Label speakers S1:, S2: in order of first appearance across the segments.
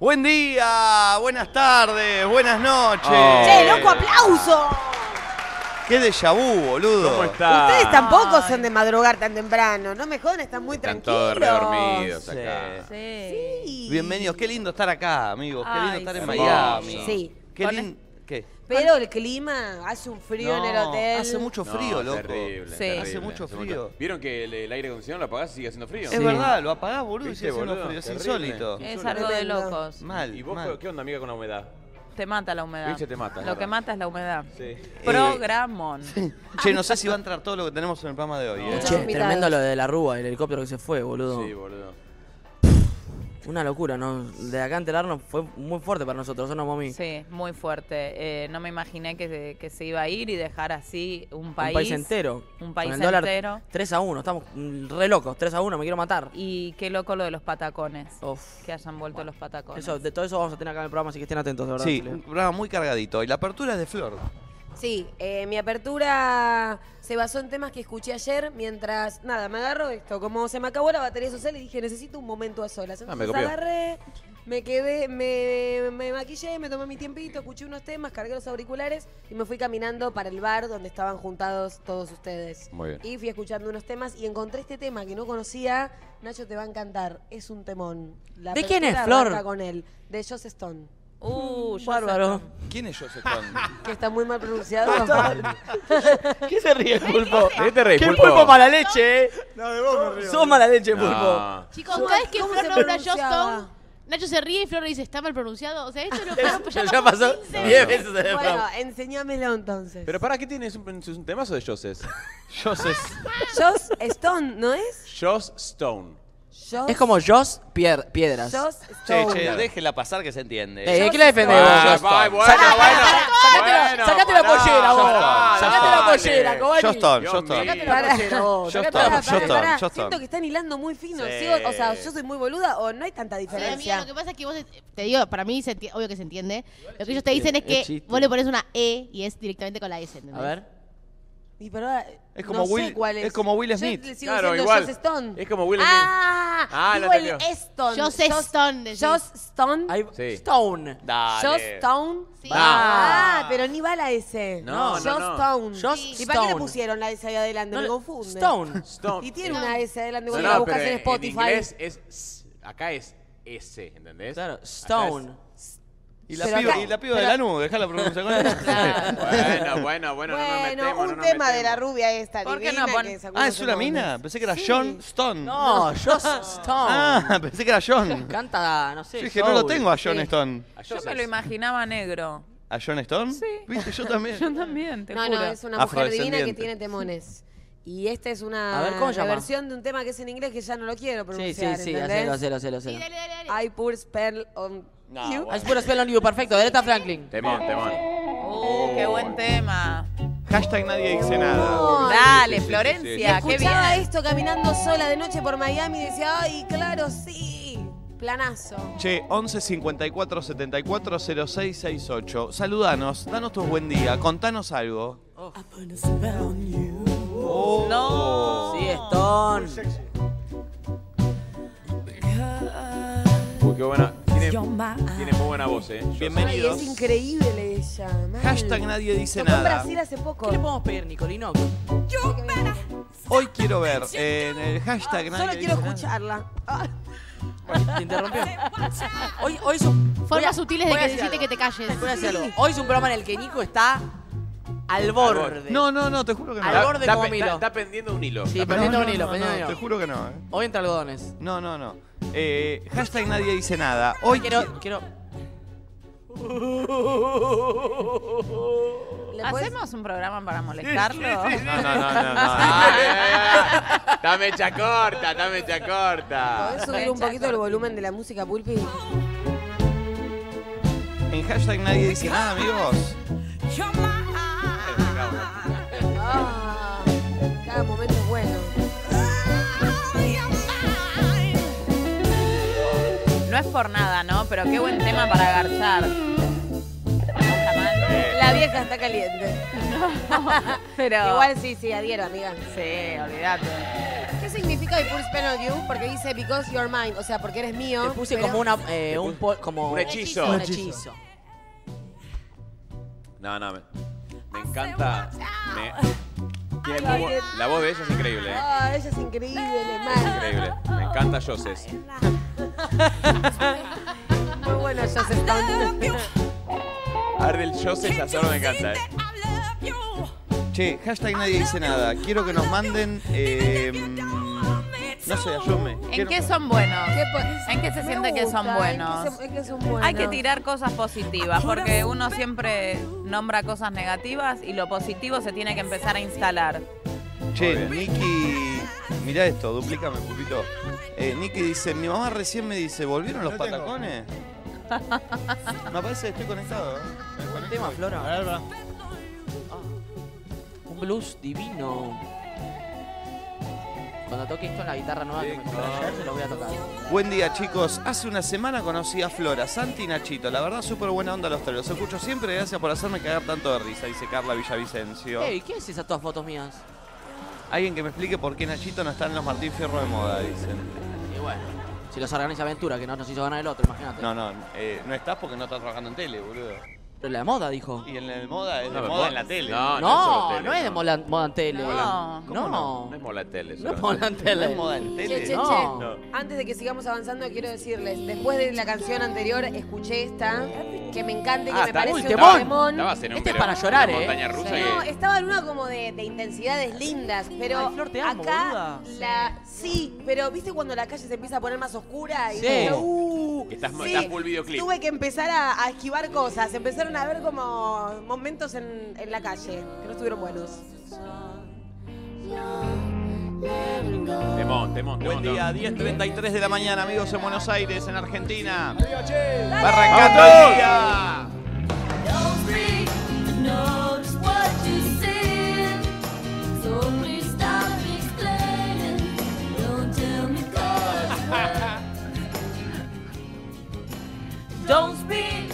S1: Buen día, buenas tardes, buenas noches.
S2: Oh.
S3: ¡Che, loco, aplauso!
S1: Qué déjà vu, boludo.
S2: ¿Cómo está?
S3: Ustedes tampoco son de madrugar tan temprano. No me jodan, están muy
S2: Están todos
S3: tranquilos.
S2: redormidos
S1: Sí.
S2: acá.
S4: Sí.
S3: Sí.
S1: Bienvenidos, qué lindo estar acá, amigos. Qué lindo
S4: Ay,
S1: estar en
S4: sí.
S1: Miami.
S3: Sí.
S1: Qué
S4: Con-
S1: lindo. ¿Qué?
S3: Pero el clima, hace un frío en el
S1: No,
S3: hotel.
S1: Hace mucho frío,
S2: No,
S1: loco.
S2: terrible,
S4: Sí.
S2: terrible.
S1: Hace mucho frío.
S2: ¿Vieron que el, el aire acondicionado lo apagás y sigue haciendo frío?
S1: Es verdad, lo apagás, boludo, y
S2: ¿Viste,
S1: sigue haciendo
S2: boludo?
S1: frío. Es
S2: Terrible.
S1: insólito.
S4: Es algo de
S3: Tremendo.
S4: locos.
S1: Mal.
S2: ¿Y vos
S1: mal.
S2: qué onda, amiga, con la humedad?
S4: Te mata la humedad.
S2: Vinche te mata,
S4: Lo
S2: claro.
S4: que mata es la humedad.
S2: Sí.
S4: Programón.
S1: Che, no sé si va a entrar todo lo que tenemos en el programa de hoy. eh.
S5: Che,
S3: invitados.
S5: tremendo lo de la Rúa, el helicóptero que se fue, boludo.
S2: Sí, boludo.
S5: Una locura, ¿no? De acá enterarnos fue muy fuerte para nosotros, ¿o no, mami?
S4: Sí, muy fuerte. Eh, no me imaginé que, se- que se iba a ir y dejar así un país.
S5: un país entero.
S4: Un país
S5: Con el dólar
S4: entero.
S5: 3 a 1, estamos mm, re locos, 3 a 1, me quiero matar.
S4: Y qué loco lo de los patacones.
S5: Uf.
S4: Que hayan vuelto los patacones.
S5: Eso, de todo eso vamos a tener acá en el programa, así que estén atentos, de verdad.
S1: Sí, un
S5: Chile.
S1: programa muy cargadito. Y la apertura es de Flor.
S3: Sí, eh, mi apertura se basó en temas que escuché ayer mientras, nada, me agarro esto. Como se me acabó la batería social y dije, necesito un momento a solas.
S2: Ah, me
S3: Entonces
S2: copió.
S3: agarré, me quedé, me, me maquillé, me tomé mi tiempito, escuché unos temas, cargué los auriculares y me fui caminando para el bar donde estaban juntados todos ustedes.
S2: Muy bien.
S3: Y fui escuchando unos temas y encontré este tema que no conocía. Nacho te va a encantar, es un temón. La
S5: ¿De quién es,
S3: apertura
S5: Flor?
S3: arranca con él, de Joss Stone, Mm,
S4: Uh, yo
S5: Bárbaro.
S1: ¿Quién es Joseph Juan?
S3: que está muy mal pronunciado.
S5: ¿Qué se ríe el pulpo?
S2: ¿De qué te reís,
S5: ¿Qué
S2: pulpo?
S5: pulpo mala leche, eh?
S1: No, de vos me
S5: Sos mala leche, pulpo.
S2: No.
S6: Chicos,
S3: Yo-
S6: cada vez que
S3: ¿cómo
S6: Flor
S3: se
S6: nombra
S3: pronunciaba?
S6: Justin, Nacho se ríe y Flor le dice, está mal pronunciado. O sea, esto lo
S5: Eso
S6: ya
S5: ya pasó
S6: 15
S5: 10
S6: veces.
S5: veces en el
S3: Bueno,
S5: programa.
S3: enséñamelo entonces.
S2: Pero para, ¿qué tienes? ¿Un, es un temazo de Joseph?
S1: Joseph.
S3: Joss Stone, ¿no es?
S2: Joss Stone.
S3: Joss,
S5: Es como Joss Pier- Piedras.
S3: Joss
S1: Che,
S3: Stone.
S1: che, déjela pasar que se entiende.
S5: Eh, ¿Qué la defendés vos?
S2: Ah,
S5: Joss
S2: va,
S5: Stone?
S2: bueno,
S5: Sacate-
S2: bueno,
S5: sacate la-
S2: bueno,
S5: Sacate la
S2: pará,
S5: pollera,
S2: Joss
S5: vos.
S2: Stone,
S5: Sacate la
S2: dale.
S5: pollera, Cobani.
S1: Joston,
S2: Dios
S1: Joston.
S2: mío.
S5: Sacate la pollera, vos.
S1: Yo
S3: Pará,
S1: estoy,
S5: Sacate
S3: pará,
S5: la
S1: yo
S3: pará,
S1: estoy,
S3: pará.
S1: yo estoy.
S3: Siento que están hilando muy fino.
S1: Sí.
S3: Sigo- o sea, yo soy muy boluda o no hay tanta
S6: Pero, amiga,
S3: diferencia.
S6: lo que pasa es que vos, te digo, para mí, se enti- obvio que se entiende. Lo que ellos te dicen es
S5: entiende,
S6: que
S5: es chiste.
S6: vos le pones una E y es directamente con la S. ¿entendés?
S5: A ver.
S3: Y pero ahora
S1: Es como
S3: no sé
S1: Will-
S3: cuál es.
S1: es como Will
S3: Yo
S1: Smith.
S3: le sigo
S2: Claro,
S3: diciendo
S2: igual.
S3: Joss Stone.
S2: Es como Will
S3: Ah,
S2: Ah, la
S3: digo el
S2: entendió.
S3: Stone.
S6: Joss Stone, decís.
S3: Joss Stone.
S5: Ahí-
S2: Sí.
S5: Stone.
S3: Joss Stone.
S6: Sí.
S3: Ah, pero ni va la S.
S2: No, no,
S3: Joss
S2: no.
S3: Stone.
S5: Joss
S3: ¿Y para qué le
S5: Stone.
S3: pusieron la S ahí adelante?
S5: No
S3: Me
S5: le-
S3: confunde.
S5: Stone.
S2: Stone.
S3: Y tiene una S adelante
S2: No,
S3: cuando
S2: no,
S3: la buscas
S2: pero
S3: en Spotify.
S2: En inglés es. s- Acá es S, ¿entendés?
S5: Claro,
S2: Acá es-
S5: Stone.
S1: Y la
S3: Pero
S1: piba,
S3: acá-
S1: y la piba de la nube, déjala pronunciar con ella.
S2: Bueno, bueno, bueno, no nos
S3: Bueno,
S2: metemos, no
S3: un
S2: nos
S3: tema de
S2: metemos.
S3: la rubia esta,
S4: ¿Por qué
S3: divina,
S4: no pon-
S3: que sacó
S1: Ah,
S3: unos
S1: es una mina.
S3: enormes.
S1: Pensé que era
S3: Sí.
S1: John Stone.
S5: No, Joss Stone.
S1: Ah, pensé que era John.
S5: Canta, no sé.
S1: Yo dije, no lo
S5: soul.
S1: tengo a John Stone.
S2: A
S4: Yo me
S2: Joseph.
S4: lo imaginaba negro.
S1: ¿A John Stone?
S4: Sí.
S1: ¿Viste? Yo también.
S4: Yo también, te
S3: No,
S4: juro.
S3: no, es una mujer divina que
S1: Afrodescendiente.
S3: tiene temones. Y esta es una
S5: A ver, ¿cómo se llama?
S3: versión de un tema que es en inglés que ya no lo quiero
S5: Sí,
S3: pronunciar,
S5: sí, sí,
S3: ¿entendés?
S5: hacelo, hacelo, hacelo.
S6: Sí,
S5: hacelo.
S6: dale, dale, dale.
S3: I pour spell on
S2: No,
S3: you.
S2: bueno.
S5: Es puro spell on you, perfecto. Delta Franklin.
S2: Temón, temón. Oh,
S4: Uh, qué buen tema.
S1: Hashtag nadie dice nada.
S3: Ay,
S4: Dale,
S2: sí, sí,
S4: Florencia, qué
S3: Escuchaba
S4: bien.
S3: esto caminando sola de noche por Miami y decía, ay, claro, sí, planazo.
S1: Che, 11 54 74 06 68. Saludanos, danos tu buen día, contanos algo.
S4: No.
S5: Sí, Stone.
S2: Uy, qué buena. Tiene, tiene muy buena voz, eh. Joseph.
S1: Bienvenido.
S3: Ay, es increíble ella. mal.
S1: Hashtag nadie dice
S3: Tocó en
S1: nada.
S3: Brasil hace poco.
S5: ¿Qué le podemos pedir, Nicolino?
S1: Hoy quiero ver en el hashtag nadie
S3: Solo
S1: dice
S3: quiero
S1: nada.
S3: escucharla. Ah,
S5: Te interrumpió. Hoy, hoy es un. voy a-
S6: Formas sutiles de
S5: voy a
S6: que
S5: hacer
S6: decirte
S5: algo.
S6: que te calles.
S5: Voy a hacer algo. Hoy es un programa en el que Nico está al borde.
S1: No, no, no, te juro que no.
S5: Al borde como
S2: pe-
S5: Milo.
S2: está pendiendo un hilo.
S5: Sí,
S2: Está
S5: pendiendo
S1: No,
S5: un hilo,
S1: no,
S5: pendiendo
S1: no,
S5: un
S1: Te
S5: hilo.
S1: juro que no. eh.
S5: Hoy entre algodones.
S1: No, no, no. Eh, hashtag nadie dice nada. Hoy
S5: Quiero, quiero.
S3: ¿le puedes-
S4: ¿Hacemos un programa para molestarlo?
S2: No, no, no, no. no. Ay, ay, ay. Está mecha corta, está mecha corta.
S3: ¿Podés subir un poquito el volumen de la música, Pulpi?
S1: en hashtag nadie dice nada, amigos.
S3: Ah, cada momento es bueno.
S4: No es por nada, ¿no? Pero qué buen tema para agarchar.
S3: La vieja está caliente.
S4: Pero.
S3: Igual sí, sí, adhiero, amiga.
S4: Sí, olvídate.
S3: ¿Qué significa I put spell on you? Porque dice because you're mine, o sea, porque eres mío.
S5: Le puse
S3: pero-
S5: como una. eh, un pol- como.
S2: Un hechizo.
S3: Un hechizo.
S2: No, no, me, me encanta. me- tiene muy bu- la voz de ella es increíble, ¿eh?
S3: Ah, ella es increíble,
S2: Es
S3: mal.
S2: increíble. Me encanta Joses.
S3: Muy bueno, ya se está.
S2: Arde el Joses a solo me encanta, ¿eh?
S1: Che, hashtag nadie dice nada. Quiero que nos manden. eh, no sé, ayúdame.
S4: ¿En
S1: Quiero-
S4: qué son buenos?
S3: ¿Qué po-
S4: ¿En qué se
S3: Me
S4: siente que son
S3: gusta,
S4: buenos?
S3: ¿en qué se- en qué son buenos?
S4: Hay que tirar cosas positivas, porque uno siempre nombra cosas negativas y lo positivo se tiene que empezar a instalar.
S1: Che, Nicky. Mirá esto, duplícame, pupito. Eh, Nicky dice: Mi mamá recién me dice, ¿volvieron los
S7: No tengo.
S1: patacones? Me parece que estoy conectado. ¿eh? Me
S5: Un
S1: conecto.
S5: tema,
S7: A
S5: Flora. Ah.
S7: ver, va.
S5: Un blues divino. Cuando toque esto en la guitarra nueva que me compré ayer, se lo voy a tocar.
S1: Buen día, chicos. Hace una semana conocí a Flora, Santi y Nachito. La verdad, súper buena onda los tres. Los escucho siempre. Gracias por hacerme cagar tanto de risa, dice Carla Villavicencio.
S5: Ey, ¿qué es esas todas fotos mías?
S1: Alguien que me explique por qué Nachito no está en los Martín Fierro de moda, dicen.
S5: Y bueno, si los organiza Aventura, que no nos hizo ganar el otro, imagínate.
S1: No, no, eh, no estás porque no estás trabajando en tele, boludo.
S5: Pero la de moda, dijo.
S1: Y en el moda es de
S2: No,
S1: moda en la tele.
S2: No,
S5: No,
S2: solo
S5: no,
S2: tele,
S5: es de moda, moda en tele. No,
S4: No.
S5: no,
S2: No es mola tele.
S5: es
S2: solo.
S5: moda en tele.
S1: No es moda
S3: Che,
S1: en tele.
S3: che, che.
S5: No.
S3: Antes de que sigamos avanzando, quiero decirles, después de la canción anterior, escuché esta, que me encanta y que
S2: Ah,
S3: me
S2: está-
S3: parece
S5: Uy,
S3: un
S5: temón.
S3: temón.
S2: Estabas en un
S5: Este es
S2: pero-
S5: para llorar,
S2: una
S5: ¿eh?
S2: montaña rusa
S5: Sí.
S2: que-
S3: No, estaba en una como de, de intensidades lindas, pero
S5: Ay, Flor, te amo,
S3: acá
S5: boluda.
S3: la sí, pero viste cuando la calle se empieza a poner más oscura y
S5: Sí.
S3: digo, "Uh,
S2: Que estás-
S3: sí".
S2: estás full videoclip.
S3: Tuve que empezar a, a esquivar cosas, empezaron a ver como momentos en, en la calle que no estuvieron buenos.
S2: Temón, temón, temón.
S1: Buen día,
S2: temón.
S1: 10.33 de la mañana, amigos en Buenos Aires, en Argentina.
S7: Arriba, che.
S1: ¡Va arrancando el día!
S4: Don't speak,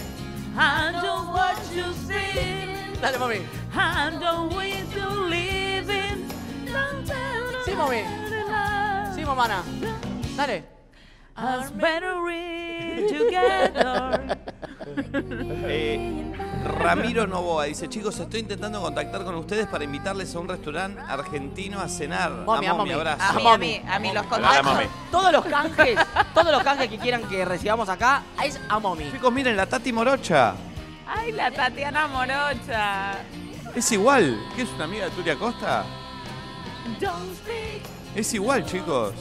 S4: I don't what you see,
S5: Dale, mami.
S4: I don't want you living.
S5: Sí, mami. Sí, mamana. Dale.
S4: Us better read together.
S1: Eh, Ramiro Novoa dice, chicos, estoy intentando contactar con ustedes para invitarles a un restaurante argentino a cenar.
S5: Mami,
S1: Amo,
S5: a
S1: mi
S5: mami.
S1: abrazo.
S4: A mí, a mí, a mí los
S2: Hola,
S4: contactos.
S2: mami.
S5: Todos los canjes, todos los canjes que quieran que recibamos acá es a mami.
S1: Chicos, miren, la Tati Morocha.
S4: Ay, la Tatiana Morocha.
S1: Es igual. ¿Qué es una amiga de Turia Costa? Es igual, chicos.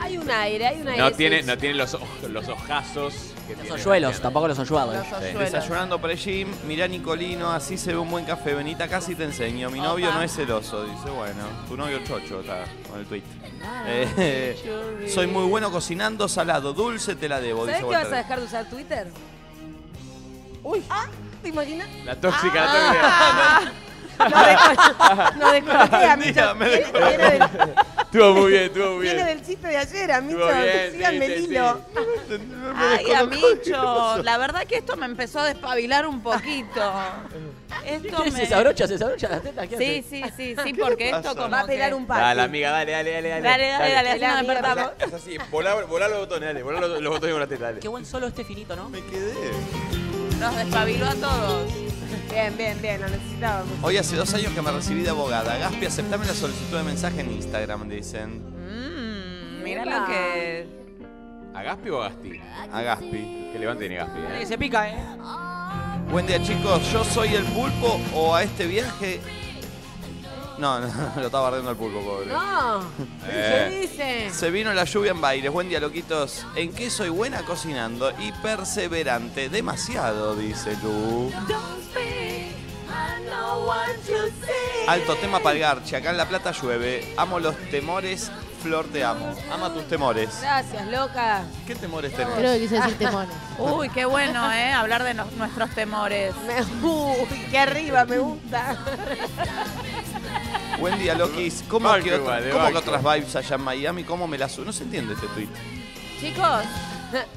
S3: Hay un aire, hay un aire.
S2: No
S3: sí.
S2: tiene, no tiene los, oj- los ojazos que tiene.
S5: Los hoyuelos,
S2: Tatiana.
S5: tampoco los hoyuelos.
S4: Los hoyuelos.
S1: Desayunando pre-gym, mirá Nicolino, así se ve un buen café. Venita, casi te enseño. Mi novio no es celoso, dice. Bueno, tu novio chocho está con el tweet.
S4: Ah,
S1: Eh, soy muy bueno cocinando salado, dulce te la debo,
S3: ¿Sabés
S1: dice
S3: que vas a
S1: Walter.
S3: dejar de usar Twitter? Uy. ¿Ah? ¿Te imaginas?
S2: La tóxica, la
S3: Ah.
S2: tóxica.
S3: No desconocía,
S1: Buen
S3: Micho.
S1: día, me
S3: Viene-
S4: Este
S1: desconecté.
S3: viene del-
S2: Estuvo muy bien, estuvo muy
S3: Viene
S2: bien.
S3: del chiste de ayer, a Micho.
S2: Estuvo bien,
S3: Síganme
S2: sí,
S3: el
S2: sí,
S3: hilo.
S4: Ay, amicho, la verdad que esto me empezó a despabilar un poquito. Esto
S5: ¿Qué
S4: me...
S5: ¿Se desabrocha? ¿Se desabrocha la teta? ¿Qué
S4: Sí, sí, sí, sí, porque esto
S1: pasa?
S4: como
S3: Va a pegar
S4: que-
S3: un par.
S2: Dale, amiga, dale, dale, dale.
S4: Dale, dale, dale,
S3: Dale,
S4: así nos
S3: amiga,
S4: despertamos.
S2: Es así, volá, volá los botones, dale, volá los, los botones con la teta, dale.
S5: Qué buen solo este finito, ¿no?
S1: Me quedé.
S4: Nos despabiló a todos.
S3: Bien, bien, bien, lo necesitábamos.
S1: Hoy hace dos años que me recibí de abogada. Gaspi, aceptame la solicitud de mensaje en Instagram, dicen.
S4: Mmm, mira lo que...
S2: ¿A Gaspi o a Gasti?
S1: A Gaspi.
S2: Que levante tiene Gaspi,
S5: Eh,
S2: ¿eh?
S5: Se pica, ¿eh?
S1: Buen día, chicos. ¿Yo soy el pulpo o a este viaje...? No, no, lo estaba bardeando el pulpo, pobre.
S3: No, ¿qué
S2: Eh.
S3: dice?
S1: Se vino la lluvia en Baires. Buen día, loquitos. ¿En qué soy buena cocinando? Y perseverante. Demasiado, dice Lu. Alto tema para el garche. Acá en La Plata llueve. Amo los temores. Flor, te amo. Ama tus temores.
S3: Gracias, loca.
S1: ¿Qué temores tenés?
S6: Creo que quise decir temones.
S4: Uy, qué bueno, ¿eh? Hablar de nos- nuestros temores.
S3: Me, uy, qué arriba, me gusta.
S1: Buen día, Lokis. ¿Cómo,
S2: Banco
S1: que, otra-
S2: igual, eh, de
S1: cómo que
S2: banco.
S1: otras vibes allá en Miami? ¿Cómo me la subo? No se entiende este tweet.
S4: Chicos,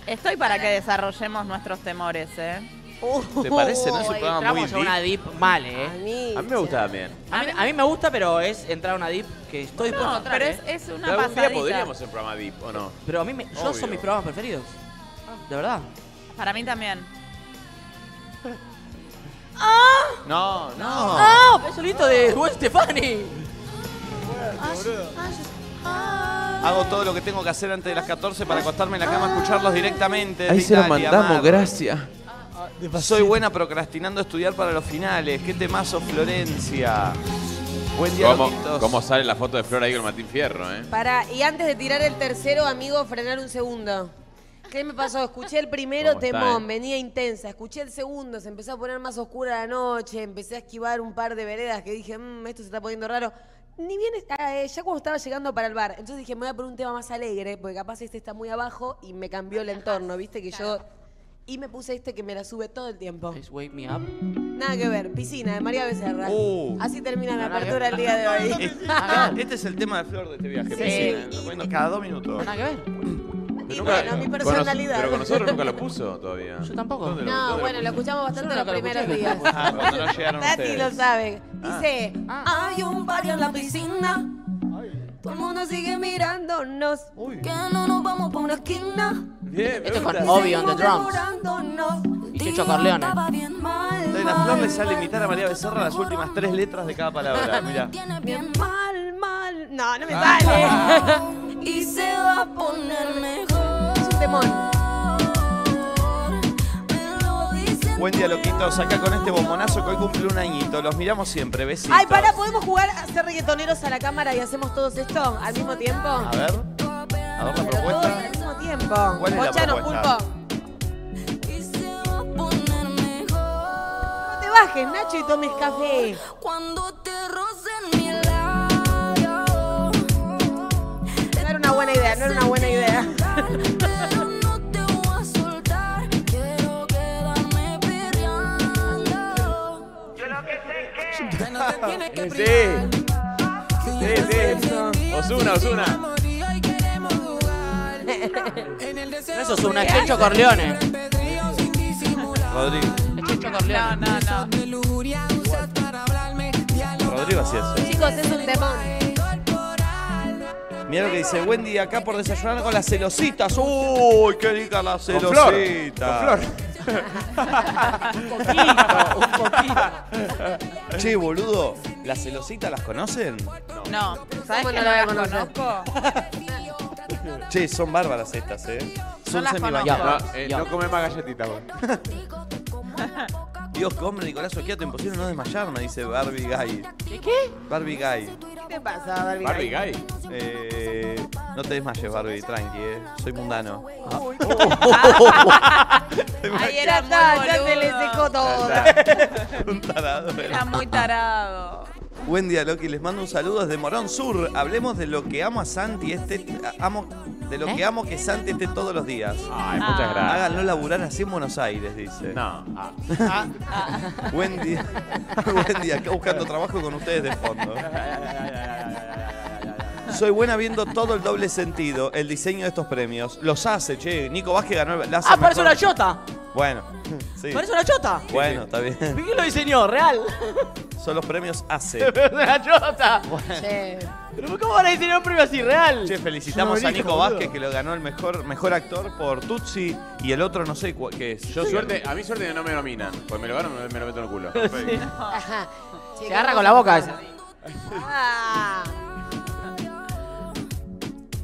S4: estoy para que desarrollemos nuestros temores, ¿eh?
S3: Uh.
S1: ¿Te parece? No es un
S3: Ay,
S1: programa muy
S5: Entramos a una
S1: deep.
S5: dip mal,
S3: A
S5: ¿eh?
S3: mí,
S1: A mí me gusta también.
S5: A mí, a mí me gusta, pero es entrar a una dip que estoy dispuesto a
S4: No,
S5: entrar,
S4: pero
S5: ¿eh?
S4: es, es una
S1: Algún día
S4: pasadita.
S1: podríamos hacer un programa deep, ¿o no?
S5: Pero a mí, me, yo
S1: Obvio.
S5: son mis programas preferidos. De verdad.
S4: Para mí también.
S1: No, no.
S5: ¡Ah! ¡Es solito de Gwen Stefani!
S1: Hago todo lo que tengo que hacer antes de las 14 para acostarme en la cama, escucharlos directamente. desde
S2: Ahí se lo
S1: Italia,
S2: mandamos,
S1: Mar.
S2: gracias.
S1: Soy buena procrastinando estudiar para los finales. Qué temazo, Florencia. Buen día,
S2: ¿Cómo,
S1: loquitos.
S2: cómo sale la foto de Flor ahí con Martín Fierro, eh?
S3: Para, y antes de tirar el tercero, amigo, frenar un segundo. ¿Qué me pasó? Escuché el primero
S2: ¿Cómo está,
S3: temón,
S2: eh?
S3: venía intensa. Escuché el segundo, se empezó a poner más oscura la noche. Empecé a esquivar un par de veredas que dije, "Mm, esto se está poniendo raro. Ni bien, eh, ya cuando estaba llegando para el bar, entonces dije, me voy a poner un tema más alegre, porque capaz este está muy abajo y me cambió el entorno, ¿viste? Que yo. Y me puse este que me la sube todo el tiempo.
S5: Please wake me up.
S3: Nada que ver, piscina de María Becerra.
S1: Uh.
S3: Así termina mi
S5: Nada que
S3: apertura el día de hoy.
S1: Este, este es el tema de Flor de este viaje.
S5: Sí.
S1: Piscina. Bueno, cada dos minutos.
S5: Nada que ver.
S3: Y
S2: Nunca-
S3: bueno, mi
S2: con nos-
S3: personalidad.
S2: pero con nosotros nunca lo puso todavía.
S5: Yo tampoco.
S2: ¿Dónde lo-
S3: No,
S2: dónde
S3: bueno, lo
S2: puso?
S3: escuchamos bastante
S5: Yo no
S3: los
S5: lo escuché.
S3: primeros días.
S1: Ah, cuando no llegaron
S3: Tati lo
S1: ustedes.
S3: sabe. Dice,
S5: Ah.
S7: Hay un barrio en la piscina.
S3: todo el mundo sigue mirándonos.
S7: Que no nos vamos por una esquina.
S1: Bien, me
S5: Esto es con
S1: gusta.
S5: Obi on the drums.
S7: drums.
S5: Y Checho Corleone.
S7: bien mal.
S1: Entonces, a Flor le sale imitar a María Becerra las últimas tres letras de cada palabra. Mira.
S7: Tiene bien
S3: Bien
S7: mal.
S3: mal, mal. No, no me
S5: Ah.
S3: sale.
S7: Y se va a poner mejor.
S3: Es un temón.
S7: Me lo dicen
S1: Buen día, loquitos. Acá con este bombonazo que hoy cumple un añito. Los miramos siempre, besitos.
S3: Ay, pará, ¿podemos jugar a ser reggaetoneros a la cámara y hacemos todos esto al mismo tiempo?
S1: A ver. A ver la
S3: Pero todos
S1: propuesta.
S3: al mismo tiempo.
S1: ¿Cuál es la
S3: Bochano,
S1: propuesta?
S3: pulpo.
S7: Y se va a poner mejor.
S3: No te bajes, Nacho, y tomes café.
S7: Cuando te rocen mi labio.
S3: No era una buena idea, no era una buena idea.
S7: Pero no te voy a soltar, quiero quedarme perreando. Yo lo que sé es que no te tienes que privar. Si
S2: Sí,
S7: yo te
S2: sí, sí.
S7: sentía,
S2: Ozuna,
S7: si
S2: Ozuna.
S7: te moría y queremos jugar. En el deseo
S5: No es Ozuna, es Checho Corleone.
S7: Pedrío sin disimular.
S1: Rodrigo.
S5: Es Checho
S4: No,
S5: Corleone.
S4: no, no.
S7: De lujuria usas para hablarme. Dialogar
S1: Rodrigo hacía eso.
S3: Chicos, es un temón.
S7: corporal.
S1: Mira lo que dice, buen día acá por desayunar con las celositas. Uy, qué rica la
S2: Con Flor.
S1: celosita.
S2: Con Flor.
S1: Che, boludo, ¿las celositas las conocen?
S4: No. ¿Sabes
S3: ¿Cómo
S4: que
S3: no
S4: no
S3: la
S4: las
S3: voy a conocer?
S4: conozco?
S1: Che, son bárbaras estas, eh. Son
S4: las
S1: semibañadas.
S4: conozco.
S2: No, eh, no come más galletitas, vos.
S1: Dios, qué hombre, Nicolás Oquiato, imposible no desmayarme, dice Barbie Guy. ¿Qué? Barbie Guy.
S3: ¿Qué te pasa, Barbie?
S2: Barbie Guy.
S1: Eh, no te desmayes, Barbie, tranqui, eh. Soy mundano.
S4: Ahí
S3: Ya
S4: era muy
S3: está, ya se le
S4: boludo.
S3: secó todo.
S1: Un tarado, eh.
S4: Era muy tarado.
S1: Buen día, Loki. Les mando un saludo desde Morón Sur. Hablemos de lo que amo a Santi este. a- Amo, de lo
S5: ¿Eh?
S1: que amo que Santi esté todos los días.
S2: Ay, muchas
S5: Ah.
S2: gracias.
S1: Háganlo laburar así en Buenos Aires, dice.
S2: No. ah.
S1: Buen día. Buen día. Acá buscando trabajo con ustedes de fondo.
S3: Ah.
S1: Soy buena viendo todo el doble sentido, el diseño de estos premios. Los hace, che. Nico Vázquez ganó el. la hace
S5: ¡Ah, parece
S1: mejor.
S5: una chota!
S1: Bueno, sí.
S5: ¡Parece una chota!
S1: Bueno, está bien.
S5: ¿Quién lo diseñó? ¿Real?
S1: Son los premios hace.
S5: ¡Parece una chota!
S3: Che.
S5: ¿Pero cómo van a diseñar un premio así? ¿Real?
S1: Che, felicitamos a Nico Vázquez que lo ganó el mejor, mejor actor por Tutsi y el otro no sé cuál- qué es.
S2: Yo suerte, a mí suerte que no me nominan. Pues me lo gano, me me lo meto en el culo.
S3: Ajá. Che,
S5: Se agarra con la boca esa.
S3: Ah.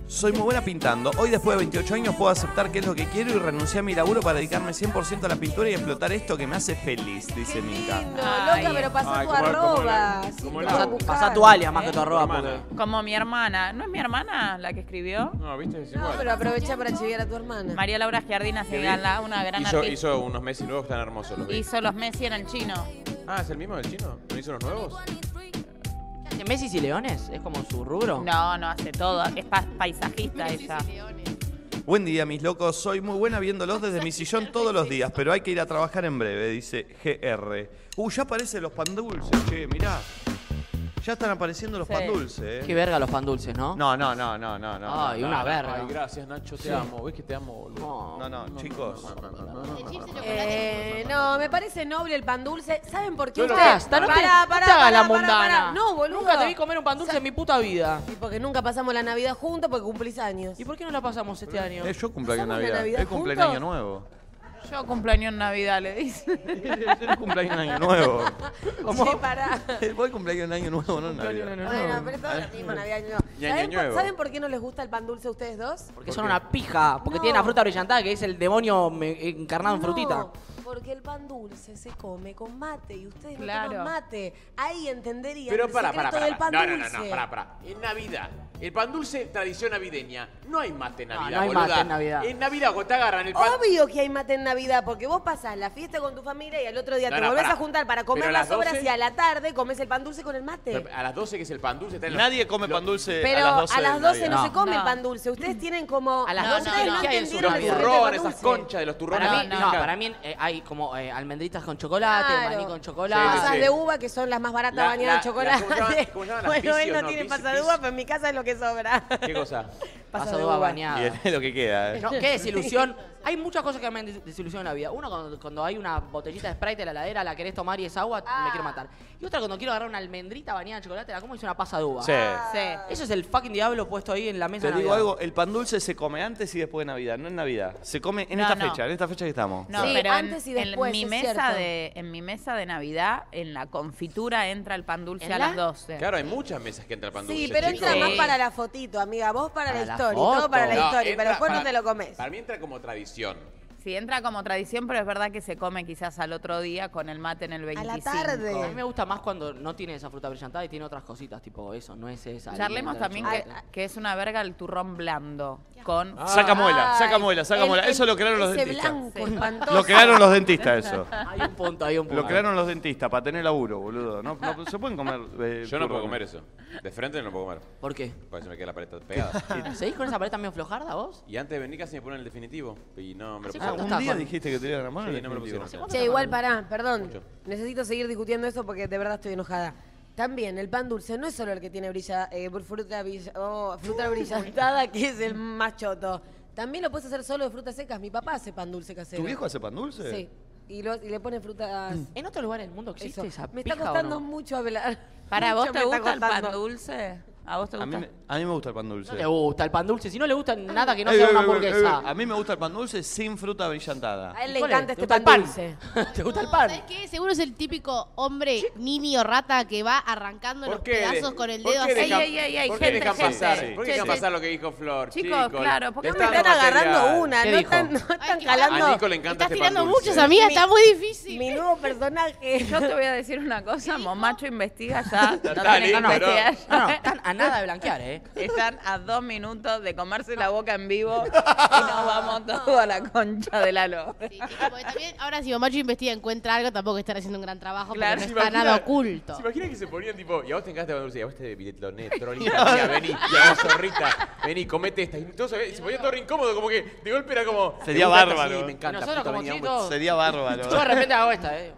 S1: Soy muy buena pintando. Hoy después de 28 años puedo aceptar qué es lo que quiero y renunciar a mi laburo para dedicarme 100% a la pintura y explotar esto que me hace feliz, dice Mica.
S3: Lindo,
S4: Ay.
S3: loca, pero pasá tu
S2: Ay, como la- como
S3: arroba.
S2: la-
S3: sí,
S2: como
S3: te
S2: la-
S3: vas a
S2: pasá
S5: Pasá
S3: buscar.
S5: tu alias más que tu arroba,
S2: hermana.
S5: porque...
S4: Como mi hermana. ¿No es mi hermana la que escribió?
S2: No, viste, es
S3: No,
S2: igual.
S3: pero aprovecha para chiviar a tu hermana.
S4: María Laura Giardina
S2: Que vi-
S4: Segala, una gran
S2: hizo,
S4: artista.
S2: hizo unos Messi nuevos tan hermosos los vi.
S4: Hizo los Messi en el chino.
S2: Ah, ¿es el mismo del chino? ¿No hizo los nuevos?
S5: ¿Hace Messi y Leones? ¿Es como su rubro?
S4: No, no hace todo. Es pa- paisajista ella.
S1: Buen día, mis locos. Soy muy buena viéndolos desde mi sillón todos los días, pero hay que ir a trabajar en breve, dice GR. Uh, ya aparecen los pan dulces, che, mirá. Ya están apareciendo los
S4: Sí.
S1: pan dulce, ¿eh?
S5: Qué verga los pan dulces, ¿no?
S1: No, no, no, no, no, no.
S5: Ay,
S1: no,
S5: una
S1: no.
S5: verga.
S8: Ay, gracias, Nacho, te amo. ¿Ves que te amo, boludo?
S1: No, no, chicos.
S6: El chips de chocolate.
S3: Eh, no, me parece noble el pan dulce. ¿Saben por qué?
S5: Yo no-
S3: ustedes-
S5: Basta, no te-
S3: Pará,
S5: no te
S3: pará, pará,
S5: hagas la
S3: pará,
S5: mundana.
S3: pará. No, boludo.
S5: Nunca te vi comer un pan dulce en mi puta vida.
S3: Y porque nunca pasamos la Navidad juntos porque cumplís años.
S5: ¿Y por qué no la pasamos este año?
S1: Eh, yo
S3: ¿Pasamos
S1: cumpleaños
S3: la
S1: Navidad.
S3: Navidad
S1: Él cumpleaños Año
S3: juntos?
S1: Nuevo.
S4: Yo cumpleaños en Navidad, le dice.
S1: Él cumpleaños Año Nuevo.
S3: Sí, pará.
S1: Él voy cumpleaños en Año Nuevo, no en Navidad. ¿Eh?
S3: Bueno, pero todos los mismos, Navidad no.
S2: Y Año
S3: ¿Saben, por,
S2: Nuevo.
S3: ¿Saben por qué no les gusta el pan dulce a ustedes dos?
S5: Porque son una pija. Porque
S3: No.
S5: tienen la fruta brillantada, que es el demonio me- encarnado en
S3: No,
S5: frutita.
S3: Porque el pan dulce se come con mate y ustedes
S4: Claro.
S3: no toman mate. Ahí entenderían
S2: Pero
S3: el
S2: para, para,
S3: secreto del
S2: para.
S3: pan
S2: No, no,
S3: dulce.
S2: no, no, para, para. En Navidad, el pan dulce, tradición navideña. No hay mate en
S5: No,
S2: Navidad,
S5: no hay
S2: boluda.
S5: mate en Navidad.
S2: En Navidad, cuando te agarran el pan.
S3: Obvio que hay mate en Navidad, porque vos pasás la fiesta con tu familia y al otro día
S2: No,
S3: te
S2: no,
S3: volvés
S2: pará.
S3: a juntar para comer
S2: Pero a
S3: las
S2: las
S3: obras
S2: 12.
S3: y a la tarde comes el pan dulce con el mate.
S2: A las 12, que es el pan dulce, está en los-
S1: Nadie come pan
S2: eh,
S1: dulce
S3: Pero
S1: a las 12. de
S3: no,
S1: Navidad.
S3: se come
S4: No.
S3: el pan dulce. Ustedes tienen como.
S5: Mm. A las
S3: no,
S5: 12
S3: ustedes
S5: no.
S3: no
S5: ¿Qué hay en su
S3: entendieron
S2: Los
S3: el
S5: Navidad.
S3: secreto del
S2: turrones,
S3: pan
S2: esas
S3: dulce.
S2: conchas de los turrones.
S5: Para mí,
S4: no,
S5: no, para mí eh, hay como eh, almendritas con chocolate,
S3: Claro.
S5: maní con
S3: Pasas
S5: chocolate.
S2: sí.
S3: de uva que son las más baratas
S2: La-
S3: bañadas
S2: la-
S3: de chocolate.
S2: la- ¿cómo llaman- cómo llaman las
S3: bueno, él
S2: pisios?
S3: no,
S2: No,
S3: tiene
S2: pis-
S3: pasa de
S2: pis.
S3: uva, pero en mi casa es lo que sobra.
S2: ¿Qué cosa?
S5: Pasas de uva bañada.
S1: Y es lo que queda. ¿eh?
S5: No, qué desilusión. Hay muchas cosas que me han des- desilusionado en la vida. Uno, cuando, cuando hay una botellita de Sprite en la heladera, la querés tomar y es agua, me
S3: Ah.
S5: quiero matar. Y otra, cuando quiero agarrar una almendrita bañada en chocolate, la como y es una pasa de uva.
S1: Sí.
S4: Sí.
S5: Eso es el fucking diablo puesto ahí en la mesa.
S1: Te
S5: de
S1: digo
S5: Navidad.
S1: algo, el pan dulce se come antes y después de Navidad, no en Navidad. Se come en
S4: No,
S1: esta
S4: no.
S1: fecha, en esta fecha que estamos.
S4: No,
S3: Sí,
S4: pero en-
S3: antes y
S4: en,
S3: después,
S4: mi
S3: es
S4: mesa
S3: cierto.
S4: de, en mi mesa de Navidad, en la confitura entra el pan dulce
S5: ¿En
S4: a
S5: la?
S4: las 12.
S2: Claro, hay muchas mesas que entra el pan dulce.
S3: Sí, pero entra
S2: chicos.
S3: más
S4: Sí.
S3: para la fotito, amiga. Vos para,
S5: Para
S3: la
S5: la
S3: historia, y todo
S5: foto.
S3: para la
S5: No,
S3: historia,
S2: entra
S3: pero después no
S2: para-
S3: te lo comes.
S2: Para mí entra como tradición.
S4: Sí, entra como tradición, pero es verdad que se come quizás al otro día con el mate en el
S3: A la
S4: 25.
S3: tarde.
S5: A mí me gusta más cuando no tiene esa fruta brillantada y tiene otras cositas, tipo eso, no es esa.
S4: Charlemos
S5: almendra,
S4: también que,
S3: ah.
S5: chocolate.
S4: que es una verga el turrón blando con
S1: Saca muela, saca
S3: Ay,
S1: muela, saca
S3: el-
S1: muela.
S3: el-
S1: Eso lo crearon los
S3: ese
S1: dentistas.
S3: blanco espantoso.
S1: Lo crearon los dentistas eso.
S5: Hay un punto, hay un punto.
S1: Lo crearon los dentistas para tener laburo, boludo. No, no se pueden comer. eh,
S2: Yo no
S1: turrones.
S2: puedo comer eso. De frente no lo puedo comer.
S5: ¿Por qué?
S2: Porque se me queda la paleta pegada.
S5: ¿Seguís con esa pared también flojarda vos?
S2: Y antes de venir casi me ponen el definitivo. Y no me lo
S5: ¿Hace
S2: pusieron.
S5: cuánto
S1: Ah, Un
S5: está,
S1: día
S5: Juan?
S1: dijiste que te iban a mano.
S2: Sí, no me lo pusieron.
S3: Che, igual pará, perdón.
S2: Mucho.
S3: Necesito seguir discutiendo eso porque de verdad estoy enojada. También, el pan dulce no es solo el que tiene brilla, eh, fruta, brilla- oh, fruta brillantada, que es el más choto. También lo puedes hacer solo de frutas secas. Mi papá hace pan dulce casero.
S1: ¿Tu viejo hace pan dulce?
S3: Sí. Y, lo- y le pone frutas.
S5: ¿En otro lugar del mundo existe
S3: Eso.
S5: esa
S3: Me está
S5: pija o
S3: costando
S5: no?
S3: mucho hablar.
S4: Para vos
S3: Mucho me
S4: te
S3: está
S4: gusta el
S3: costando.
S4: pan dulce? ¿A vos te
S1: A mí,
S4: gusta?
S1: me- a mí me gusta el pan dulce.
S5: No le gusta el pan dulce, si no le gusta nada que no
S1: Ey,
S5: sea
S1: ey,
S5: una
S1: ey,
S5: hamburguesa.
S1: ey, ey. A mí me gusta el pan dulce sin fruta brillantada.
S3: A él le
S5: ¿Cuál es?
S3: encanta
S5: ¿Te
S3: este
S5: gusta
S3: pan,
S5: el pan?
S3: dulce.
S5: ¿Te gusta el
S6: No,
S5: pan?
S6: ¿sabes qué? Seguro es el típico hombre niño rata que va arrancando los pedazos con el dedo
S2: ¿Por qué
S6: así.
S2: dejan-
S4: Ey, ey, ey,
S2: ¿Por qué
S4: gente,
S2: dejan
S4: gente.
S2: pasar?
S1: Sí, sí,
S2: ¿Por qué dejan
S1: sí.
S2: pasar lo que dijo Flor?
S4: Chicos, claro, ¿por qué
S2: le
S4: me
S3: Me están
S2: dando
S3: agarrando
S2: material.
S3: una,
S5: ¿Qué
S3: no
S5: dijo?
S3: están, no están
S6: que-
S2: A
S3: calando.
S2: Nico le encanta
S6: Estás
S2: este pan
S6: tirando
S2: dulce.
S6: muchos, amiga,
S3: Mi-
S6: está muy difícil.
S3: Mi nuevo personaje.
S4: Yo te voy a decir una cosa, Momacho investiga ya, no
S2: está,
S4: tiene que
S2: listo,
S4: investigar.
S5: No, no, están a nada de blanquear, ¿eh?
S4: Están a dos minutos de comerse la boca en vivo y nos vamos todos a la concha del halo.
S6: Sí, sí, porque también, ahora si Macho investiga encuentra algo, tampoco estará haciendo un gran trabajo
S4: Claro.
S6: porque
S2: ¿Se
S6: no está
S2: imagina-
S6: nada oculto.
S2: ¿Se imaginan que se ponían tipo, y a vos te encanta el pan dulce, y a vos te biletloné, trolita, mira, vení, y a vos zorrita, vení, comete esta. Y entonces se ponía todo re incómodo, como que de golpe era como.
S1: Sería
S2: "Me gusta esta,
S1: bárbaro.
S2: sí, me encanta,
S5: Nosotros
S2: puta,
S5: como
S2: vení,
S5: chicos-
S2: vamos".
S1: Sería bárbaro.
S5: Oh. Yo de repente hago esta, ¿eh?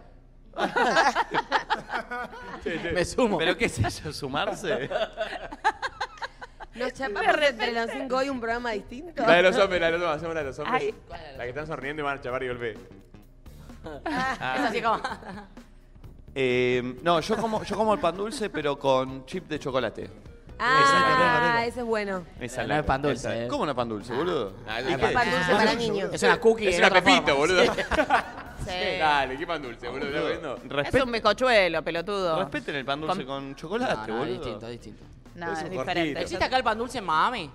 S5: Me sumo.
S1: ¿Pero qué es eso? ¿Sumarse?
S3: Nos chapamos entre los cinco hoy un programa distinto.
S2: La de los hombres, la de los hombres, hacemos la de los hombres.
S4: Ay.
S2: La que están sorriendo y van a chapar y golpe.
S5: Ah, Es así como...
S1: Eh, no, yo como, yo como el pan dulce, pero con chip de chocolate.
S3: Ah, ese es bueno.
S1: Esa
S5: No
S1: la-
S5: es pan dulce,
S1: esa-
S5: eh.
S1: ¿Cómo no es pan dulce, boludo?
S2: Ah,
S1: ¿Y
S2: es
S1: qué?
S2: pan
S3: Pan dulce para niños.
S5: Es una cookie
S2: Es
S5: en
S2: una
S5: otra
S2: pepita,
S5: forma.
S2: boludo.
S4: Sí.
S2: Dale, qué pan dulce, boludo. ¿estás viendo?
S4: Es un
S1: Respet-
S4: bizcochuelo, pelotudo.
S1: Respeten el pan dulce
S4: Com-
S1: con
S5: No,
S1: chocolate,
S5: no, es
S1: boludo.
S5: distinto, es distinto.
S4: No,
S1: Es
S4: es,
S1: un
S4: diferente.
S1: gordito.
S5: ¿Existe acá el pan dulce en Miami?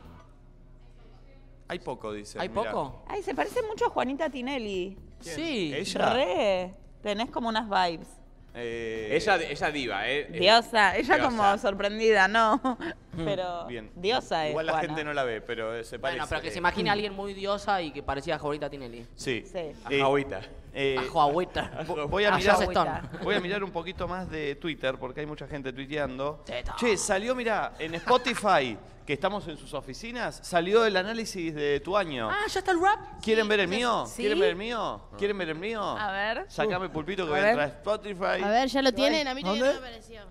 S1: Hay poco, dice.
S5: ¿Hay poco?
S4: Ay, se parece mucho a Juanita Tinelli.
S5: Sí.
S1: Ella.
S4: Re. Tenés como unas vibes.
S2: Ella, ella diva, eh. eh,
S4: Diosa. Ella
S2: diosa.
S4: como sorprendida, ¿no? Pero diosa es
S1: Igual la
S4: Juana.
S1: gente no la ve, pero eh, se parece.
S5: Bueno, pero que se
S1: eh.
S5: imagine a alguien muy diosa y que parecía a Jorita Tinelli.
S1: Sí.
S4: Sí.
S2: A
S1: Eh,
S2: Jauita.
S1: eh,
S5: A Joahuita.
S1: vo- voy, a
S5: A
S1: mirar,
S5: Joss Stone.
S1: voy a mirar un poquito más de Twitter porque hay mucha gente tuiteando.
S5: Teta.
S1: Che, salió, mirá, en Spotify, que estamos en sus oficinas, salió el análisis de tu año.
S5: Ah, ¿ya está el rap?
S1: ¿Quieren ver el mío?
S4: ¿Sí?
S1: ¿Quieren ver el mío? ¿Quieren ver el mío?
S4: A ver.
S1: Sacame pulpito que
S4: A
S1: voy a
S4: ver.
S1: entrar a Spotify.
S6: A ver, ya lo tienen, a mí todavía no me apareció.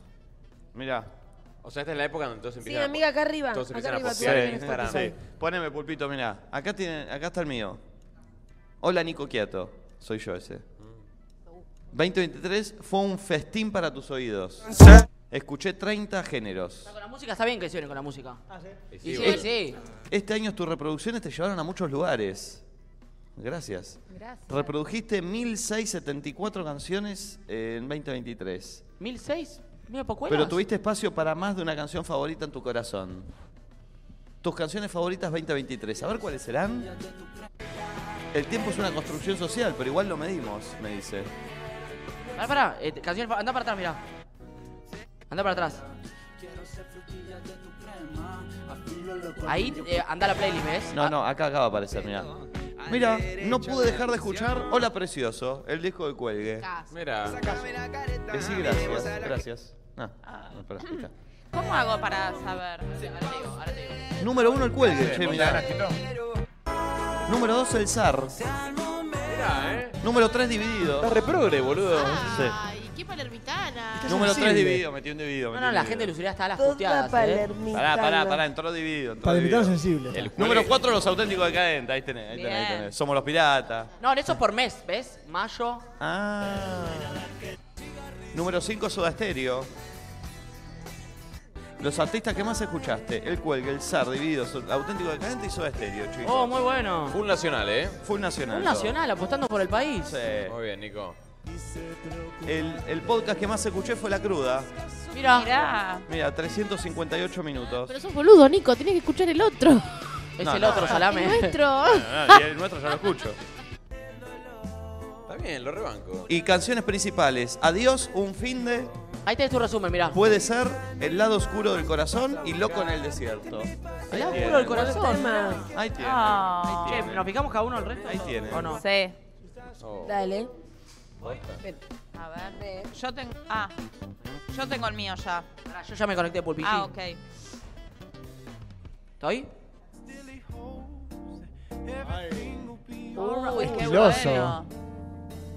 S1: Mirá.
S2: O sea, esta es la época donde todos
S3: Sí,
S2: empiezan
S3: amiga,
S2: a
S3: acá arriba.
S2: Todos
S3: acá
S2: empiezan a
S3: arriba,
S2: postear
S3: tú
S2: en
S3: tenés
S2: Instagram.
S3: Spotify.
S2: Sí.
S1: Poneme, Pulpito, mirá. Acá, tiene, acá está el mío. Hola, Nico Quiato. Soy yo
S3: Mm.
S1: ese. 2023 fue un festín para tus oídos. Escuché 30 géneros.
S5: Con la música está bien que se unen con la música.
S2: Y sí,
S5: Y sí,
S2: bueno.
S5: sí.
S1: Este año tus reproducciones te llevaron a muchos lugares. Gracias.
S4: Gracias.
S1: Reprodujiste 1674 canciones en 2023.
S5: ¿1006? Mira, poco
S1: Pero tuviste espacio para más de una canción favorita en tu corazón. Tus canciones favoritas 2023. A ver cuáles serán. El tiempo es una construcción social, pero igual lo medimos, me dice.
S5: Pará, pará. eh, canción, fa- andá para atrás, mirá. Andá para atrás. Ahí eh, anda la playlist, ¿ves? Ah.
S1: No, no, acá acaba de aparecer, mira. Mira, no pude dejar de escuchar Hola Precioso, el disco de Cuelgue.
S2: Mira,
S1: Decí gracias, gracias. Ah, no, espera, ahí está.
S4: ¿Cómo hago para saber?
S1: Número uno el Cuelgue, che, mirá.
S5: Ah.
S1: Número dos el zar.
S2: mirá, ¿eh?
S1: Número tres dividido.
S8: Está reprogre, boludo.
S6: Ay, qué palermitana.
S1: Número
S8: sensible.
S1: tres dividido, metí un dividido.
S5: No,
S1: metí
S5: no,
S1: un
S5: la
S1: dividido.
S5: gente de Luzuría está a las
S3: Toda
S5: puteadas, ¿eh?
S3: palermitana.
S1: Pará, pará, pará, entró dividido. entró
S9: Para
S1: dividido.
S9: invitados sensibles.
S2: El cual
S1: Número
S2: es-
S1: 4, los auténticos decadentes. Ahí tenés, ahí tenés, ahí
S4: Bien.
S1: tenés. Somos los piratas.
S5: No, eso es por mes, ¿ves? Mayo.
S1: Ah. Número 5, Soda Stereo. Los artistas que más escuchaste: El Cuelgue, El Zar, Dividido, So- Auténtico Decadente y Soda Stereo, chicos.
S5: Oh, muy bueno.
S2: Full nacional, ¿eh?
S1: Fue un nacional.
S5: Un
S1: todo.
S5: nacional apostando por el país.
S1: Sí.
S2: Muy bien, Nico.
S1: El, el podcast que más escuché fue La Cruda.
S5: Mira.
S4: Mirá.
S1: Mira, 358 minutos.
S6: Pero sos boludo, Nico. Tienes que escuchar el otro.
S5: Es
S1: No,
S5: el
S1: no,
S5: otro,
S1: no.
S6: El
S5: salame.
S6: nuestro.
S1: Ah, y el nuestro ya lo escucho.
S2: Está bien, lo rebanco.
S1: Y canciones principales: Adiós, Un Fin de.
S5: Ahí tenés tu resumen, mirá.
S1: Puede ser El lado oscuro del corazón y Loco en el desierto.
S5: El lado
S1: tienen.
S5: oscuro del corazón.
S1: Ahí tiene. Ah.
S4: Oh.
S5: Che, ¿nos picamos cada uno el resto?
S1: Ahí tiene.
S5: ¿O no?
S4: Sí.
S2: Oh.
S3: Dale.
S4: A ver. Yo tengo. Ah. Yo tengo el mío ya.
S5: Pará, Yo ya me conecté por Pichi.
S4: Ah, ok.
S5: ¿Estoy?
S4: Uy, qué
S9: Filoso.
S4: bueno.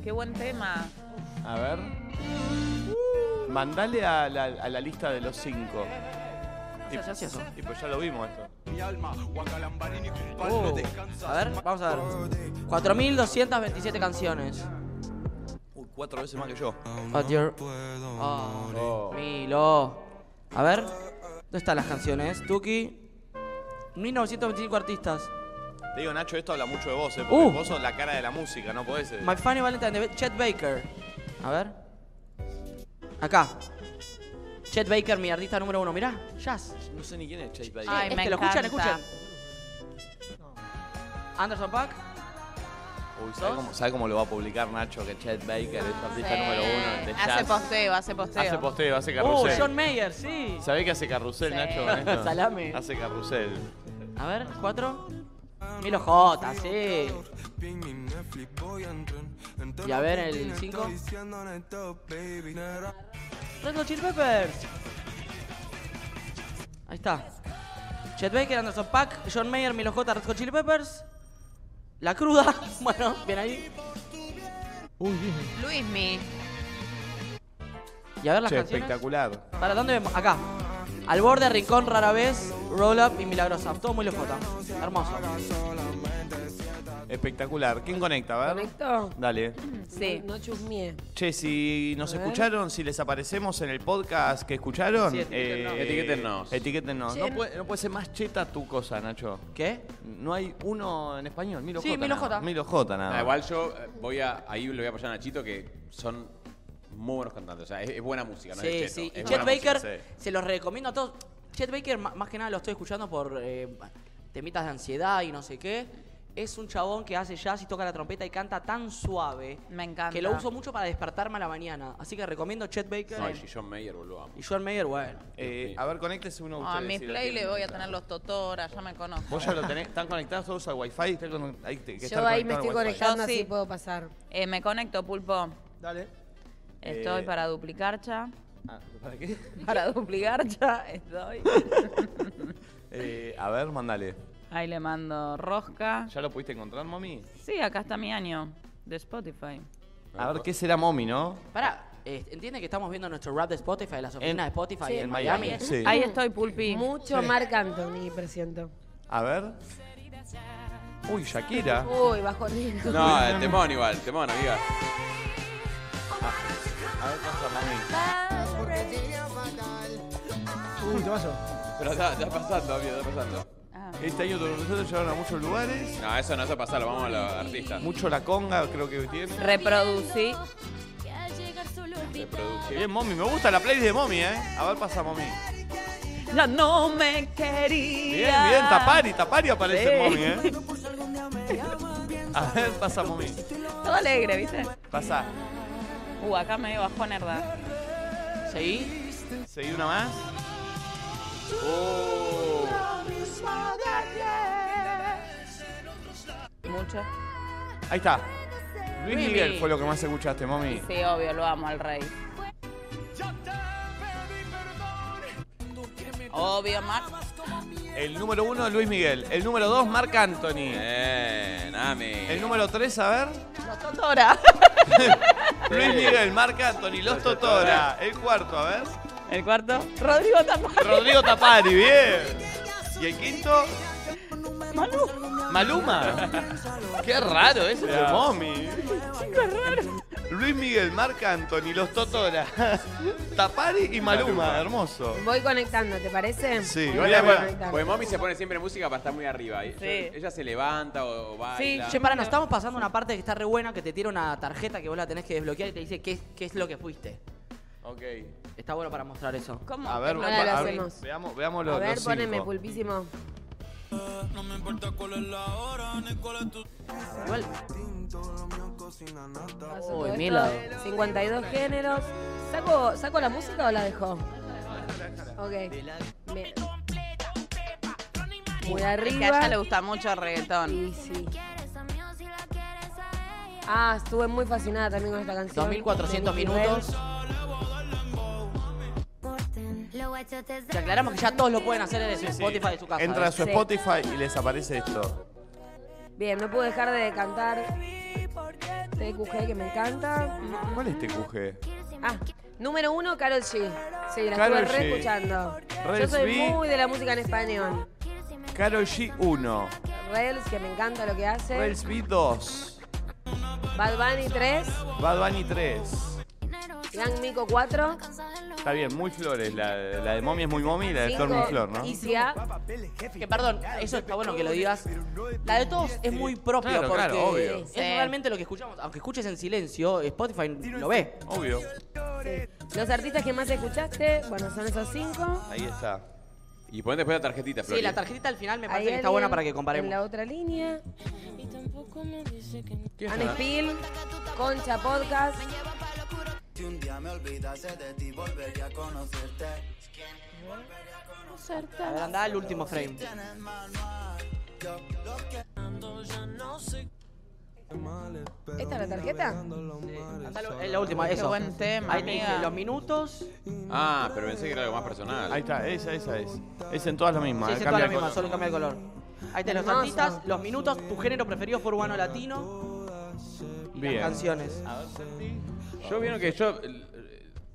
S4: Qué buen tema.
S1: A ver. Mandale a la, a la lista de los cinco. Y,
S5: se hace eso?
S1: y pues ya lo vimos esto.
S5: Oh. A ver, vamos a ver. 4.227 canciones.
S1: Uy, cuatro veces más que yo.
S5: At your- Oh, Milo. A ver, ¿dónde están las canciones? Tuki. 1925 artistas.
S1: Te digo, Nacho, esto habla mucho de vos, ¿eh? Porque
S5: Uh.
S1: vos sos la cara de la música, no podés. eh.
S5: My Funny Valentine de Chet Baker. A ver. Acá. Chet Baker, mi artista número uno. Mirá, jazz.
S1: No sé ni quién es Chase Baker.
S4: Ay,
S5: Este,
S4: me
S5: lo
S4: encanta.
S5: escuchan, escuchan. Anderson Pack.
S1: Uy, ¿sabés cómo, sabe cómo lo va a publicar Nacho que Chet Baker es artista
S4: Sí.
S1: número uno de
S4: Eh, Hace
S1: jazz?
S4: posteo, hace posteo.
S1: Hace posteo, hace
S5: Oh,
S1: este carrusel.
S5: John Mayer, sí.
S1: ¿Sabés que hace carrusel,
S4: Sí.
S1: Nacho? con esto?
S5: Salame. Ah.
S1: Hace carrusel.
S5: A ver, cuatro. Milo J, sí. Y a ver el 5. Red Hot Chili Peppers. Ahí está. Chet Baker, Anderson Pack, John Mayer, Milo J, Red Hot Chili Peppers. La cruda. Bueno, bien ahí.
S9: Uy, bien.
S4: Luismi.
S5: Y a ver las
S1: Che,
S5: canciones.
S1: espectacular.
S5: ¿Para dónde vemos? Acá. Al borde, rincón, rara vez, roll up y milagrosa. Todo muy lojota. Hermoso.
S1: Espectacular. ¿Quién conecta? A ver.
S3: ¿Conecto?
S1: Dale.
S4: Sí.
S3: No chusmié.
S1: Che, si nos
S3: A ver.
S1: escucharon, si les aparecemos en el podcast que escucharon,
S5: Sí,
S1: eh,
S5: etiquétennos.
S2: Etiquétennos.
S1: etiquétennos.
S3: Che.
S1: No, puede, no puede ser más cheta tu cosa, Nacho.
S5: ¿Qué?
S1: No hay uno en español, Milo
S5: Sí,
S1: J.
S5: Milo
S1: nada más.
S5: J.
S1: Milo J, nada.
S2: Ah,
S1: más.
S2: igual yo eh, voy a. Ahí le voy a apoyar a Nachito que son muy buenos cantantes. O sea, es, es buena música, no
S5: Sí,
S2: es cheto.
S5: sí. Y
S2: es
S5: Chet
S2: buena
S5: Baker,
S2: música, sí.
S5: se los recomiendo a todos. Chet Baker, ma- más que nada, lo estoy escuchando por eh, temitas de ansiedad y no sé qué. Es un chabón que hace jazz y toca la trompeta y canta tan suave.
S4: Me encanta.
S5: Que lo uso mucho para despertarme a la mañana. Así que recomiendo Chet Baker.
S2: No,
S5: en-
S2: y John Mayer, boludo, amo.
S5: y John Mayer, bueno.
S1: Eh, a ver, conéctese uno de
S4: A
S1: ustedes.
S4: mis
S1: si lo
S4: play le
S1: tienen.
S4: voy a tener los Totora, ya me conozco.
S1: Vos ya lo tenés. ¿Están conectados todos al Wi-Fi? Están con- hay que estar
S3: Yo ahí me estoy
S1: conectado al Wi-Fi.
S4: Yo
S3: conectando, así
S4: sí.
S3: puedo pasar.
S4: Eh, me conecto, Pulpo.
S9: Dale.
S4: Estoy
S1: Eh.
S4: para duplicar ya.
S1: Ah, ¿Para qué?
S4: Para duplicar ya estoy.
S1: Eh, a ver, mandale.
S4: Ahí le mando rosca.
S1: ¿Ya lo pudiste encontrar, mami?
S4: Sí, acá está mi año de Spotify.
S1: A ver, ¿qué será mami, no?
S5: Pará, eh, entiende que estamos viendo nuestro rap de Spotify, las oficinas de Spotify
S3: Sí,
S5: en,
S1: en
S5: Miami.
S1: Miami. Sí.
S4: Ahí estoy, Pulpi.
S3: Mucho Marc Anthony, presiento.
S1: A ver. Uy, Shakira.
S3: Uy, bajonero.
S2: No,
S1: eh,
S2: el temón igual, temón, amiga. Ah,
S1: A ver, pasa, mami.
S9: Uy, te paso.
S2: Pero está, está pasando, amigo, está pasando.
S1: Este año todos nosotros llegaron a muchos lugares.
S2: No, eso no se pasa, lo vamos a los artistas.
S1: Mucho la conga, creo que tiene.
S4: Reproducí.
S1: Qué bien, mommy. Me gusta la playlist de mommy, ¿eh? A ver, pasa, mommy.
S4: Ya no me
S1: Bien,
S4: quería.
S1: bien. Tapari, tapari aparece
S4: Sí.
S1: en mommy, ¿eh? A ver, pasa, mommy.
S4: Todo alegre, ¿viste?
S1: Pasa.
S4: Uh, acá me bajó nerda.
S5: Seguí.
S1: Seguí una más.
S4: Mucho.
S1: Ahí está. Luis
S5: Luis
S1: Miguel
S5: Miguel.
S1: fue lo que más escuchaste, mommy.
S4: Sí, obvio, lo amo al rey. Obvio, Max.
S1: El número uno, Luis Miguel. El número dos, Marc Anthony.
S2: Bien, Ami.
S1: El número tres, a ver.
S4: Los Totora.
S1: Luis Miguel, Marc Anthony, Los Totora. El cuarto, a ver.
S4: El cuarto, Rodrigo Tapari.
S1: Rodrigo Tapari, bien. Y el quinto,
S4: Manu.
S1: Maluma.
S10: Qué raro eso.
S1: Pero mami. Luis Miguel, Marc Anthony, Los Totora. Tapari y Maluma, hermoso.
S3: Voy conectando, ¿te parece?
S1: Sí,
S3: Voy
S1: igual la-
S3: conectando.
S2: Pues mami se pone siempre música para estar muy arriba. Y-
S4: Sí.
S2: Ella se levanta o, o baila.
S5: Che, para, nos estamos pasando una parte que está re buena, que te tira una tarjeta que vos la tenés que desbloquear y te dice qué, es- qué es lo que fuiste.
S2: Ok.
S5: Está bueno para mostrar eso.
S4: ¿Cómo?
S1: A ver,
S4: Tengo
S1: va-
S3: Ahora lo
S1: a-
S3: hacemos.
S1: veamos, veamos los,
S3: A ver,
S1: los
S3: poneme
S1: cinco.
S3: pulpísimo.
S5: Igual.
S3: Paso
S5: Uy,
S3: todo
S5: Mila.
S3: esto. 52 géneros. ¿Saco, ¿Saco la música o la dejo? Ok. Bien. Muy
S4: que a ella le
S3: arriba.
S4: gusta mucho el reggaetón.
S3: Y sí. Ah, estuve muy fascinada también con esta canción.
S5: 2400
S3: de Nicky Ren.
S5: minutos. Te aclaramos que ya todos lo pueden hacer en su
S1: Sí. Este
S5: Spotify de su
S4: Ah,
S5: casa.
S1: Entra a
S5: ¿eh?
S1: su
S3: Sí.
S1: Spotify y les aparece esto.
S3: Bien, no pude dejar de cantar TQG que me encanta.
S1: ¿Cuál es este TQG?
S3: Ah, número uno, Carol G. Sí, la
S1: Karol
S3: estuve re
S1: G.
S3: escuchando. Yo
S1: Rels
S3: soy
S1: B.
S3: muy de la música en español.
S1: Karol G 1.
S3: Rels, que me encanta lo que hace.
S1: Rels B 2.
S3: Bad Bunny 3.
S1: Bad Bunny 3.
S3: Young Miko 4.
S1: Está bien, muy flores. La, la de Mommy es muy Mommy y la de Flor muy Flor, ¿no?
S3: Easy A.
S5: Que perdón, eso está bueno que lo digas. La de todos es muy propia
S1: Claro,
S5: porque
S1: claro, obvio.
S5: es
S4: Sí.
S5: realmente lo que escuchamos. Aunque escuches en silencio, Spotify lo ve.
S1: Obvio.
S3: Los artistas que más escuchaste, bueno, son esos cinco.
S1: Ahí está.
S2: Y ponen después la tarjetita, Flori.
S5: Sí, la tarjetita al final me parece
S3: Hay
S5: que está buena
S3: alguien
S5: para que
S3: En la
S5: comparemos.
S3: otra línea. Anne Spill, Concha Podcast.
S5: A ver, andá al último frame.
S3: ¿Esta es la tarjeta?
S5: Andá al- en la última, eso.
S4: buen tema,
S5: Ahí te dice
S4: amiga.
S5: los minutos.
S2: Ah, pero pensé que era algo más personal.
S1: Ahí está, esa, esa es. Es en todas las mismas.
S5: Sí,
S1: eh,
S5: es
S1: cambia
S5: toda la
S1: el
S5: misma,
S1: color.
S5: solo cambia de color. Ahí tenés los
S3: Hermoso.
S5: artistas, los minutos, tu género preferido fue urbano latino, las
S1: Bien.
S5: canciones.
S2: Yo vieron que yo. eh,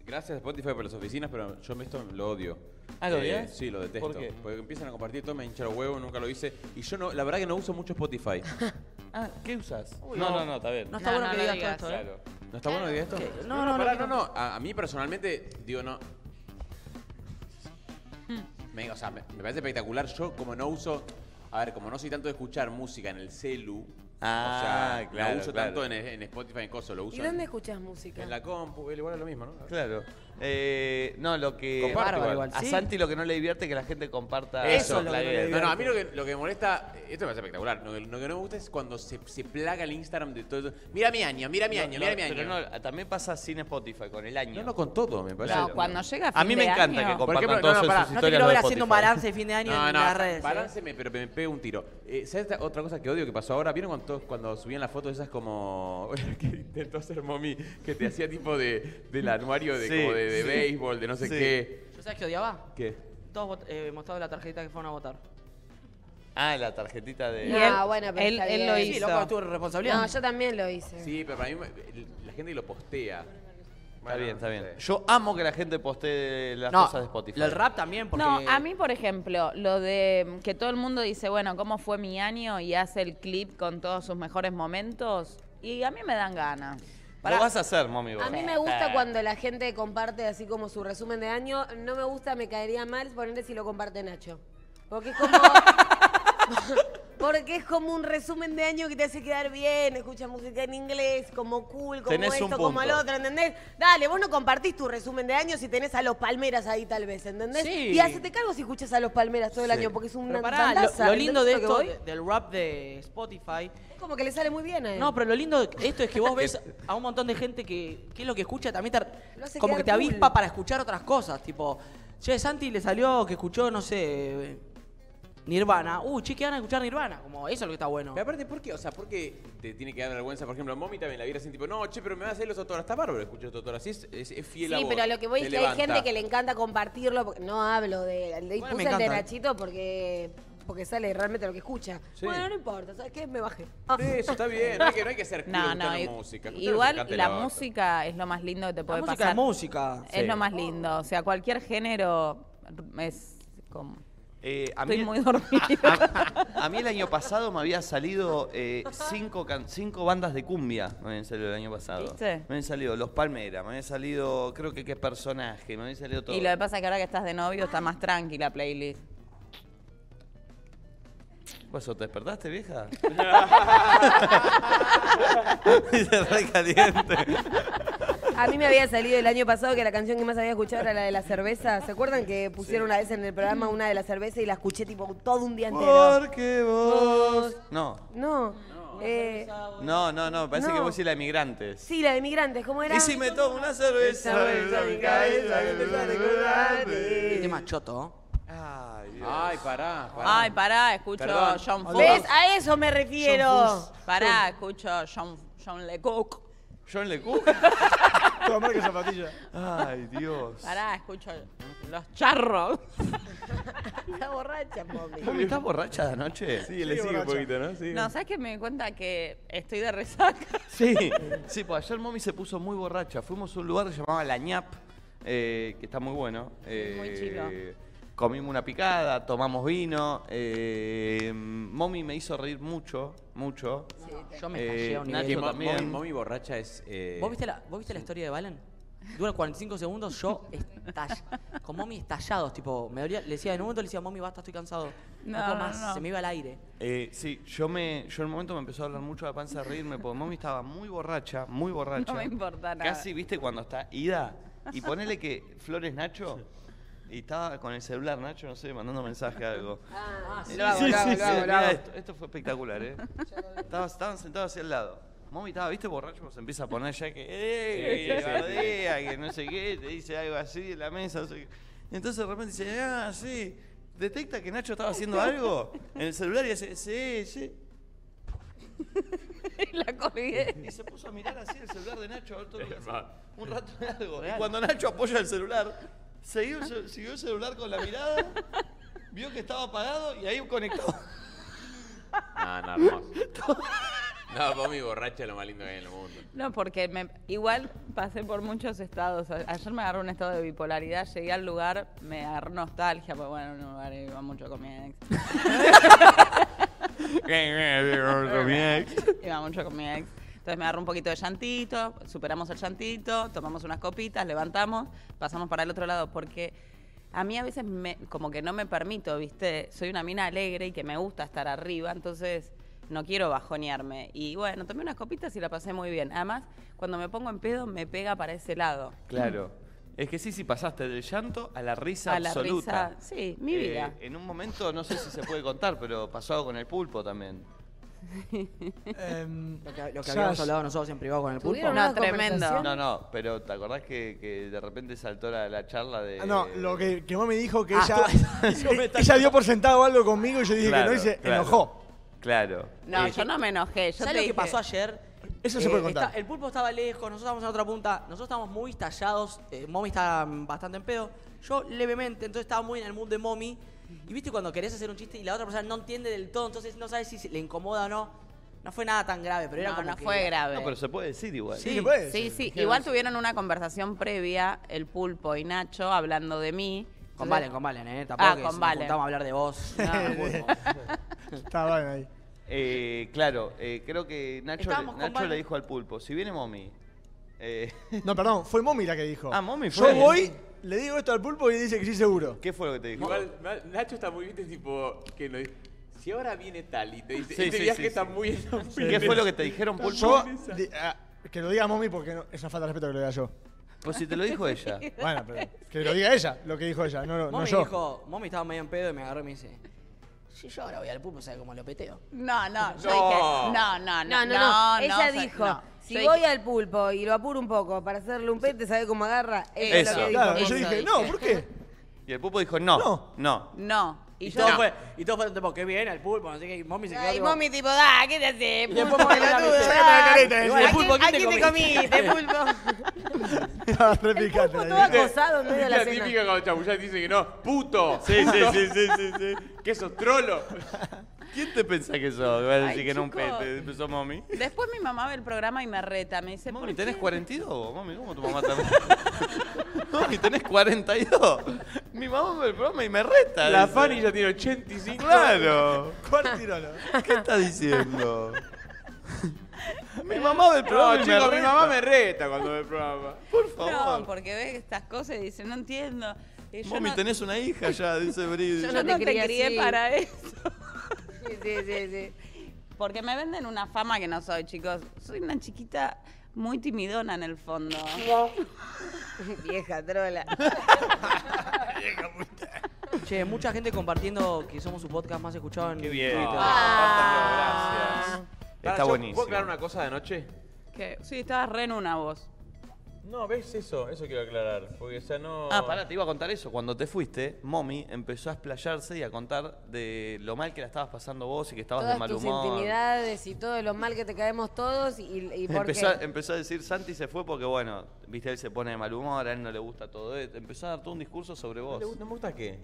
S2: Gracias a Spotify por las oficinas, pero yo esto lo odio. Eh,
S10: Ah, ¿lo odias?
S2: sí, lo detesto.
S10: ¿Por qué?
S2: Porque empiezan a compartir todo, me hincha los huevos, nunca lo hice. Y yo no, la verdad que no uso mucho Spotify.
S10: Ah, ¿qué usas? no, no, no, está bien.
S5: No está
S4: No,
S5: bueno
S4: no
S5: que
S4: lo
S5: digas todo
S4: digas.
S5: esto, ¿eh?
S2: Claro. ¿No está bueno la idea esto?
S5: Ok, no, no,
S2: pará,
S5: no,
S2: no, no. A, a mí personalmente, digo, no.
S5: Hmm.
S2: Me, o sea, me, me parece espectacular. Yo, como no uso. A ver, como no soy tanto de escuchar música en el celu.
S1: Ah,
S2: o sea,
S1: claro,
S2: No uso
S1: claro.
S2: tanto en, en Spotify, en Coso, lo uso.
S3: ¿Y dónde
S2: en,
S3: escuchas música?
S2: en la compu, igual es lo mismo, ¿no?
S1: Claro. Eh, no, lo que.
S2: Comparto
S5: Bárbaro
S2: igual.
S5: igual,
S1: A
S5: sí.
S1: Santi lo que no le divierte es que la gente comparta
S5: Eso es lo
S1: la
S5: que no le
S1: idea.
S2: No, no, a mí lo que, lo que me molesta, esto me parece espectacular, lo que, lo que no me gusta es cuando se, se plaga el Instagram de todo eso. Mira mi año, mira mi año,
S1: No,
S2: mira mi año.
S1: pero no, también pasa sin Spotify, con el año.
S2: no, no, con todo, me parece.
S4: No, cuando llega fin
S1: a mí me
S4: de
S1: encanta
S4: año-
S1: que compartan
S2: ejemplo, no,
S1: todos
S2: no,
S1: en
S2: pará,
S1: sus
S5: No te
S1: historias
S5: quiero
S1: lo de
S5: ver haciendo un
S1: Spotify.
S5: balance de fin de año en las redes. ¿eh?
S2: balance me, pero me pego un tiro. Eh, ¿Sabes esta- otra cosa que odio que pasó ahora? ¿Vieron cuando, todos- cuando subían las fotos esas como... que intentó hacer mommy, que te hacía tipo de, del anuario de,
S1: Sí,
S2: como de, de
S1: sí.
S2: béisbol, de no sé
S1: Sí.
S2: qué?
S5: ¿Yo sabes que odiaba?
S2: ¿Qué?
S5: Todos vot- eh, mostrando la tarjeta que fueron a votar.
S1: Ah, la tarjetita de.
S4: Y
S3: No,
S4: él,
S3: Ah, bueno, pero
S4: él,
S3: está
S4: él
S3: bien.
S4: lo
S5: Sí,
S4: hizo.
S5: loco, es tu responsabilidad.
S3: No, yo también lo hice.
S2: Sí, pero para mí eh, la gente lo postea.
S1: Está bien, está bien.
S8: no sé.
S1: Yo amo que la gente postee las
S5: No,
S1: cosas de Spotify.
S5: El rap también, porque.
S4: No, a mí, por ejemplo, lo de mm, que todo el mundo dice, bueno, ¿cómo fue mi año? Y hace el clip con todos sus mejores momentos. Y a mí me dan ganas.
S1: Lo vas a hacer, mami. vos.
S3: A mí me gusta cuando la gente comparte así como su resumen de año. No me gusta, me caería mal ponerle si lo comparte Nacho. Porque es como. Porque es como un resumen de año que te hace quedar bien, escuchas música en inglés, como cool, como
S1: Tenés un
S3: esto, como el
S1: punto.
S3: otro, ¿entendés? Dale, vos no compartís tu resumen de año si tenés a los palmeras ahí tal vez, ¿entendés?
S5: Sí.
S3: Y hacete cargo si escuchas a los palmeras todo el
S1: Sí.
S3: año, porque es una
S5: Pero pará, lo-
S3: bandaza,
S5: lo, lindo de
S3: ¿entendés lo
S5: esto,
S3: que
S5: de-
S3: voy?
S5: del rap de Spotify.
S3: Es como que le sale muy bien a él.
S5: No, pero lo lindo de esto es que vos ves a un montón de gente que, que es lo que escucha, también
S3: Lo hace
S5: te, como
S3: quedar
S5: que te
S3: cool.
S5: avispa para escuchar otras cosas. Tipo, che, Santi le salió que escuchó, no sé, Nirvana. Uy, che, que van a escuchar Nirvana. Como, eso es lo que está bueno.
S8: Pero aparte, ¿por qué? O sea, ¿por qué te tiene que dar vergüenza? Por ejemplo, a Mommy también la viera así, tipo, no, che, pero me va a hacer los autoras. Está bárbaro escuchar los autoras. Sí, es, es, es fiel a
S3: Sí,
S8: vos.
S3: pero lo que voy
S8: Te
S3: es que hay gente
S8: levanta.
S3: que le encanta compartirlo. porque- no hablo de. Le
S5: Igual me
S3: puse el de
S5: encanta.
S3: Nachito porque, porque sale realmente lo que escucha.
S8: Sí.
S3: Bueno, no importa, ¿sabes qué? Me bajé.
S5: Ah.
S8: Sí, eso está bien. No hay que, no hay que ser
S4: No, no, i-
S8: la música. escuchá lo que
S4: igual
S8: cante
S4: la
S8: otra.
S4: música es lo más lindo que te
S5: La
S4: puede
S5: música
S4: pasar.
S5: es música.
S4: Es lo más lindo. O sea, cualquier género es como.
S1: Eh, a
S4: Estoy
S1: mí-
S4: muy dormida.
S1: A, a mí el año pasado me había salido eh, cinco, can- cinco bandas de cumbia. Me habían salido el año pasado.
S4: ¿Viste?
S1: Me habían salido Los Palmeras, me habían salido, creo que qué personaje, me habían salido todo.
S4: Y lo que pasa es que ahora que estás de novio está más tranqui la playlist.
S1: ¿Vos o te despertaste, vieja? Dice re caliente.
S3: A mí me había salido el año pasado que la canción que más había escuchado era la de la cerveza. ¿Se acuerdan que pusieron una vez en el programa una de la cerveza y la escuché tipo todo un día entero?
S1: Porque vos. No,
S3: No. eh,
S1: no, no, no, parece
S3: No.
S1: que vos y la emigrante.
S3: sí, la de migrantes, ¿cómo era?
S1: Y si me tomo una cerveza.
S5: El tema choto.
S8: Ay, pará, pará.
S4: Ay, pará, escucho
S8: Perdón.
S4: John Ford.
S3: ¿Ves? A eso me refiero.
S4: Pará, escucho John, John LeCook.
S1: John LeCoux.
S9: Toda marca de zapatilla.
S1: Ay, Dios.
S4: Pará, escucho los charros.
S3: Está borracha, mami.
S1: ¿Mami, estás borracha de anoche?
S8: Sí, le sigue un poquito, ¿no? Sí.
S4: No, ¿sabes que me di cuenta que estoy de resaca?
S1: Sí, sí, pues ayer Mommy se puso muy borracha. Fuimos a un lugar que se llamaba La Ñap, eh, que está muy bueno. Eh,
S4: muy chilo.
S1: Comimos una picada, tomamos vino. Eh, Mommy me hizo reír mucho, mucho.
S5: Yo me
S1: Eh,
S5: callé a un
S1: Nacho,
S5: nivel.
S8: Que mo-
S1: también.
S8: Mommy, Mommy borracha es. eh,
S5: ¿Vos viste, la, ¿Vos viste la historia de Valen? Dura 45 segundos, yo estall, con mommy estallados, tipo, me dolía- le decía en un momento le decía, mommy, basta, estoy cansado. No,
S4: No,
S5: puedo
S4: no,
S5: más,
S4: no.
S5: se me iba al aire.
S1: Eh, sí, yo me, yo en un momento me empezó a hablar mucho la panza a reírme, porque Mommy estaba muy borracha, muy borracha.
S4: No me importa nada.
S1: Casi, viste, cuando está ida. Y ponele que Flores Nacho, y estaba con el celular Nacho, no sé, mandando mensaje a algo.
S3: Ah, Lo hago, lo hago, lo hago, lo
S1: Mira,
S3: hago.
S1: esto, esto fue espectacular, ¿eh? Estaba- estaban sentados hacia el lado. Mommy estaba, ¿viste? Borracho, como se empieza a poner ya que, ¡eh! que bardea, que no sé qué, te dice algo así en la mesa. no sé qué. Y Entonces de repente dice, ah, sí. Detecta que Nacho estaba haciendo algo en el celular y dice, sí, sí.
S4: Y la colgué.
S1: Y se puso a mirar así el celular de Nacho, a ver todo lo que hacía. un rato en algo. Y cuando Nacho apoya el celular, siguió, el ce- siguió el celular con la mirada, vio que estaba apagado y ahí conectó.
S8: No, ah, no, hermoso. No, Mommy borracha es lo más lindo que hay en el mundo.
S4: No, porque me, igual pasé por muchos estados. A- Ayer me agarró un estado de bipolaridad, llegué al lugar, me agarró nostalgia, porque bueno, en un lugar iba mucho con mi ex. Iba mucho con mi ex. Entonces me agarró un poquito de llantito, superamos el llantito, tomamos unas copitas, levantamos, pasamos para el otro lado, porque a mí a veces me- como que no me permito, ¿viste? Soy una mina alegre y que me gusta estar arriba, entonces no quiero bajonearme. Y bueno, tomé unas copitas y la pasé muy bien. Además, cuando me pongo en pedo, me pega para ese lado.
S1: Claro. Es que sí, sí pasaste del llanto a la risa
S4: A la
S1: absoluta. Eh,
S4: risa, sí, mi vida.
S1: En un momento, no sé si se puede contar, pero pasó algo con el pulpo también.
S9: Em,
S5: Lo que, lo que
S9: Ya
S5: habíamos
S9: es-
S5: hablado nosotros en privado con el pulpo.
S3: ¿Tuvieron
S4: No,
S3: una
S4: tremendo.
S3: conversación?
S1: No, no, pero ¿te acordás que, que de repente saltó la, la charla de.
S9: ah, No, lo que, que vos me dijo que
S5: Ah,
S9: ella, ella dio por sentado algo conmigo y yo dije
S1: Claro,
S9: que no y se
S1: claro.
S9: enojó.
S1: Claro.
S4: No,
S1: Eh,
S4: yo no me enojé. Yo
S5: ¿Sabes
S4: te
S5: lo que
S4: dije-
S5: pasó ayer?
S9: Eso se puede contar.
S5: Eh, está- el pulpo estaba lejos, nosotros estábamos en otra punta, nosotros estábamos muy estallados, eh, Mommy estaba mm, bastante en pedo, yo levemente, entonces estaba muy en el mood de Mommy. Y viste cuando querés hacer un chiste y la otra persona no entiende del todo, entonces no sabes si se- le incomoda o no. No fue nada tan grave, pero era
S4: No,
S5: como
S4: no
S5: que-
S4: fue grave.
S1: No, pero se puede decir igual.
S9: Sí, se
S1: pues.
S9: puede
S4: Sí,
S9: decir.
S4: sí.
S9: Claro.
S4: Igual tuvieron una conversación previa, el pulpo y Nacho, hablando de mí.
S5: Con
S4: Entonces-
S5: Valen, con Valen, ¿eh? Tampoco
S4: Ah,
S5: que
S4: con
S5: si nos
S4: Valen.
S5: juntamos a hablar de vos. nada, bueno.
S9: Está bien ahí.
S1: Eh, claro, eh, creo que Nacho, le,
S5: Estábamos con
S1: Nacho
S5: Val-
S1: le dijo al pulpo, si viene Momi, eh,
S9: No, perdón, fue Momi la que dijo.
S1: Ah, Momi fue.
S9: Yo voy, le digo esto al pulpo y dice que sí seguro.
S1: ¿qué fue lo que te dijo?
S2: Igual, Na- Nacho está muy, viste, tipo, que lo si ahora viene tal y te dice,
S1: Sí,
S2: este
S1: sí,
S2: viaje
S1: sí,
S2: está
S1: sí.
S2: muy...
S1: ¿Qué fue lo que te dijeron, pulpo?
S9: Yo, di- ah, que lo diga Momi porque no- es una falta de respeto que lo diga yo.
S1: Pues si te lo dijo ella.
S9: Bueno, pero que lo diga ella, lo que dijo ella, no, no, no
S5: Mommy
S9: yo.
S5: dijo, Mommy estaba medio en pedo y me agarró y me dice, si yo ahora voy al pulpo, ¿sabes cómo lo peteo?
S4: No, no,
S2: No.
S4: yo dije, no, no, no,
S3: No, no, no. Ella
S4: o sea,
S3: dijo,
S4: no.
S3: si
S4: Yo
S3: voy
S4: dije,
S3: al pulpo y lo apuro un poco para hacerle un pete, ¿sabe cómo agarra?
S4: Eh,
S3: Eso, es lo
S1: Eso.
S3: que dijo.
S9: Claro, y yo
S4: eso
S9: dije,
S4: dije.
S9: no, ¿por qué?
S1: Y el pulpo dijo, no, no.
S9: No.
S4: No.
S5: Y,
S4: Y yo,
S5: todo fue, y todo fue tipo, qué bien, al pulpo, no sé qué, y Mommy se quedó
S3: Ay,
S5: tipo,
S3: mami, tipo, da, ¿qué te hace?
S5: después
S3: Pulpo,
S5: Mommy la
S3: pelotudo, da.
S5: dice, "Sácame la careta",
S3: ¿A
S5: decía,
S3: quién-
S5: "Pulpo, ¿a
S3: ¿A quién te comiste, pulpo?
S9: Estaba re
S3: El
S9: picante
S3: pulpo
S9: la
S3: todo
S9: idea.
S3: acosado en medio de la
S2: la
S3: cena.
S2: típica cuando Chabullán dice que no, puto.
S1: Sí, sí,
S2: puto.
S1: sí, sí, sí, sí.
S2: Que sos trolo.
S1: ¿Quién te pensás que sos? Que vas a decir
S4: Ay,
S1: que no un
S4: chicos.
S1: pete, empezó Momi.
S4: después mi mamá ve el programa y me reta, me dice,
S1: Mami,
S4: ¿por
S1: ¿tenés
S4: qué?
S1: 42 vos, mami? ¿Cómo tu mamá también? mami, ¿tenés 42? Mi mamá me el programa y me reta.
S2: La
S1: dice.
S2: Fanny ya tiene 85.
S1: Claro.
S9: ¿Cuál tirolo?
S1: ¿Qué está diciendo? mi mamá ve el
S2: No,
S1: programa y me
S2: chicos, mi
S1: reta.
S2: mamá me reta cuando ve el programa.
S1: Por
S4: No,
S1: favor.
S4: porque ves estas cosas y dice, no entiendo. Y yo
S1: Mami,
S4: no,
S1: tenés una hija ya, dice Bridget.
S4: yo no te crié,
S3: así.
S4: para eso.
S3: Sí, sí, sí, sí.
S4: Porque me venden una fama que no soy, chicos. Soy una chiquita muy timidona en el fondo.
S3: Vieja trola.
S5: Che, mucha gente compartiendo que somos su podcast más escuchado en
S1: Qué bien.
S5: Twitter.
S1: Ah,
S3: Ah.
S1: compártanlo, gracias.
S2: Para,
S1: Está
S2: yo,
S1: buenísimo.
S2: ¿Puedo aclarar una cosa de anoche?
S4: Que, sí, estabas re en una voz.
S2: No, ¿ves eso? Eso quiero aclarar. Porque ya no.
S1: Ah, pará, te iba a contar eso. Cuando te fuiste, Mommy empezó a explayarse y a contar de lo mal que la estabas pasando vos y que estabas de
S3: Todas
S1: mal
S3: tus
S1: humor.
S3: intimidades y todo lo mal que te caemos todos y, y por qué.
S1: Empezó, empezó a decir, Santi se fue porque, bueno, viste, él se pone de mal humor, a él no le gusta todo esto. Empezó a dar todo un discurso sobre
S2: ¿No,
S1: vos.
S2: le gu- no me gusta qué?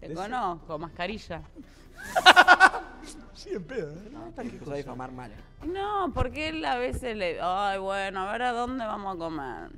S4: Te conozco, mascarilla.
S9: Sí, en pedo. ¿eh?
S5: No, empezó a difamar mal. eh.
S4: No, porque él a veces le. Ay, bueno, a ver a dónde vamos a comer.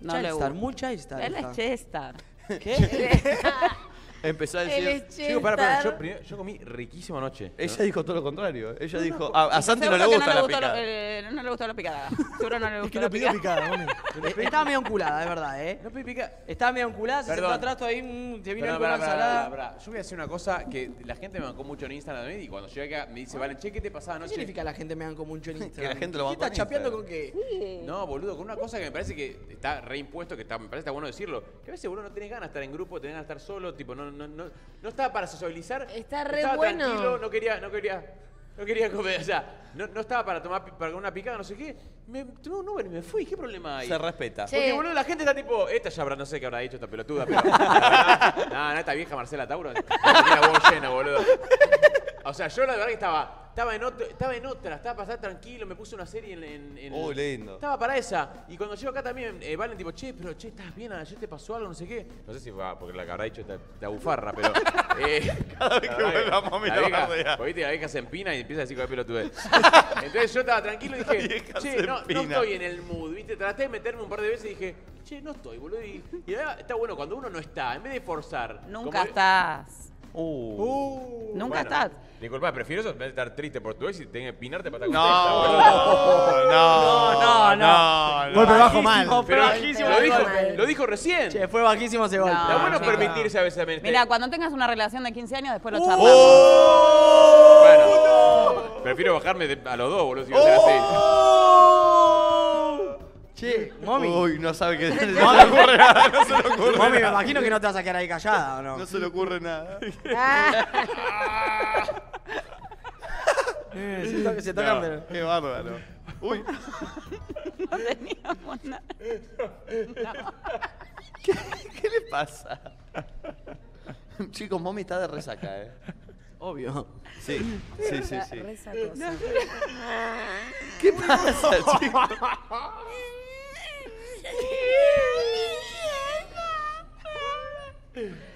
S4: No le gusta.
S5: Childstar, muy Childstar.
S4: Él
S5: está.
S4: es Chester.
S1: Empezó a
S5: Eh,
S3: Él
S1: decir...
S3: es
S2: Chicos, pará, pará. Yo,
S3: Chester.
S2: primero- yo comí riquísimo anoche. ¿no?
S1: Ella dijo todo lo contrario. Ella dijo, a, a Santi no le
S4: Seguro que
S1: gusta la
S4: gustó
S1: picada.
S4: lo- eh, no le gustó la picada. Seguro no le gustó
S9: Es que
S4: la
S9: no pidió
S4: picada.
S9: picada, Momi.
S5: Eh, Estaba medio enculada, de verdad, ¿eh?
S2: No pedí pica.
S5: Estaba medio enculada, se
S2: Perdón.
S5: sentó atrás todavía, mm, se
S2: Pará,
S5: vino él con
S2: pará,
S5: una
S2: pará,
S5: ensalada.
S2: pará, pará. Yo voy a hacer una cosa que la gente me bancó mucho en Instagram también y cuando llegué acá me dice, vale, che, ¿qué te pasaba
S5: ¿Qué
S2: anoche?
S5: significa la gente me dan como un chon en Instagram?
S1: Que la gente lo
S5: ¿Qué
S1: bancó en
S5: está chapeando con
S1: Instagram.
S5: que
S2: No, boludo, con una cosa que me parece que está reimpuesto, que está, me parece que está bueno decirlo. Que a veces, boludo, no tenés ganas de estar en grupo, tenés ganas de estar solo, tipo, no, no, no, no estaba para socializar.
S3: Está re
S2: estaba
S3: bueno.
S2: tranquilo, no quería, no quería, no quería comer, o sea, no, no estaba para tomar pi- para una picada, no sé qué. Me tomé un Uber y me fui, ¿qué problema hay?
S1: Se respeta.
S3: Sí.
S2: Porque, boludo, la gente está tipo, esta ya habrá, no sé qué habrá dicho esta pelotuda, pero. Nada, no, esta vieja Marcela Tauro. Tenía la voz llena, boludo. O sea, yo la verdad que estaba. Estaba en, otro, estaba en otra, estaba para estar tranquilo, me puse una serie en. en, en-
S1: Oh, lindo.
S2: Estaba para esa. Y cuando llego acá también, eh, Valen, tipo, che, pero che, estás bien, ayer te pasó algo, no sé qué. No sé si va, porque la que habrá dicho esta, esta bufarra, pero. eh,
S1: Cada vez que
S2: la
S1: vuelva, mami,
S2: la
S1: la
S2: vieja-
S1: bardea.
S2: porque, viste, la vieja se empina y empieza a decir que pelotudez. Entonces yo estaba tranquilo y dije,
S1: vieja
S2: che,
S1: se
S2: no, no
S1: empina.
S2: estoy en el mood, ¿viste? Traté de meterme un par de veces y dije, che, no estoy, boludo. Y, y la verdad, está bueno cuando uno no está, en vez de forzar.
S4: Nunca
S2: como-
S4: estás.
S1: Uh.
S2: Bueno,
S4: Nunca estás.
S2: Disculpa, prefiero eso en vez de estar triste por tu ex y tener que pinarte para estar
S1: No,
S2: contenta, boludo.
S1: no, no, no,
S9: Golpe bajo mal.
S5: Bajísimo,
S2: Pero
S5: bajísimo.
S2: lo
S3: Te
S2: dijo,
S3: digo mal.
S2: lo dijo recién.
S5: Che, fue bajísimo ese golpe.
S2: Está
S4: No,
S2: bueno
S4: chico.
S2: permitirse a veces también. este-
S4: Mira, cuando tengas una relación de 15 años, después lo
S1: Oh.
S4: charlamos.
S2: Bueno, prefiero bajarme de- a los dos, boludo, si va a ser así.
S5: ¡Oh! Che, mami.
S1: Uy, no sabe qué. No se le ocurre nada, no se le ocurre
S5: Mami, me
S1: nada.
S5: imagino que no te vas a quedar ahí callada, ¿o no?
S1: Ah, No se le ocurre nada.
S3: Ah,
S5: Eh, se, to- se tocan,
S1: No,
S5: pero...
S1: Qué bárbaro. Uy,
S4: No teníamos nada.
S1: ¿qué le pasa? Chicos, Mommy está de resaca, ¿eh?
S5: Obvio.
S1: Sí, sí, sí, sí.
S3: re
S9: Eh,
S3: sacoso.
S1: ¿Qué pasa, chicos?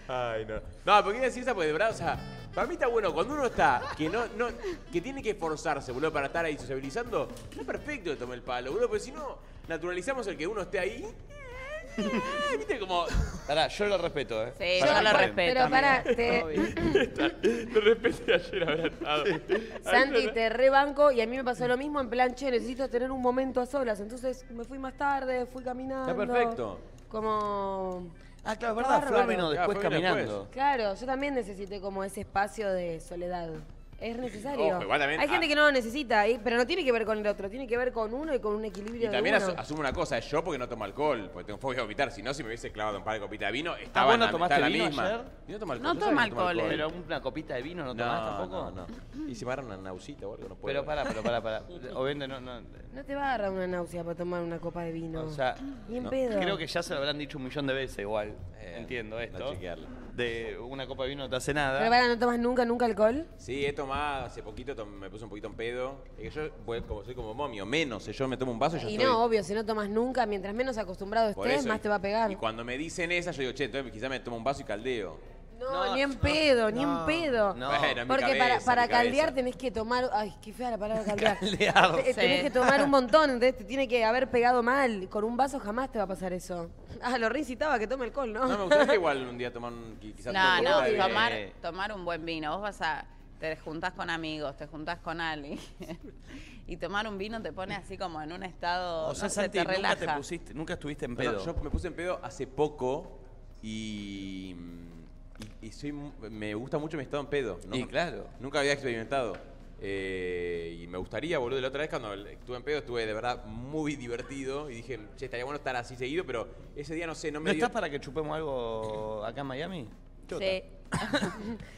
S2: Ay, no. No, porque quiero decir esa, porque de verdad, o sea, Para mí está bueno, cuando uno está, que no, no, que tiene que esforzarse, boludo, para estar ahí sociabilizando, está perfecto que tome el palo, boludo, porque si no, naturalizamos el que uno esté ahí. Viste como.
S1: Pará, yo lo respeto, ¿eh?
S4: Sí,
S1: Pará,
S4: yo lo
S1: pará.
S4: respeto.
S3: Pero pará,
S4: amigo.
S3: te-
S4: Obvio.
S2: De repente ayer abrazado.
S3: Santi, te rebanco y a mí me pasó lo mismo en plan, che, necesito tener un momento a solas. Entonces me fui más tarde, fui caminando.
S2: Está Ah, perfecto.
S3: Como...
S1: Ah, claro, es verdad,
S3: Bárbaro.
S1: Flor vino después
S2: Flor vino
S1: caminando.
S3: Claro, yo también necesité como ese espacio de soledad. Es necesario.
S2: Ojo, igual también-
S3: Hay
S2: ah.
S3: gente que no lo necesita, y- pero no tiene que ver con el otro, tiene que ver con uno y con un
S2: Y
S3: equilibrio
S2: también
S3: de uno.
S2: asu- asumo una cosa, yo porque no tomo alcohol, porque tengo fobia a vomitar, si no, si me hubiese clavado un par de copitas de vino, estaba
S1: vos
S2: en
S1: no
S2: la,
S1: tomaste
S2: estaba en la
S1: vino
S2: misma.
S1: ayer?
S2: Yo No tomo alcohol.
S4: No
S2: ¿tú sabes
S4: toma
S2: que tomo
S4: alcohol,
S1: Pero una copita de vino no tomás tampoco.
S2: No, no, no. Y si me agarran una nausita o algo, no puedo.
S1: Pero pará, pero pará, pará. O vende, no, no.
S3: No te va a agarrar una náusea para tomar una copa de vino.
S1: O sea,
S3: Ni en
S1: no.
S3: pedo.
S1: creo que ya se lo habrán dicho un millón de veces igual.
S2: Eh,
S1: Entiendo
S2: no
S1: esto.
S2: chequearla.
S1: De una copa de vino no te hace
S3: Pero
S1: nada.
S3: para, ¿no tomas nunca, nunca alcohol?
S2: Sí, he tomado hace poquito, tom- me puse un poquito en pedo. Es que yo, bueno, como soy como momio, menos. ¿eh? Yo me tomo un vaso y ya
S3: Y
S2: estoy.
S3: no, obvio, si no tomas nunca, mientras menos acostumbrado
S2: Por
S3: estés,
S2: eso,
S3: más te va a pegar.
S2: Y cuando me dicen esa, yo digo, che, entonces quizás me tomo un vaso y caldeo.
S3: No, ni en pedo, ni en pedo.
S1: No.
S2: Bueno, en mi
S3: Porque
S2: cabeza,
S3: para,
S2: en
S3: para
S2: mi cabeza.
S3: caldear tenés que tomar. Ay, qué fea la palabra caldear.
S1: Caldear.
S3: Te- Tenés
S4: Sí.
S3: que tomar un montón, entonces te tiene que haber pegado mal. Con un vaso jamás te va a pasar eso. Ah, lo reincitaba a que tome alcohol, ¿no?
S2: No, me gustaría igual un día tomar un, qui- quizás
S4: No,
S2: dos copas de
S4: no,
S2: vino.
S4: tomar, tomar un buen vino. Vos vas a. Te juntás con amigos, te juntás con alguien. y tomar un vino te pone así como en un estado.
S1: O sea,
S4: no sé,
S1: Santi,
S4: te
S1: nunca
S4: relaja.
S1: te pusiste, nunca estuviste en
S2: No, no,
S1: pedo.
S2: yo me puse en pedo hace poco y. y- y soy, mu- me gusta mucho mi estado en pedo. ¿no?
S1: Y claro.
S2: Nunca había experimentado. Eh, y me gustaría, boludo. La otra vez cuando estuve en pedo estuve de verdad muy divertido y dije, che, estaría bueno estar así seguido, pero ese día no sé, no me
S1: ¿No
S2: dio-
S1: estás para que chupemos algo acá en Miami?
S4: Sí.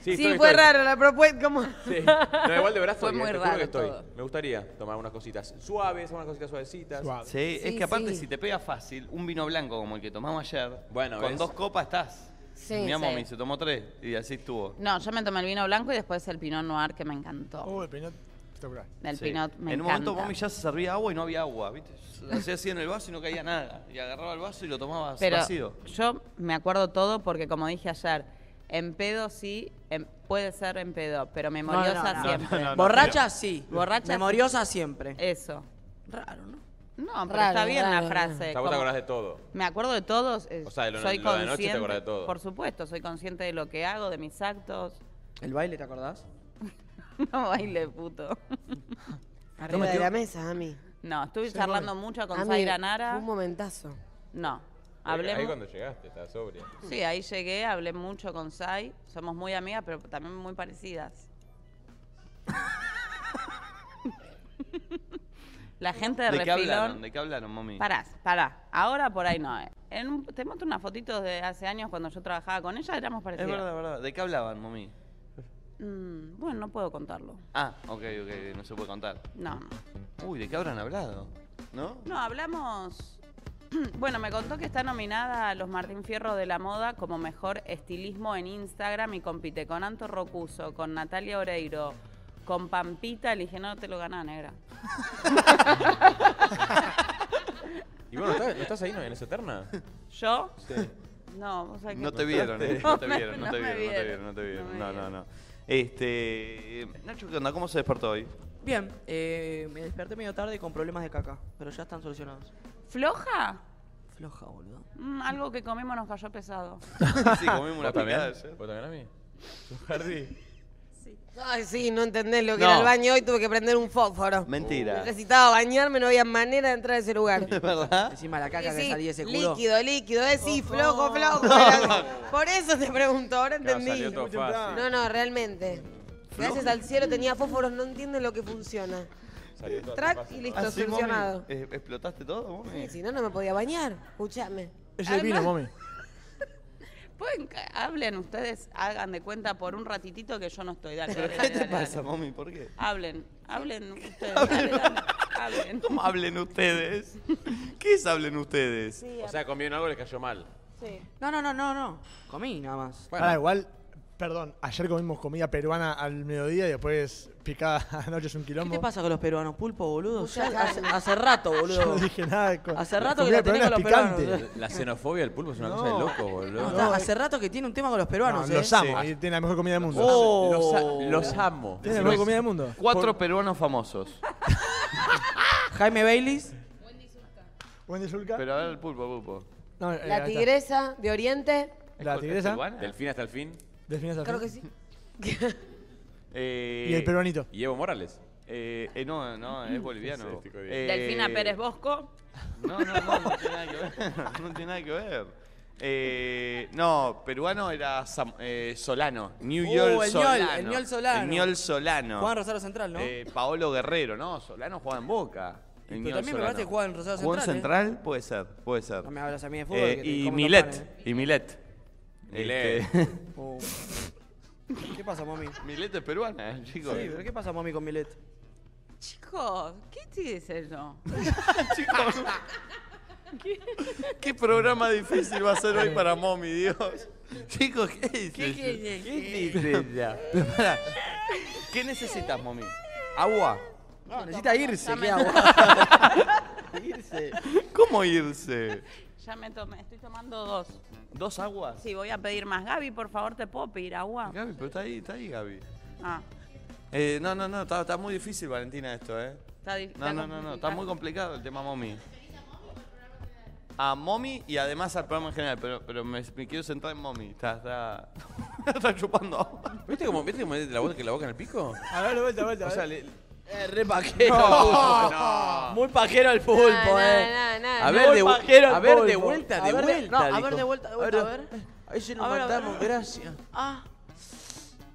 S3: Sí,
S2: estoy,
S3: fue
S2: estoy.
S3: rara la propuesta. Como...
S2: Sí. No, igual de verdad
S4: Fue
S2: estoy,
S4: muy
S2: eh, te juro que
S4: raro
S2: estoy.
S4: todo.
S2: Me gustaría tomar unas cositas suaves, unas cositas suavecitas.
S1: Sí,
S9: Suave.
S1: es
S3: Sí,
S1: que aparte
S3: sí.
S1: si te pega fácil, un vino blanco como el que tomamos ayer,
S2: Bueno,
S1: con
S2: ¿ves?
S1: dos copas estás.
S3: Sí,
S1: Mi amo
S4: sí.
S1: me se tomó tres y así estuvo.
S4: No, yo me tomé el vino blanco y después el pinot noir que me encantó.
S9: Uh, el pinot espectacular.
S4: el
S1: Sí.
S4: pinot me
S1: en un
S4: encanta.
S1: momento Mami ya se servía agua y no había agua, ¿viste? Hacía así en el vaso y no caía nada. Y agarraba el vaso y lo tomaba
S4: Pero
S1: vacío.
S4: yo me acuerdo todo porque como dije ayer, en pedo sí, en- puede ser en pedo, pero memoriosa
S5: no, no.
S4: siempre.
S5: Borracha sí.
S4: Borracha sí.
S5: Memoriosa siempre.
S4: Eso.
S5: Raro, ¿no?
S4: No, pero
S3: Raro,
S4: está bien
S3: raro,
S4: la
S3: raro.
S4: frase.
S2: O sea, vos te
S4: como-
S2: acordás de todo.
S4: Me acuerdo de todos. eh,
S2: O sea, de lo-
S4: soy
S2: lo de la
S4: consciente,
S2: noche te acordás de todo.
S4: Por supuesto, soy consciente de lo que hago, de mis actos.
S5: ¿El baile te acordás?
S4: No baile, puto.
S3: Arriba de la mesa, Ami.
S4: No, estuve charlando mucho con
S3: Ami,
S4: Zaira
S3: fue
S4: Nara.
S3: Un momentazo.
S4: No,
S2: Ahí
S4: hablemos.
S2: cuando llegaste, estás sobria.
S4: Sí, ahí llegué, hablé mucho con Sai. Somos muy amigas, pero también muy parecidas. La gente de,
S1: ¿De qué hablaron?
S4: refilón.
S1: ¿De qué hablaron, Mami?
S4: Pará, pará. Ahora por ahí no. eh. En un- te muestro unas fotitos de hace años cuando yo trabajaba con ella, éramos
S1: Es
S4: parecidas.
S1: verdad, verdad. ¿De qué hablaban, Mami?
S4: Mm, bueno, no puedo contarlo.
S1: Ah, ok, ok, no se puede contar.
S4: No, no.
S1: Uy, ¿de qué habrán hablado? ¿No?
S4: No, hablamos. Bueno, me contó que está nominada a los Martín Fierro de la Moda como mejor estilismo en Instagram y compite con Anto Rocuso, con Natalia Oreiro, con Pampita. Le dije, no te lo ganás, negra.
S2: ¿Y bueno, ¿estás, ¿no estás ahí no, en esa terna?
S4: ¿Yo? No, vos sabés que-
S1: No te vieron, eh, no te
S4: No me-
S1: vieron, no
S4: no
S1: te
S4: me
S1: vieron, no te vieron,
S4: vieron,
S1: no te vieron.
S4: no
S1: No, no,
S4: me vieron.
S1: no. Este. eh, Nacho, ¿qué onda? ¿Cómo se despertó hoy?
S5: Bien, eh, me desperté medio tarde con problemas de caca, pero ya están solucionados.
S4: ¿Floja?
S5: Floja, boludo.
S4: Mm, algo que comimos nos cayó pesado.
S1: Sí, comimos una
S2: ¿Vos también?
S1: picada
S2: ¿Vos
S1: ayer.
S2: también a mí? Jardí.
S3: Ay, sí, no entendés lo que
S1: No.
S3: era el baño hoy, tuve que prender un fósforo.
S1: Mentira.
S3: Necesitaba bañarme, no había manera de entrar a ese lugar.
S1: ¿Es verdad?
S5: Encima la caca
S3: Sí,
S5: que
S3: sí,
S5: salí de ese culo.
S3: líquido, líquido, es sí, flojo, flojo. pero- Por eso te pregunto, ahora
S2: Claro,
S3: entendí.
S2: salió todo fácil.
S3: No, no, realmente. Gracias al cielo tenía fósforos, no entienden lo que funciona.
S2: Salió todo
S3: Track
S2: fácil.
S3: y listo,
S1: Ah, sí, Mami.
S3: solucionado.
S1: Eh, ¿Explotaste todo, Mami?
S3: Sí, Si no, no me podía bañar. Escuchame.
S9: Es el vino, mami. Eh,
S4: Pueden ca- hablen ustedes, hagan de cuenta por un ratitito que yo no estoy. Dale, dale,
S1: ¿Qué
S4: dale,
S1: te
S4: dale, dale.
S1: pasa, Mami? ¿Por qué?
S4: Hablen, hablen ustedes. dale, dale, hablen.
S1: ¿Cómo hablen ustedes? ¿Qué es hablen ustedes?
S2: O sea, comieron algo y les cayó mal.
S5: No, no, no, no, no. Comí nada más.
S9: Pará, igual, Perdón, ayer comimos comida peruana al mediodía y después picada anoche es un
S5: ¿Qué
S9: quilombo.
S5: te pasa con los peruanos, pulpo, boludo?
S3: Mucha
S5: Ya hace,
S3: carne.
S5: hace rato,
S9: Yo no
S5: boludo.
S9: dije nada. de co-
S5: Hace rato que
S9: comida
S5: la tenés con
S9: peruana
S5: los
S9: es
S5: peruanos. ¿eh?
S9: picante.
S2: La xenofobia del pulpo es una
S9: No.
S2: cosa de loco,
S5: No,
S2: boludo.
S5: está-
S9: No,
S5: hace rato que tiene un tema con los peruanos,
S9: No,
S5: ¿eh?
S9: los amo, y tienen la mejor comida del mundo.
S5: Oh.
S2: Los, a- los amo.
S9: Tienen la mejor comida del mundo.
S1: Cuatro peruanos famosos.
S5: Jaime Baileys.
S9: Wendy Zulka.
S1: Pero a ver el pulpo, pulpo.
S9: No, eh, ahí
S3: La
S9: está.
S3: tigresa de Oriente,
S9: La tigresa.
S2: Del fin hasta el fin.
S9: Delfines al
S3: creo
S9: fin.
S3: que sí.
S1: Eh,
S9: Y el peruanito.
S2: Y Evo Morales.
S1: Eh, eh, no, no, es boliviano.
S2: Este,
S1: Eh,
S4: Delfina Pérez Bosco.
S1: No, no, no, no tiene nada que ver. No tiene nada que ver. Eh, no, peruano era Sam- eh, Solano. New
S5: Uh,
S1: York
S5: el Ñol,
S1: Solano.
S5: el Ñol Solano.
S1: El Ñol Solano.
S5: Juan Rosario Central, ¿no?
S1: Eh, Paolo Guerrero, no, Solano juega en Boca. El
S5: Pero
S1: Ñol
S5: también me
S1: Solano.
S5: parece que juega en Rosario
S1: ¿Jugó en
S5: Central, ¿eh?
S1: Central? Puede ser, puede ser.
S5: no me hablas a mí de fútbol.
S1: Eh,
S5: que te
S1: y
S5: como los
S1: Milet,
S5: panes.
S1: y Milet.
S2: Milet.
S1: Este-
S5: Oh. ¿Qué pasa, mami? Sí,
S1: Milet es peruana, chicos.
S5: pero ¿qué pasa, mami, con Milet?
S4: Chicos, ¿qué te dice yo?
S1: Chicos. ¿Qué programa difícil va a ser hoy para Mommy, Dios? Chicos, ¿qué dices? ¿Qué, dices ya? Pero pará, ¿Qué necesitas, Mommy? ¿Agua?
S5: No, necesita irse, ¿qué hago?
S1: ¿Cómo irse?
S4: Ya me tomé, estoy tomando dos.
S1: ¿Dos aguas?
S4: Sí, voy a pedir más. Gaby, por favor, ¿te puedo pedir agua?
S1: Gaby, pero está ahí, está ahí, Gaby.
S4: Ah,
S1: Eh, no, no, no, está, está muy difícil, Valentina, esto, ¿eh?
S4: está difícil.
S1: No, no, no, no, está muy complicado el tema Mommy. A Mommy y además al programa en general, pero, pero me, me quiero centrar en Mommy. Está, está, está chupando agua.
S2: ¿Viste cómo, ¿Viste cómo mete la boca, que la boca en el pico?
S9: A ver, vuelta, vuelta.
S2: O sea, le-
S5: Eh, re pajero.
S2: no.
S5: Muy pajero el pulpo, eh.
S3: No, no, no,
S2: A
S3: no.
S2: ver, de,
S5: Muy
S2: vu-
S5: pajero el
S2: a ver, de
S5: pulpo.
S2: vuelta,
S5: A
S2: de
S5: ver, de-
S2: vuelta.
S5: no, a
S2: dijo.
S5: ver, de vuelta, de vuelta, a ver.
S2: Ahí se
S5: A
S2: nos
S5: ver, a ver.
S2: matamos, gracias.
S5: Ah,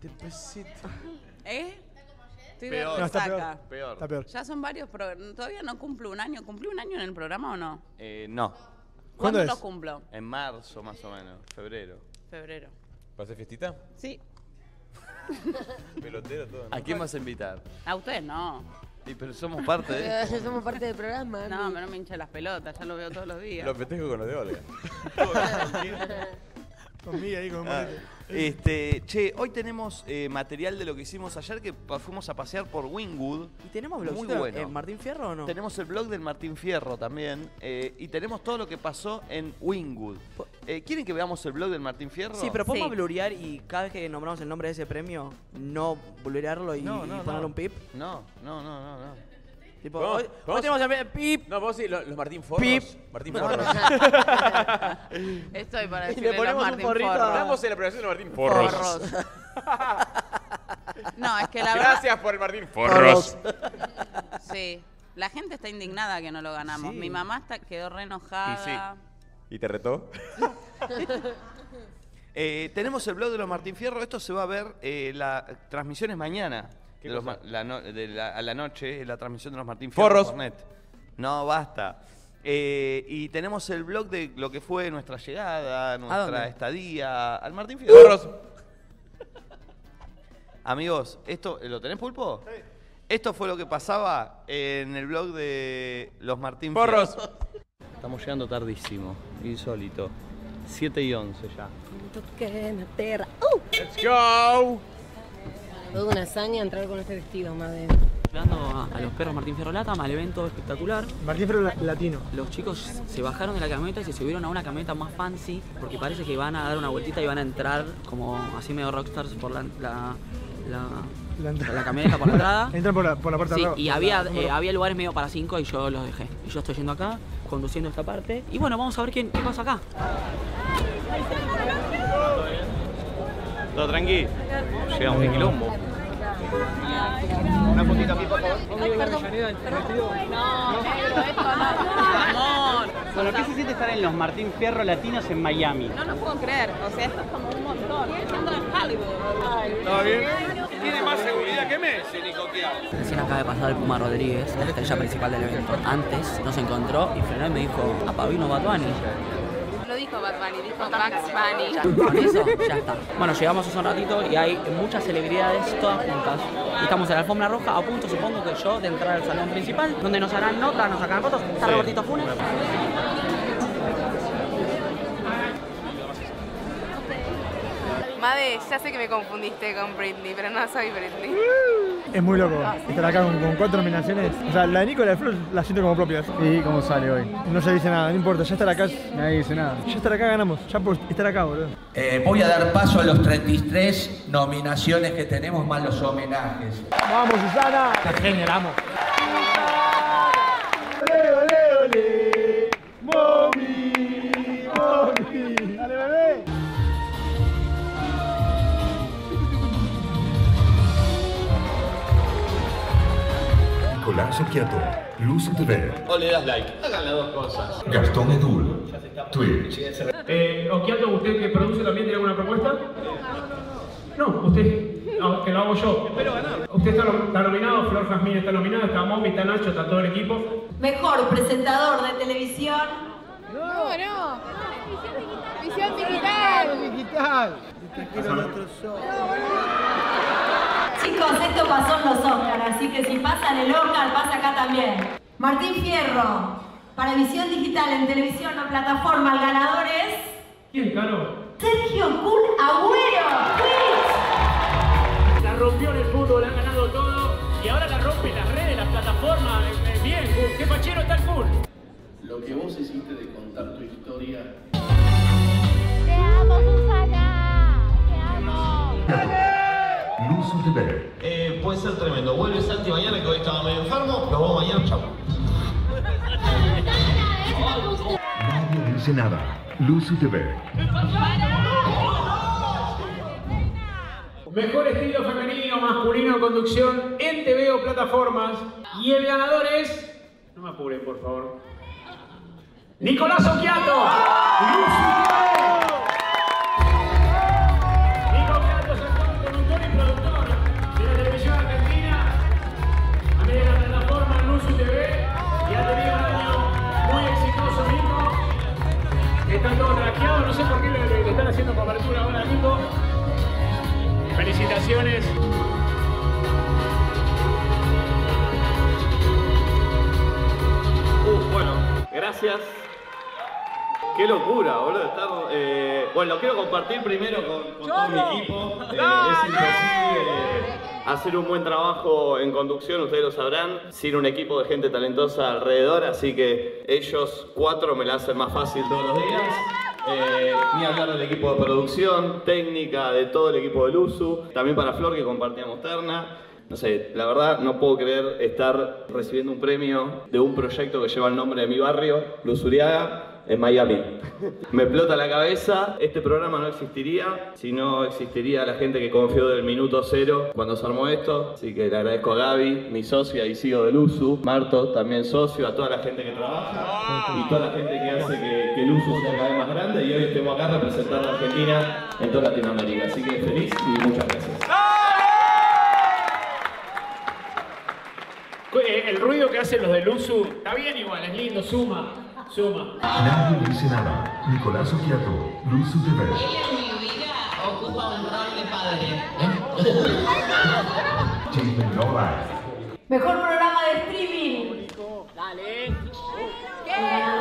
S2: Te pesito.
S4: ¿Eh? Estoy de
S1: Peor.
S9: No, está
S4: resaca.
S9: peor.
S1: Peor.
S9: Está peor.
S4: Ya son varios programas. Todavía no cumplo un año. ¿Cumplí un año en el programa o no?
S1: Eh, no,
S9: ¿Cuándo
S4: ¿Cuándo
S9: es?
S4: lo cumplo?
S1: en marzo más o menos, febrero.
S4: Febrero.
S2: ¿Pasé fiestita?
S4: Sí.
S2: Pelotero todo.
S1: ¿A quién vas a invitar?
S4: A ustedes no.
S1: Y pero somos parte de esto.
S3: Somos parte del programa.
S4: No,
S3: Andy.
S4: pero no me hincha las pelotas. Ya lo veo todos los días.
S2: Lo festejo con los de Olga.
S9: Conmigo ahí, con un
S1: Ah,
S9: bolete.
S1: Este, che, hoy tenemos eh, material de lo que hicimos ayer que pa- fuimos a pasear por Wingwood.
S5: ¿y tenemos
S1: Muy
S5: blogcito
S1: bueno.
S5: en Martín Fierro o no?
S1: Tenemos el blog del Martín Fierro también eh, y tenemos todo lo que pasó en Wingwood. Eh, ¿Quieren que veamos el blog del Martín Fierro?
S5: Sí, pero podemos
S4: Sí.
S5: blurear y cada vez que nombramos el nombre de ese premio, no blurearlo y,
S1: No,
S5: y
S1: no,
S5: ponerle
S1: no.
S5: un pip.
S1: No, no, no, no, no.
S5: Tipo,
S2: Vamos,
S5: hoy, hoy
S2: vamos.
S5: tenemos el premio- pip.
S2: No, vos sí, lo- los, Martín Forros.
S5: Pip.
S2: Martín Forros.
S4: Estoy para
S5: Y
S4: decirle
S5: le ponemos
S4: los
S5: un
S4: Martín
S5: porrito
S4: Forros.
S2: Estamos en la preparación de Martín Forros.
S4: Forros. No, es que la verdad.
S2: Gracias por el Martín
S5: Forros.
S2: Forros.
S4: Sí. La gente está indignada que no lo ganamos.
S5: Sí.
S4: Mi mamá está, quedó re enojada.
S2: ¿Y te retó?
S1: Eh, tenemos el blog de los Martín Fierro. Esto se va a ver eh, la transmisión es mañana.
S2: ¿Qué
S1: De los
S2: cosa?
S1: ma- la no- de la- a la noche, eh, la transmisión de los Martín Fierro.
S2: Forros.
S1: por net. No, basta. Eh, y tenemos el blog de lo que fue nuestra llegada, nuestra
S5: dónde?
S1: estadía al Martín Fierro.
S2: Forros.
S1: Amigos, esto ¿lo tenés pulpo? Esto fue lo que pasaba en el blog de los Martín Fierro.
S2: Forros.
S1: Estamos llegando tardísimo, insólito. 7 y 11 ya.
S11: Toqué en la tierra. ¡Uh!
S2: Let's go.
S11: Toda una hazaña entrar con este vestido, madre.
S12: Llegando a, a los perros Martín Ferrolata, al evento espectacular,
S9: Martín Fierro la- latino.
S12: los chicos se bajaron de la camioneta y se subieron a una camioneta más fancy, porque parece que van a dar una vueltita y van a entrar como así medio rockstars por la, la, la-
S9: La entrada.
S12: la camioneta por la entrada.
S9: Entran por la, por la puerta
S12: Sí,
S9: de atrás.
S12: y había, eh, había lugares medio para cinco y yo los dejé. Y yo estoy yendo acá, conduciendo esta parte. Y bueno, vamos a ver quién, qué pasa acá.
S1: Todo tranqui. Llegamos de quilombo. Una fotito a mí, por favor.
S4: Amor.
S12: Bueno, ¿qué se siente estar en los Martín Fierro Latinos en Miami?
S4: No lo puedo creer. O sea, esto es como un montón. Estoy siendo en Hollywood.
S12: Recién acaba de pasar el Puma Rodríguez, la estrella principal del evento. Antes nos encontró y Fernández me dijo, papá, vino Bad Bunny".
S4: Lo dijo Bad Bunny, dijo Max Bunny.
S12: Ya, con eso ya está. Bueno, llegamos hace un ratito y hay muchas celebridades todas juntas. Y estamos en la alfombra roja, a punto supongo que yo de entrar al salón principal, donde nos harán notas, nos sacarán fotos. Está Robertito Funes.
S13: Made, ya sé que me confundiste con Britney, pero no soy Britney.
S14: Es muy loco estar acá con, con cuatro nominaciones. O sea, la de Nico y la de Flor la siento como propias.
S15: ¿Y cómo sale hoy?
S14: No se dice nada, no importa, ya estar acá.
S15: Nadie dice nada.
S14: Ya estar acá ganamos, ya por estar acá, boludo.
S16: Eh, voy a dar paso a los 33 nominaciones que tenemos más los homenajes.
S14: ¡Vamos, Susana! ¡Qué generamos!
S17: Nicolás Occhiato, Luz TV,
S1: O le das like. Hagan las dos cosas.
S17: Gastón Edul, Twitch.
S9: Eh, Okiato, ¿usted que produce también tiene alguna propuesta? No, usted, no, que lo hago yo. Espero ganar. Usted está, nom- está nominado, Flor Jazmín está nominada, está Momi, está Nacho, está todo el equipo.
S18: Mejor presentador de televisión.
S13: No, no. Visión
S14: digital.
S18: Chicos, esto pasó en los Oscars, así que si pasa en el Oscar, pasa acá también. Martín Fierro, para visión digital en televisión o plataforma, el ganador es
S9: ¿Quién, Caro?
S18: Sergio Kun Agüero.
S9: La rompió en el fútbol, ha ganado todo y ahora la rompe las redes, las plataformas. Bien, qué pachero está el fútbol.
S1: Lo que vos hiciste de contar tu historia.
S19: Te amo, Susana. Te amo.
S17: Luz TV.
S1: Eh, puede ser tremendo. Vuelve Santi mañana que hoy estaba medio enfermo. Nos vemos mañana, chau.
S17: Nadie dice nada. Luz TV.
S9: Mejor estilo femenino, masculino, conducción en TV o plataformas. Y el ganador es. No me apuren, por favor. ¡Nicolás Occhiato! Nico Occhiato es actor, conductor y productor de la televisión argentina. A mí de la plataforma Luzu TV. Y ha tenido un año muy exitoso, Nico. Está todo traqueado, no sé por qué le, le- le están haciendo cobertura ahora a Nico. Felicitaciones.
S1: Uh, bueno, gracias. Qué locura, boludo. estar, eh, bueno, lo quiero compartir primero con, con todo mi equipo. Eh, es imposible hacer un buen trabajo en conducción, ustedes lo sabrán, sin un equipo de gente talentosa alrededor, así que ellos cuatro me la hacen más fácil todos los días. Eh, ni hablar del equipo de producción, técnica, de todo el equipo del USU. También para Flor, que compartíamos terna. No sé, la verdad no puedo creer estar recibiendo un premio de un proyecto que lleva el nombre de mi barrio, Luz Uriaga, en Miami. Me explota la cabeza, este programa no existiría si no existiría la gente que confió del minuto cero cuando se armó esto. Así que le agradezco a Gaby, mi socia y CEO del USU, Marto, también socio, a toda la gente que trabaja y toda la gente que hace que, que el USU sea cada vez más grande y hoy estemos acá representando a Argentina en toda Latinoamérica. Así que feliz y muchas gracias.
S9: Eh, El ruido que hacen los del Luzu está bien igual, es lindo, suma, suma.
S17: Nadie dice nada. Nicolás Occhiato, Luz TV.
S19: Ocupa un rol de padre.
S17: Chisme No Live.
S18: Mejor programa de streaming. Dale.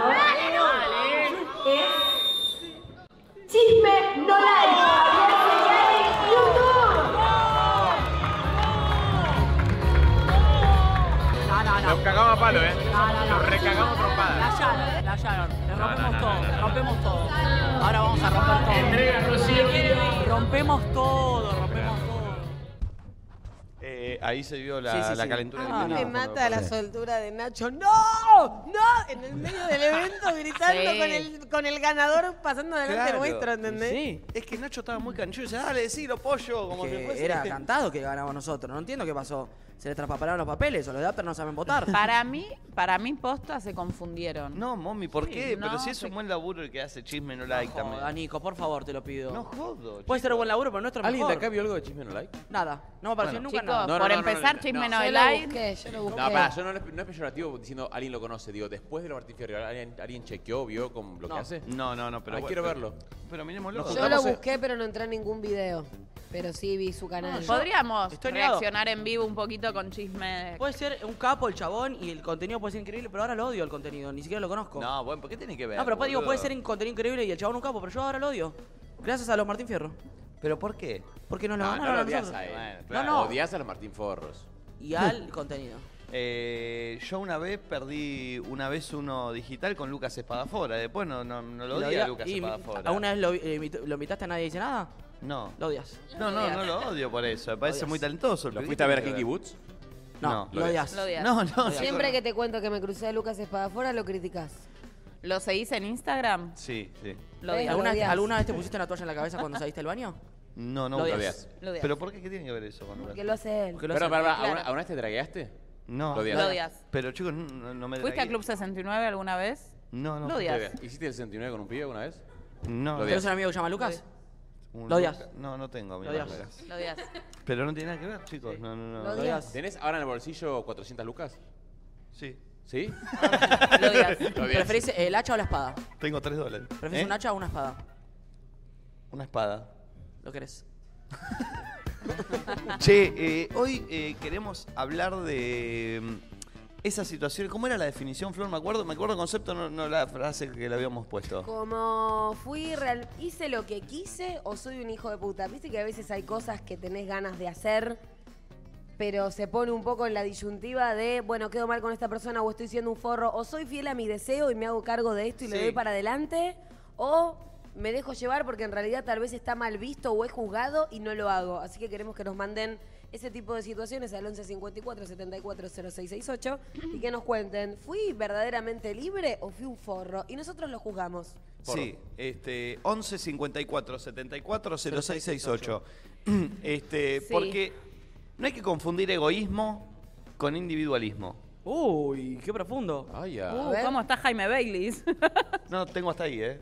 S18: Dale, Es Chisme No Like. Gabriel Señale, YouTube.
S2: Nos cagamos a palo, ¿eh? Nos recagamos
S5: La
S2: trompadas.
S5: hallaron, la hallaron. Le
S2: No,
S5: rompemos
S2: no, no,
S5: todo,
S2: no, no, no.
S5: rompemos todo. Ahora vamos a romper todo.
S9: Entrega, Rocío.
S5: Rompemos todo, rompemos todo.
S20: Eh, ahí se vio la,
S5: Sí, sí,
S20: la
S5: sí.
S20: calentura
S5: Ah,
S20: que tenía.
S3: Me
S5: no.
S3: mata la
S20: Sí.
S3: soltura de Nacho. ¡No! ¡No! En el medio del evento gritando
S5: Sí.
S3: con, el, con el ganador pasando delante
S20: Claro.
S3: nuestro, ¿entendés?
S5: Sí.
S20: Es que Nacho estaba muy canchero. Dice, dale, decilo, pollo. Como que,
S5: Que
S20: fuese-
S5: era cantado que ganamos nosotros. No entiendo qué pasó. Se le traspapararon los papeles o los de Apter no saben votar.
S4: Para mí, para mí posta se confundieron.
S20: No, mami, ¿por
S4: Sí,
S20: qué?
S4: no,
S20: Pero si es
S4: sí.
S20: un buen laburo el que hace chisme, no like también.
S5: Joda, Nico, por favor, te lo pido.
S20: No jodo.
S5: Puede ser buen laburo, pero nuestro es
S2: ¿Alguien de
S5: mejor.
S2: acá vio algo de Chisme No Like?
S5: Nada, no me pareció
S2: Bueno,
S5: nunca
S4: Chicos,
S5: nada.
S2: no, no,
S4: por
S2: no,
S4: empezar,
S2: no,
S4: chisme
S2: no.
S4: no,
S3: Yo
S4: hay
S3: lo
S4: like.
S3: busqué, Eh, yo lo
S2: No,
S3: busqué.
S2: pará, yo no, le- no es peyorativo diciendo alguien lo conoce, digo, después de lo Martín Fierro, ¿alguien, alguien chequeó, vio con lo
S5: No.
S2: que hace?
S20: No, no, no, pero.
S2: Ay,
S20: bueno,
S2: quiero
S20: pero-
S2: verlo.
S20: Pero miremoslo.
S2: Nos
S3: Yo lo
S2: juntamos, eh.
S3: busqué, pero no entré en ningún video. Pero sí vi su canal.
S4: Podríamos
S5: Estoy negado.
S4: reaccionar en vivo un poquito con chisme.
S5: Puede ser un capo el chabón y el contenido puede ser increíble, pero ahora lo odio el contenido, ni siquiera lo conozco. No,
S20: No, bueno, ¿por qué tiene que ver?
S5: pero puede- digo,
S20: boludo?
S5: puede ser un contenido increíble y el chabón un capo, pero yo ahora lo odio. Gracias a los Martín Fierro.
S1: ¿Pero por qué?
S12: Porque
S1: Ah,
S12: no
S2: No,
S12: lo
S2: no,
S12: ganaron
S2: lo
S12: a
S2: odias
S12: nosotros.
S2: a él.
S12: No, no.
S2: Odias a los Martín Forros.
S5: Y al contenido.
S1: Eh, yo una vez perdí una vez uno digital con Lucas Espadafora. Después no, no, no lo
S5: ¿Lo
S1: odié a
S5: odia-
S1: Lucas
S5: y
S1: Espadafora.
S5: ¿Alguna vez lo, vi- eh, invit- lo invitaste a nadie dice nada?
S1: No.
S5: Lo odias.
S1: No, no, no lo odio por eso. Me parece
S5: Odias.
S1: muy talentoso.
S2: ¿Lo fuiste a ver a Kinky
S1: Boots?
S5: No, lo odias.
S1: Lo No, no.
S3: Siempre que te cuento que me crucé a Lucas Espadafora, lo criticás.
S4: ¿Lo seguís en Instagram?
S1: Sí, sí.
S4: Lo odias.
S5: ¿Alguna,
S4: Lo odias.
S5: ¿Alguna vez te pusiste una toalla en la cabeza cuando saliste del baño?
S1: No, no.
S5: Lo
S1: nunca.
S5: odias. Lo odias.
S1: ¿Pero por qué? ¿Qué tiene que ver eso con Lucas?
S3: Que lo hace él.
S2: Pero, para, para, ¿alguna, alguna vez te tragueaste?
S1: No.
S2: Lo odias.
S4: Lo odias.
S1: Pero chicos, no, no me
S4: ¿Fuiste
S1: tragué.
S4: a Club 69 alguna vez?
S1: No, no.
S4: Lo odias.
S2: ¿Hiciste el 69 con un pibe alguna vez?
S1: No.
S2: Lo
S5: ¿Tienes
S2: odias.
S5: un amigo que se llama Lucas?
S1: Un
S5: Lo odias.
S1: Lucas- No, no tengo amigo
S5: Lo odias.
S1: Lucas.
S4: Lo odias.
S1: Pero no tiene nada que ver, chicos. No, no, no.
S4: Lo odias.
S2: ¿Tenés ahora en el bolsillo 400 lucas?
S1: Sí.
S2: ¿Sí?
S5: Lo odias.
S2: Lo odias.
S5: ¿Preferís el hacha o la espada?
S1: Tengo tres dólares.
S5: ¿Preferís
S1: ¿Eh?
S5: un hacha o una espada?
S1: Una espada.
S5: ¿Lo querés?
S1: Che, eh, hoy eh, queremos hablar de mm, esa situación. ¿Cómo era la definición, Flor? Me acuerdo, me acuerdo el concepto, no, no la frase que le habíamos puesto.
S3: Como fui real, hice lo que quise o soy un hijo de puta. Viste que a veces hay cosas que tenés ganas de hacer, pero se pone un poco en la disyuntiva de, bueno, quedo mal con esta persona o estoy siendo un forro, o soy fiel a mi deseo y me hago cargo de esto y le
S1: Sí.
S3: doy para adelante, o me dejo llevar porque en realidad tal vez está mal visto o es juzgado y no lo hago. Así que queremos que nos manden ese tipo de situaciones al 11 54 74 0668 y que nos cuenten, ¿fui verdaderamente libre o fui un forro? Y nosotros lo juzgamos.
S1: Sí, este, 11 54 74 0668. Este,
S3: Sí.
S1: Porque no hay que confundir egoísmo con individualismo.
S5: Uy, qué profundo.
S1: Ay, ah.
S4: Uh, ¿Cómo está Jaime Baileys?
S1: No, tengo hasta ahí, ¿eh?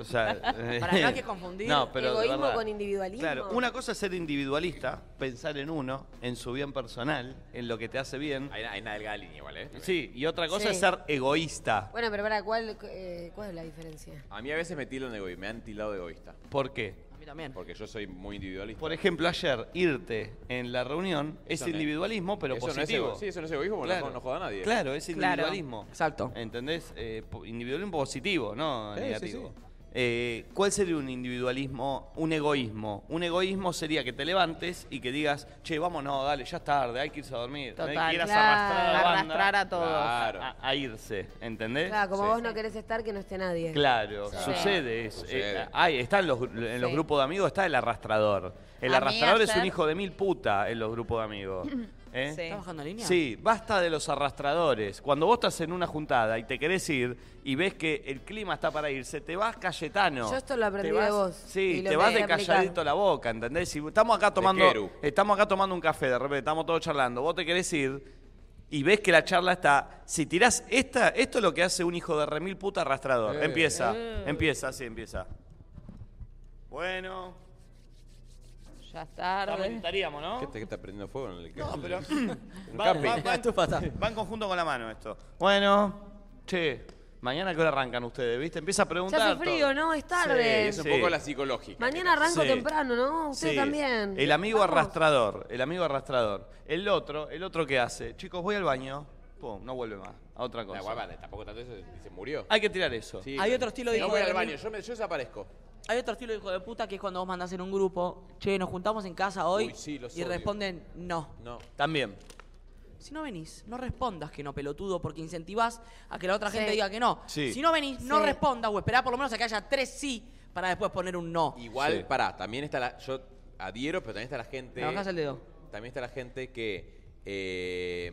S1: O sea, eh,
S4: Para, no hay que confundir
S1: no, pero de
S3: Egoísmo
S1: verdad.
S3: con individualismo.
S1: Claro, una cosa es ser individualista, pensar en uno, en su bien personal, en lo que te hace bien.
S2: Hay, hay una delgada línea igual, ¿eh?
S1: Sí, y otra cosa
S3: Sí.
S1: es ser egoísta.
S3: Bueno, pero para, ¿cuál, eh, ¿cuál es la diferencia?
S2: A mí a veces me tilan de egoísta, me han tilado de egoísta.
S1: ¿Por qué?
S5: mí también.
S2: Porque yo soy muy individualista.
S1: Por ejemplo, ayer irte en la reunión
S2: Eso
S1: es
S2: no es-
S1: individualismo, pero
S2: eso no es
S1: positivo.
S2: ego- sí, eso no es egoísmo, porque no- no joda a nadie.
S1: Claro, es
S2: Claro.
S1: individualismo.
S5: Exacto.
S1: ¿Entendés? Eh, po- individualismo positivo, no
S2: Sí, sí,
S1: negativo.
S2: sí.
S1: Eh, ¿Cuál sería un individualismo, un egoísmo? Un egoísmo sería que te levantes y que digas, che, vámonos, dale, ya es tarde, hay que irse a dormir.
S4: Total,
S1: que quieras
S4: claro,
S1: arrastrar a la banda
S4: arrastrar a todos.
S1: Claro, A, a irse, ¿entendés?
S3: Claro, como
S1: ¿Eh? Sí.
S3: vos no querés estar, que no esté nadie.
S1: Claro,
S3: Sí.
S1: sucede. eso.
S2: Sucede.
S1: Eh, hay, están los, en los
S3: Sí.
S1: grupos de amigos está el arrastrador. El
S4: A mí
S1: arrastrador es un
S4: ayer-
S1: hijo de mil puta en los grupos de amigos. ¿Eh?
S4: Sí. ¿Está
S5: bajando línea?
S1: Sí, basta de los arrastradores. Cuando vos estás en una juntada y te querés ir y ves que el clima está para irse, te vas Cayetano.
S3: Yo esto lo aprendí
S1: Te vas-
S3: de vos.
S1: Sí,
S3: y lo
S1: te vas
S3: empecé
S1: de
S3: a aplicar.
S1: calladito la boca, ¿entendés? Si estamos acá tomando,
S2: Keru.
S1: estamos acá tomando un café, de repente estamos todos charlando, vos te querés ir y ves que la charla está. Si tirás esta, esto es lo que hace un hijo de remil puta arrastrador.
S2: Eh.
S1: Empieza, empieza, sí, empieza. Bueno,
S4: Ya es tarde.
S1: estaríamos, ¿no?
S2: ¿Qué te, qué está prendiendo fuego en el
S1: No, pero.
S2: Un
S1: va,
S2: camping.
S1: va- va en- va en conjunto con la mano esto. Bueno, che, mañana que hora arrancan ustedes, ¿viste? Empieza a
S3: Ya
S1: preguntar.
S3: hace frío,
S1: todo.
S3: ¿no? Es
S1: Sí,
S3: tarde.
S1: es
S2: Es un
S1: Sí.
S2: poco la psicológica.
S3: Mañana arranco
S1: Sí.
S3: temprano, ¿no? Usted
S1: Sí.
S3: también.
S1: El amigo arrastrador, el amigo arrastrador. El otro, el otro que hace, chicos, voy al baño, pum, no vuelve más, a otra
S2: La
S1: cosa.
S2: guapa, tampoco tanto eso, se murió.
S1: Hay que tirar eso.
S2: Sí,
S5: Hay
S2: no.
S5: otro estilo de
S2: No
S5: hijo
S2: voy
S5: de
S2: al
S5: remil.
S2: baño, yo, me, yo desaparezco.
S5: Hay otro estilo de hijo de puta que es cuando vos mandás en un grupo, che, nos juntamos en casa hoy
S2: Uy, sí, los
S5: y
S2: odio.
S5: responden no.
S2: No.
S1: También.
S5: Si no venís, no respondas que no, pelotudo, porque incentivás a que la otra
S3: Sí.
S5: gente diga que no.
S1: Sí.
S5: Si no venís, no
S3: Sí.
S5: respondas o esperá por lo menos a que haya tres sí para después poner un no.
S2: Igual,
S1: Sí.
S2: pará, también está la. Yo adhiero, pero también está la gente.
S5: Me bajás el dedo.
S2: También está la gente que. eh,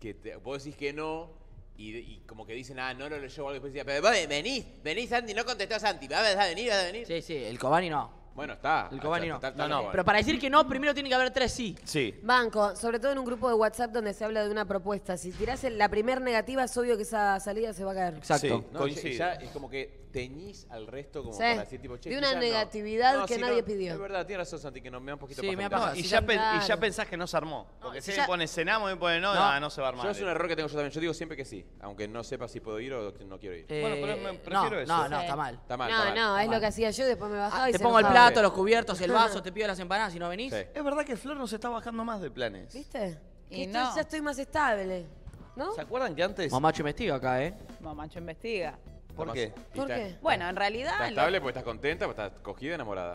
S2: que te- vos decís que no. Y, y como que dicen, ah, no lo leyó o algo. Después decía, pero vos venís, venís Santi, no contestó Santi, vas a venir, vas a venir.
S5: Sí, sí, el Cobani no.
S2: Bueno, está.
S5: El Cobani
S2: Está-
S5: no.
S2: está- está
S1: No, no,
S2: el Cobani.
S5: Pero para decir que no, primero tiene que haber tres sí.
S1: Sí.
S3: Banco, sobre todo en un grupo de WhatsApp donde se habla de una propuesta. Si tirás el- la primer negativa, es obvio que esa salida se va a caer.
S1: Exacto.
S2: No,
S1: coincido.
S2: Ya, ya es como que teñís al resto como
S3: Sí.
S2: para decir, tipo, che,
S3: De una
S2: quizás no.
S3: negatividad que
S2: sí,
S3: nadie pidió.
S2: Es verdad, tienes razón, Santi, que no me da un poquito
S5: Sí,
S2: paja
S5: me ha
S2: mental.
S5: pasado.
S1: Y
S5: si
S1: ya,
S5: ya-
S1: pe- y ya
S3: claro.
S1: pensás que no se armó. Porque
S5: No,
S1: si
S5: si
S1: me
S5: ya-
S1: pone cenamos y me pone no,
S5: No.
S1: ah, no, se va a armar.
S2: Yo es un error que tengo yo también. Yo digo siempre que sí, aunque no sepa si puedo ir o no quiero ir.
S1: Bueno, pero
S5: Eh,
S1: me- prefiero
S5: no,
S1: eso.
S5: No, no,
S1: Sí.
S5: está mal. Ah,
S2: Está mal.
S3: no,
S2: está mal.
S3: no, es lo que hacía yo y después me bajaba y
S5: te
S3: se
S5: pongo el
S3: enojaba.
S5: plato, los cubiertos, el vaso, te pido las empanadas si no venís.
S2: Sí.
S1: Es verdad que Flor nos está bajando más de planes.
S3: ¿Viste?
S4: Y
S3: Que estoy-
S4: no.
S3: ya estoy más estable. ¿No?
S1: ¿Se acuerdan que antes?
S5: Mamacho investiga acá, ¿eh?
S4: Mamacho investiga.
S1: ¿Por qué?
S3: ¿Por
S2: Está-
S3: qué?
S2: está-
S3: ¿Por qué?
S4: Bueno, en realidad.
S2: ¿Estás
S4: lo-
S2: estable porque estás contenta porque estás cogida y enamorada?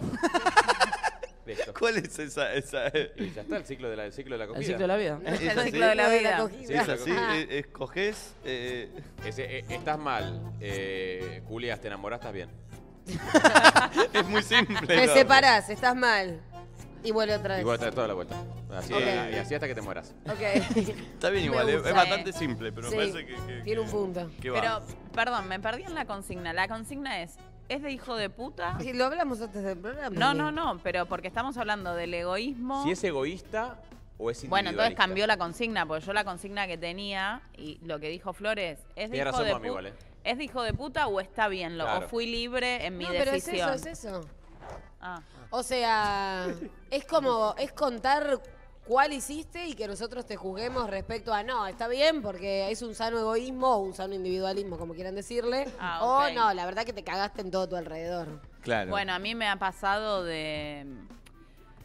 S2: Listo.
S1: ¿Cuál es esa? esa?
S2: Y ya está el ciclo de la, el ciclo de la comida.
S1: ciclo de la vida. No, es el
S2: ¿Es así?
S1: ciclo de la vida.
S2: Sí,
S1: Es
S2: la
S1: así,
S2: comida.
S1: eh, escoges. eh,
S2: Ese, eh, estás mal. Eh, Julias, te enamorás, estás bien.
S1: es muy simple.
S3: Te separás, estás mal. Y vuelve otra vez.
S2: Igual te das toda la vuelta. Así,
S3: Ok.
S2: Y así hasta que te mueras.
S3: Ok.
S1: Está bien
S3: Me
S1: igual, es-
S3: gusta,
S1: es
S3: eh.
S1: bastante simple, pero
S3: Sí,
S1: me parece que. que-
S3: tiene un
S1: que-
S3: punto.
S1: que va.
S4: Pero, perdón, me perdí en la consigna. La consigna es, ¿es de hijo de puta?
S3: Sí, lo hablamos antes del programa.
S4: No, no, no, pero porque estamos hablando del egoísmo.
S2: Si es egoísta o es individualista.
S4: eh, Bueno, entonces cambió la consigna, porque yo la consigna que tenía y lo que dijo Flores es de
S2: Tenía
S4: hijo
S2: razón,
S4: de
S2: mami,
S4: pu-
S2: igual, ¿eh?
S4: ¿Es de hijo de puta o está bien? Lo,
S2: Claro.
S4: ¿O fui libre en mi
S3: No, pero es
S4: decisión? Ah.
S3: eso, es eso. O sea, es como, es contar cuál hiciste y que nosotros te juzguemos respecto a no, está bien porque es un sano egoísmo o un sano individualismo, como quieran decirle.
S4: Ah,
S3: O
S4: ok.
S3: no, la verdad que te cagaste en todo tu alrededor.
S1: Claro.
S4: Bueno, a mí me ha pasado de...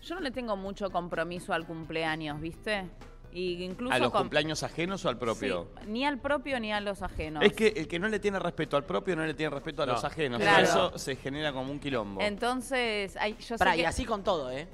S4: Yo no le tengo mucho compromiso al cumpleaños, ¿viste? Y incluso
S1: ¿A los
S4: con-
S1: cumpleaños ajenos o al propio?
S4: Ni al propio ni a los ajenos.
S1: Es que el que no le tiene respeto al propio no le tiene respeto a
S2: No.
S1: los ajenos.
S4: Claro. Eh,
S1: Por eso se genera como un quilombo.
S4: Entonces, ay, yo
S12: Pará,
S4: sé
S12: y
S4: que-
S12: así con todo, ¿eh?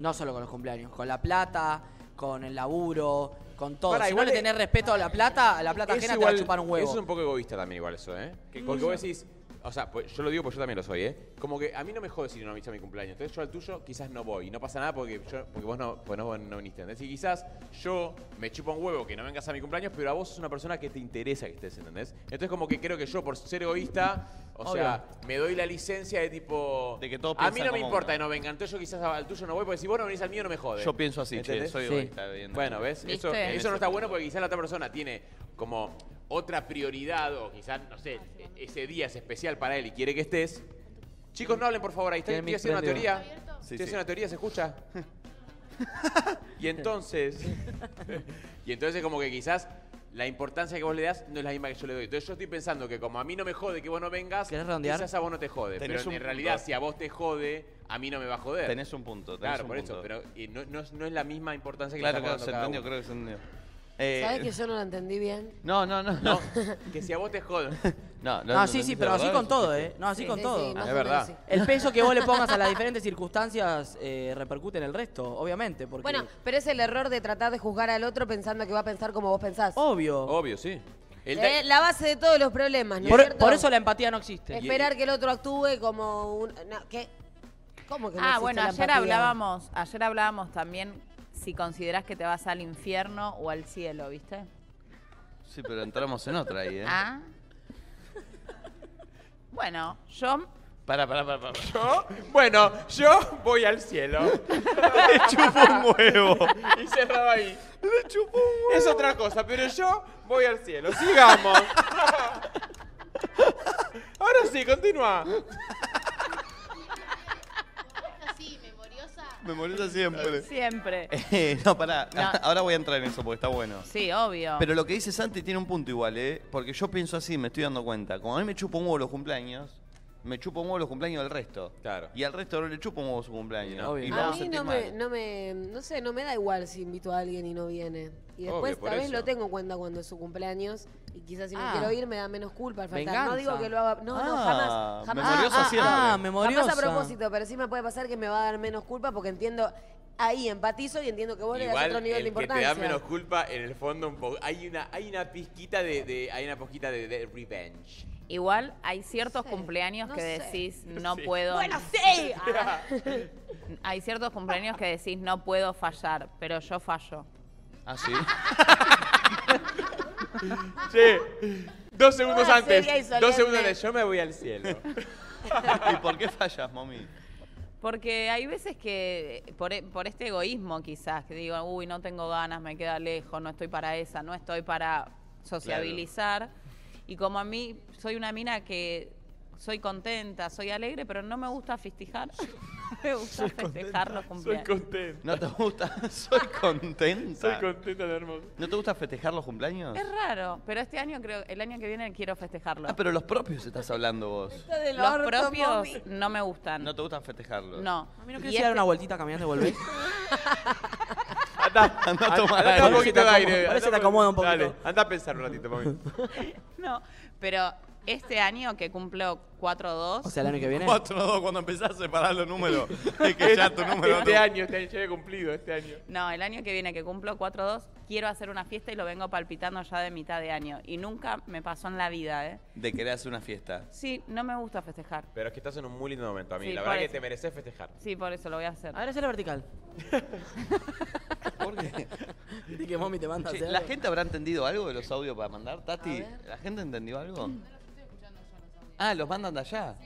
S12: No solo con los cumpleaños, con la plata, con el laburo, con todo.
S5: Pará,
S12: si
S5: igual
S12: no le
S5: es-
S12: tenés respeto a la plata, a la plata
S2: Es
S12: ajena
S2: igual-
S12: te va a chupar un huevo.
S2: Eso es un poco egoísta también igual eso, ¿eh?
S12: ¿Qué
S2: Porque
S12: cosa?
S2: vos decís, o sea, pues, yo lo digo porque yo también lo soy, ¿eh? Como que a mí no me jode si no me avisa mi cumpleaños. Entonces yo al tuyo quizás no voy. Y no pasa nada porque, yo, porque vos no, pues no, vos no viniste. ¿entendés? Y quizás yo me chupa un huevo que no vengas a mi cumpleaños, pero a vos sos una persona que te interesa que estés, ¿entendés? Entonces como que creo que yo por ser egoísta, o
S1: Obvio.
S2: sea, me doy la licencia de tipo... De que
S1: todos
S2: A mí
S1: piensan
S2: no me
S1: como
S2: importa
S1: uno.
S2: que no vengan. Entonces yo quizás al tuyo no voy porque si vos no venís al mío no me jode.
S1: Yo pienso así, che,
S2: ¿entendés?
S1: soy
S2: Sí.
S1: egoísta, bien.
S2: Bueno, ¿ves? Eso,
S1: ¿Viste?
S2: eso no está bueno porque quizás la otra persona tiene como otra prioridad o quizás, no
S1: Ah,
S2: sé, e- ese día es especial para él y quiere que estés. Chicos, no hablen, por favor. Ahí estoy,
S1: Tiene
S2: estoy haciendo una
S1: micrófono.
S2: teoría.
S1: Está abierto. Sí,
S2: Estoy
S1: sí.
S2: haciendo una teoría, ¿se escucha? y entonces... y entonces como que quizás la importancia que vos le das no es la misma que yo le doy. Entonces yo estoy pensando que como a mí no me jode que vos no vengas,
S1: ¿Querés redondear?
S2: quizás a vos no te jode. Pero
S1: Tenés
S2: en
S1: un
S2: realidad,
S1: punto.
S2: si a vos te jode, a mí no me va a joder.
S1: Tenés un punto, tenés
S2: Claro,
S1: un
S2: por eso.
S1: punto.
S2: Pero eh, no, no es, no es la misma importancia que le
S1: Claro,
S2: está
S1: claro,
S2: dando
S1: se
S2: cada
S1: entendió,
S2: uno.
S1: creo que se entendió. Eh,
S3: ¿Sabes que yo no lo entendí bien?
S1: No, no, no. No,
S2: que si a vos te joden.
S1: no,
S12: No, sí, sí, pero así con todo, ¿eh? No, así con todo.
S2: Ah, es verdad.
S12: El peso que vos le pongas a las diferentes circunstancias eh, repercute en el resto, obviamente. Porque...
S3: Bueno, pero es el error de tratar de juzgar al otro pensando que va a pensar como vos pensás.
S12: Obvio.
S2: Obvio, sí. El
S3: Eh, la base de todos los problemas, ¿no
S5: e-
S3: es
S12: por,
S3: cierto?
S12: por eso la empatía no existe.
S3: Esperar que el otro actúe como un... no, ¿qué? ¿Cómo que no
S4: Ah,
S3: existe
S4: bueno,
S3: la
S4: ayer
S3: empatía?
S4: hablábamos, ayer hablábamos también si considerás que te vas al infierno o al cielo, ¿viste?
S1: Sí, pero entramos en otra ahí, ¿eh?
S4: Ah. Bueno, yo
S1: Pará, pará, pará. pará.
S2: Yo, bueno, yo voy al cielo.
S1: Le chupo un huevo.
S2: Y cerraba ahí. Le chupó Es otra cosa, pero yo voy al cielo. Sigamos. Ahora sí, continúa.
S1: Me molesta siempre.
S4: siempre.
S1: Eh, no, pará.
S4: No.
S1: Ahora voy a entrar en eso porque está bueno.
S4: Sí, obvio.
S1: Pero lo que dice Santi tiene un punto igual, ¿eh? Porque yo pienso así, me estoy dando cuenta. Como a mí me chupo un huevo los cumpleaños, me chupo un huevo los cumpleaños del resto. Claro. Y al resto no le chupo un huevo su cumpleaños.
S2: Obvio.
S1: Y lo
S3: A
S1: vamos
S3: mí
S1: sentir
S3: no
S1: mal.
S3: me, no me, no sé, no me da igual si invito a alguien y no viene. Y después
S1: Obvio, por
S3: tal vez
S1: eso.
S3: lo tengo en cuenta cuando es su cumpleaños y quizás si
S12: Ah.
S3: no quiero ir me da menos culpa al faltar.
S12: Venganza.
S3: No digo que lo haga, no, no,
S1: Ah,
S3: jamás, jamás.
S1: memoriosa
S12: Ah, ah,
S1: siempre.
S12: ah, memoriosa.
S3: Jamás a propósito, pero sí me puede pasar que me va a dar menos culpa porque entiendo, ahí empatizo y entiendo que vos le das
S2: Igual,
S3: otro nivel de
S2: el que
S3: importancia.
S2: te da menos culpa, en el fondo un poco. Hay una, hay una pizquita de, de- hay una pizquita de, de revenge.
S4: Igual hay ciertos cumpleaños
S3: no
S4: que
S3: sé.
S4: decís no
S2: Sí.
S4: puedo.
S3: Bueno, sí.
S4: Ah. hay ciertos cumpleaños que decís no puedo fallar, pero yo fallo.
S1: Ah, sí.
S2: Sí. Dos segundos
S4: Una
S2: antes.
S4: seria y
S2: Dos
S4: solemne.
S2: segundos antes. Yo me voy al cielo.
S1: ¿Y por qué fallas, mami?
S4: Porque hay veces que, eh, por, e- por este egoísmo quizás, que digo, uy, no tengo ganas, me queda lejos, no estoy para esa, no estoy para sociabilizar. Y como a mí, soy una mina que soy contenta, soy alegre, pero no me gusta festejar. me gusta festejar los cumpleaños.
S2: contenta.
S1: ¿No te gusta? Soy contenta.
S2: Soy contenta de hermoso.
S1: ¿No te gusta festejar los cumpleaños?
S4: Es raro, pero este año creo, el año que viene quiero festejarlo.
S1: Ah, pero los propios estás hablando vos.
S4: los propios no me gustan.
S1: No te gustan festejarlos.
S4: No.
S12: ¿A mí no
S4: Y
S12: querés ir a dar
S4: este-
S12: una vueltita caminando y volver?
S2: Andá,
S1: Andá a tomar
S2: andá
S1: aire.
S2: un poquito de aire.
S1: Parece
S2: andá
S1: te acomoda un
S2: Dale,
S1: poquito.
S2: andá a pensar un ratito, mami.
S4: No, pero este año que cumplo 4-2.
S5: O sea, el año que viene.
S1: 4-2, cuando empezás a separar los números. Es que ya tu número.
S2: Este
S1: no-
S2: año, este año, ya he cumplido, este año.
S4: No, el año que viene que cumplo 4-2, quiero hacer una fiesta y lo vengo palpitando ya de mitad de año. Y nunca me pasó en la vida, ¿eh?
S1: De querer hacer una fiesta.
S4: Sí, no me gusta festejar.
S2: Pero es que estás en un muy lindo momento, a mí.
S4: Sí,
S2: la verdad
S4: por
S2: que
S4: eso.
S2: te mereces festejar.
S4: Sí, por eso lo voy a hacer.
S5: Ahora la vertical. ¿Viste que mami te manda a
S1: Che,
S5: hacer
S1: ¿La
S5: algo?
S1: gente habrá entendido algo de los audios para mandar? Tati, ¿la gente entendió algo? Ah, ¿los mandan de allá?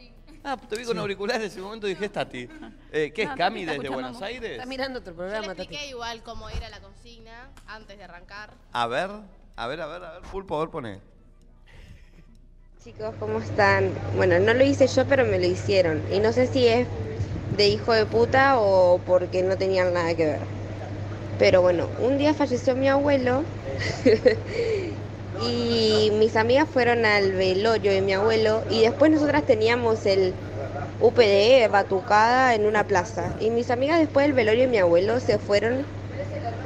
S1: Ah, te vi con auriculares en ese momento y dije, "Es Tati. Eh, ¿Qué es,
S4: No,
S1: Cami desde
S4: está escuchando
S1: Buenos
S4: música.
S1: Aires?
S3: Está mirando otro
S6: Yo le
S3: programa, Tati.
S6: expliqué igual cómo era la consigna antes de arrancar.
S1: A ver, a ver, a ver, a ver, Pulpo, a ver, pone.
S21: Chicos, ¿cómo están? Bueno, no lo hice yo, pero me lo hicieron. Y no sé si es de hijo de puta o porque no tenían nada que ver. Pero bueno, un día falleció mi abuelo y mis amigas fueron al velorio de mi abuelo y después nosotras teníamos el UPD batucada en una plaza. Y mis amigas después del velorio de mi abuelo se fueron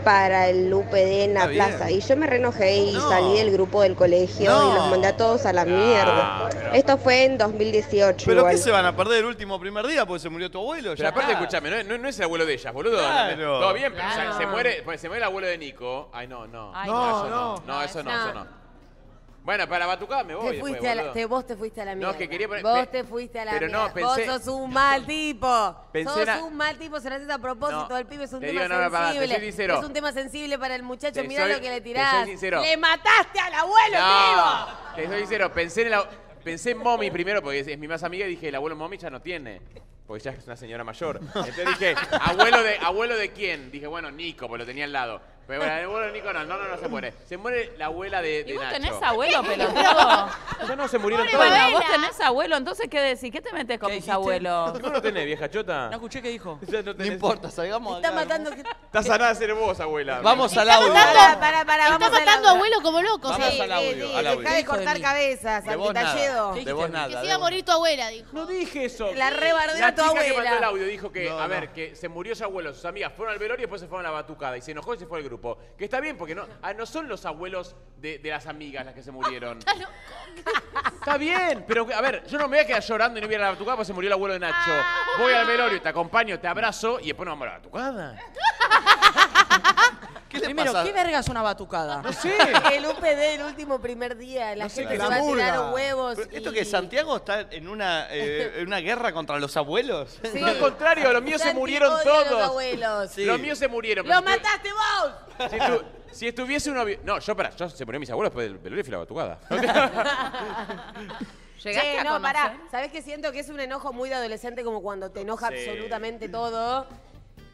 S21: para el UPD en la
S22: Está bien.
S21: plaza. Y yo me renojé y salí del grupo del colegio y los mandé a todos a la mierda.
S1: pero-
S21: Esto fue en 2018.
S1: ¿Pero
S21: igual.
S1: qué se van a perder el último primer día? Porque se murió tu abuelo.
S2: Pero aparte, escúchame, no, no- no es el abuelo de ellas, boludo.
S1: Claro.
S2: Todo bien, pero o sea,
S1: Claro.
S2: se, muere, pues, se muere el abuelo de Nico. Ay, no, no.
S3: Ay,
S2: no,
S3: no.
S2: eso no.
S3: No,
S2: No,
S3: no,
S2: eso no,
S3: no.
S2: eso no. Bueno, para Batucada me voy.
S3: Te
S2: después,
S3: fuiste a la,
S2: boludo.
S3: te- vos te fuiste a la mierda.
S2: es que quería poner-
S3: Vos
S2: pe-
S3: te fuiste a la
S2: pero no,
S3: mierda.
S2: pensé-
S3: Vos sos un mal tipo.
S2: Pensé
S3: sos
S2: na-
S3: un mal tipo, se lo haces a propósito.
S2: No,
S3: el pibe es un
S2: te
S3: tema
S2: digo, no, no, pará, te soy
S3: sensible.
S2: sincero.
S3: es un tema sensible para el muchacho.
S2: Te
S3: Mirá
S2: soy-
S3: lo que le
S2: te soy
S3: tirás.
S2: sincero.
S3: Le mataste al abuelo, vivo.
S2: No, te soy sincero, pensé en, la, pensé en Mommy primero, porque es, es mi más amiga, y dije, el abuelo Mommy ya no tiene. Porque ya es una señora mayor. Entonces dije, ¿abuelo de, ¿abuelo de quién? Dije, bueno, Nico, porque lo tenía al lado. Pero bueno, el abuelo de Nico no, no, no, no se muere. Se muere la abuela de, de
S4: ¿Y vos
S2: Nacho.
S4: tenés abuelo, pelotudo?
S2: Ya no, se murieron todos.
S4: Bueno, vos tenés abuelo, entonces ¿qué decís? ¿Qué te metes con mis abuelos?
S2: ¿Cómo no tenés, vieja chota?
S5: No escuché qué dijo.
S2: no importa,
S1: salgamos
S3: Está matando gente.
S2: Estás a nada de ser vos, abuela.
S1: Vamos al
S2: Estamos
S1: audio.
S3: Para, para, para,
S6: Está
S3: vamos al
S6: matando
S3: audio.
S6: abuelo como loco.
S1: Vamos
S6: sí.
S1: al audio, al audio.
S3: Deja de cortar cabezas,
S1: De vos
S3: Talledo.
S1: nada, de vos nada.
S6: Que se
S1: de
S6: iba a
S1: vos-
S6: morir tu abuela, dijo.
S2: No dije eso.
S3: La rebardera
S2: La
S3: tu
S2: chica que
S3: abuela.
S2: mandó el audio dijo que,
S1: No,
S2: a
S1: no.
S2: ver, que se murió su abuelo, sus amigas fueron al velorio y después se fueron a la batucada y se enojó y se fue al grupo. Que está bien porque no, ah, no son los abuelos de, de las amigas las que se murieron. está bien, pero a ver, yo no me voy a quedar llorando y no voy a ir a la batucada porque se murió el abuelo de Nacho. Voy al velorio, te acompaño, te abrazo y después nos vamos a la batucada.
S1: ¿Qué le
S5: Primero,
S1: pasa?
S5: ¿qué verga es una batucada? No
S2: sé.
S3: El UPD, el último primer día. La
S1: No sé
S3: gente
S1: qué
S3: se va a
S1: es.
S3: tirar huevos.
S1: Pero ¿Esto
S3: y-
S1: que Santiago está en una, eh, en una guerra contra los abuelos?
S3: Sí.
S2: No, al contrario, los míos se
S3: Santi
S2: murieron
S3: odia a los
S2: todos.
S3: abuelos.
S1: Sí.
S2: Los míos se murieron.
S3: ¡Lo
S2: pero si tu-
S3: mataste vos!
S2: Si, estu- si estuviese uno... vi- No, yo para, yo se murió mis abuelos después del velorio y fui a la batucada.
S4: ¿Llegaste
S3: Che,
S4: a
S3: no,
S4: conocer?
S3: pará. ¿Sabés que siento que es un enojo muy de adolescente, como cuando te enoja
S2: Sí.
S3: absolutamente todo?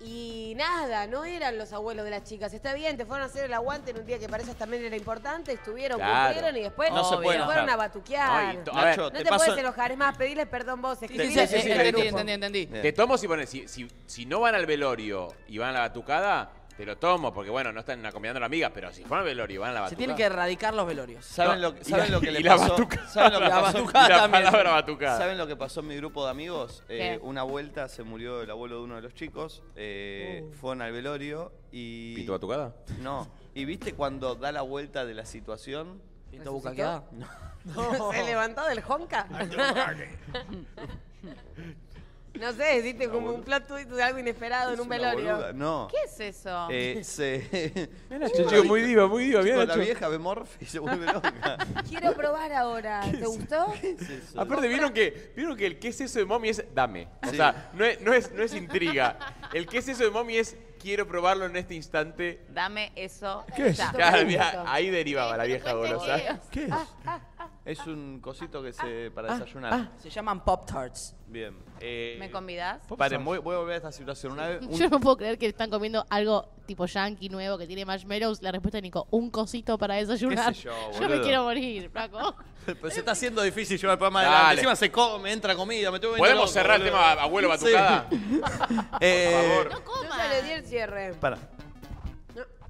S3: Y nada, no eran los abuelos de las chicas. Está bien, te fueron a hacer el aguante en un día que para ellas también era importante, estuvieron,
S2: Claro.
S3: cumplieron y después
S1: No se puede
S3: fueron
S1: enojar.
S3: a batuquear.
S2: No, y to-
S3: No,
S2: a ver,
S1: Nacho,
S3: te
S1: te paso-
S3: puedes enojar, es más, pedirles perdón vos. escribile
S5: sí, sí,
S3: en el
S5: eh, entendí,
S3: grupo.
S5: entendí, entendí.
S2: Te tomo si pones, si, si, si no van al velorio y van a la batucada, te lo tomo, porque bueno, no están acompañando a la amiga, pero si van al velorio y van a la
S5: Se
S2: batucada.
S5: tienen que erradicar los velorios.
S1: ¿Saben
S2: No,
S1: lo,
S2: y
S1: ¿saben
S2: la-
S1: lo que le
S2: y la
S1: pasó?
S2: batucada.
S1: ¿Saben lo que
S2: La
S1: pasó?
S2: batucada Y la también. palabra batucada.
S1: ¿Saben lo que pasó en mi grupo de amigos? Eh,
S4: ¿Qué?
S1: una vuelta se murió el abuelo de uno de los chicos.
S2: Uh.
S1: eh, Fueron al velorio y.
S2: ¿Pito batucada?
S1: No. ¿Y viste cuando da la vuelta de la situación?
S5: ¿Pito bucaqueada?
S1: No.
S3: ¿Se levantó del honka? no sé, hiciste como un plot twist de algo inesperado en un
S1: una
S3: velorio.
S1: boluda, No.
S4: ¿Qué es eso?
S1: Eh, se.
S2: Nacho, Ah. chico, muy diva, muy diva, mirá,
S1: Con la
S2: Nacho.
S1: vieja ve Morphy y se vuelve loca.
S3: Quiero probar ahora. ¿Te gustó?
S1: Es eso.
S2: Aparte, ¿vieron que, ¿vieron que el qué es eso de mommy es dame? O sea, no es, no, es, no es intriga. El qué es eso de mommy es quiero probarlo en este instante.
S4: Dame eso.
S2: ¿Qué
S4: ya.
S2: ahahí derivaba la vieja
S4: cuenten
S2: golosa.
S1: ¿Qué es?
S3: Ah,
S1: Es un cosito que
S2: Ah,
S1: se. para desayunar.
S5: Se llaman Pop Tarts.
S1: Bien. eh,
S4: ¿Me convidás?
S1: Paren, voy, voy a volver a esta situación. Una vez, un-
S6: Yo no puedo creer que están comiendo algo tipo yankee nuevo que tiene marshmallows. La respuesta de Nico, un cosito para desayunar.
S1: ¿Qué sé yo,
S6: me
S1: boludo?
S6: quiero morir, flaco.
S1: Pero se está haciendo difícil llevar el programa
S2: Dale.
S1: adelante. Encima se come, entra comida, me tengo que
S2: ¿Podemos cerrar el tema abuelo batucada?
S1: Eh,
S3: Yo ya le di el cierre.
S1: para.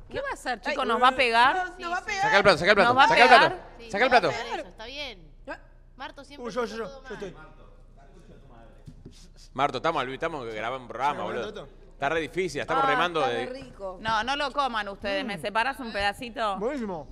S4: ¿Qué va a hacer, chicos? ¿Nos va a pegar?
S3: Nos va a pegar.
S2: Saca el plato, saca el plato.
S4: ¿Nos va a
S2: Saca el plato.
S4: pegar? Ah.
S6: Sí,
S2: Saca el
S6: no,
S2: plato.
S6: pero eso, Está bien. Marto siempre.
S9: yo,
S6: está
S9: yo,
S6: todo
S9: yo, yo
S6: mal.
S9: estoy.
S2: Marto, estamos, al- estamos grabando un programa,
S9: ¿Se grabó el
S2: boludo.
S9: otro?
S2: Está re difícil, estamos
S3: Ah,
S2: remando
S3: está
S2: de.
S3: re rico.
S4: No, no lo coman ustedes. ¿Me separas un pedacito?
S9: Buenísimo.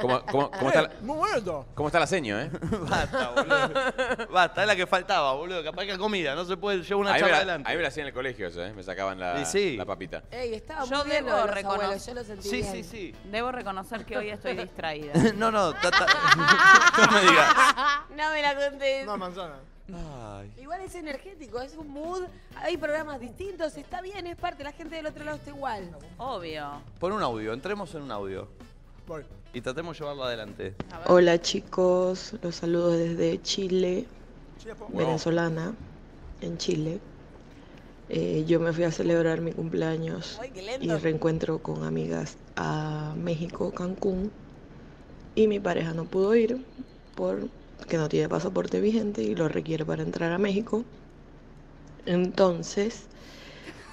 S2: ¿Cómo, cómo- cómo está la,
S9: Muy bueno esto.
S2: cómo está la seño, eh?
S1: Basta, boludo. Basta, es la que faltaba, boludo. Capaz que comida, no se puede llevar una
S2: ahí, me
S1: charla
S2: la,
S1: adelante.
S2: ahí me la hacían en el colegio eso, ¿eh? Me sacaban la,
S1: Y sí.
S2: la papita.
S3: Ey, estaba
S4: Yo
S3: muy bien
S4: debo
S3: lo de los
S4: reconocer-
S3: abuelos, yo lo sentí
S1: Sí,
S3: bien.
S1: sí, sí.
S4: Debo reconocer que hoy estoy distraída.
S1: no, no, ta- ta- no me digas.
S3: No me la conté.
S9: Una manzana.
S1: Ay.
S3: Igual es energético, es un mood, hay programas distintos, está bien, es parte, la gente del otro lado está igual.
S4: Obvio.
S1: Pon un audio, entremos en un audio.
S9: Voy.
S1: Y tratemos de llevarlo adelante.
S23: Hola chicos, los saludo desde Chile, venezolana, en Chile. Eh, yo me fui a celebrar mi cumpleaños y reencuentro con amigas a México, Cancún. Y mi pareja no pudo ir porque no tiene pasaporte vigente y lo requiere para entrar a México. Entonces,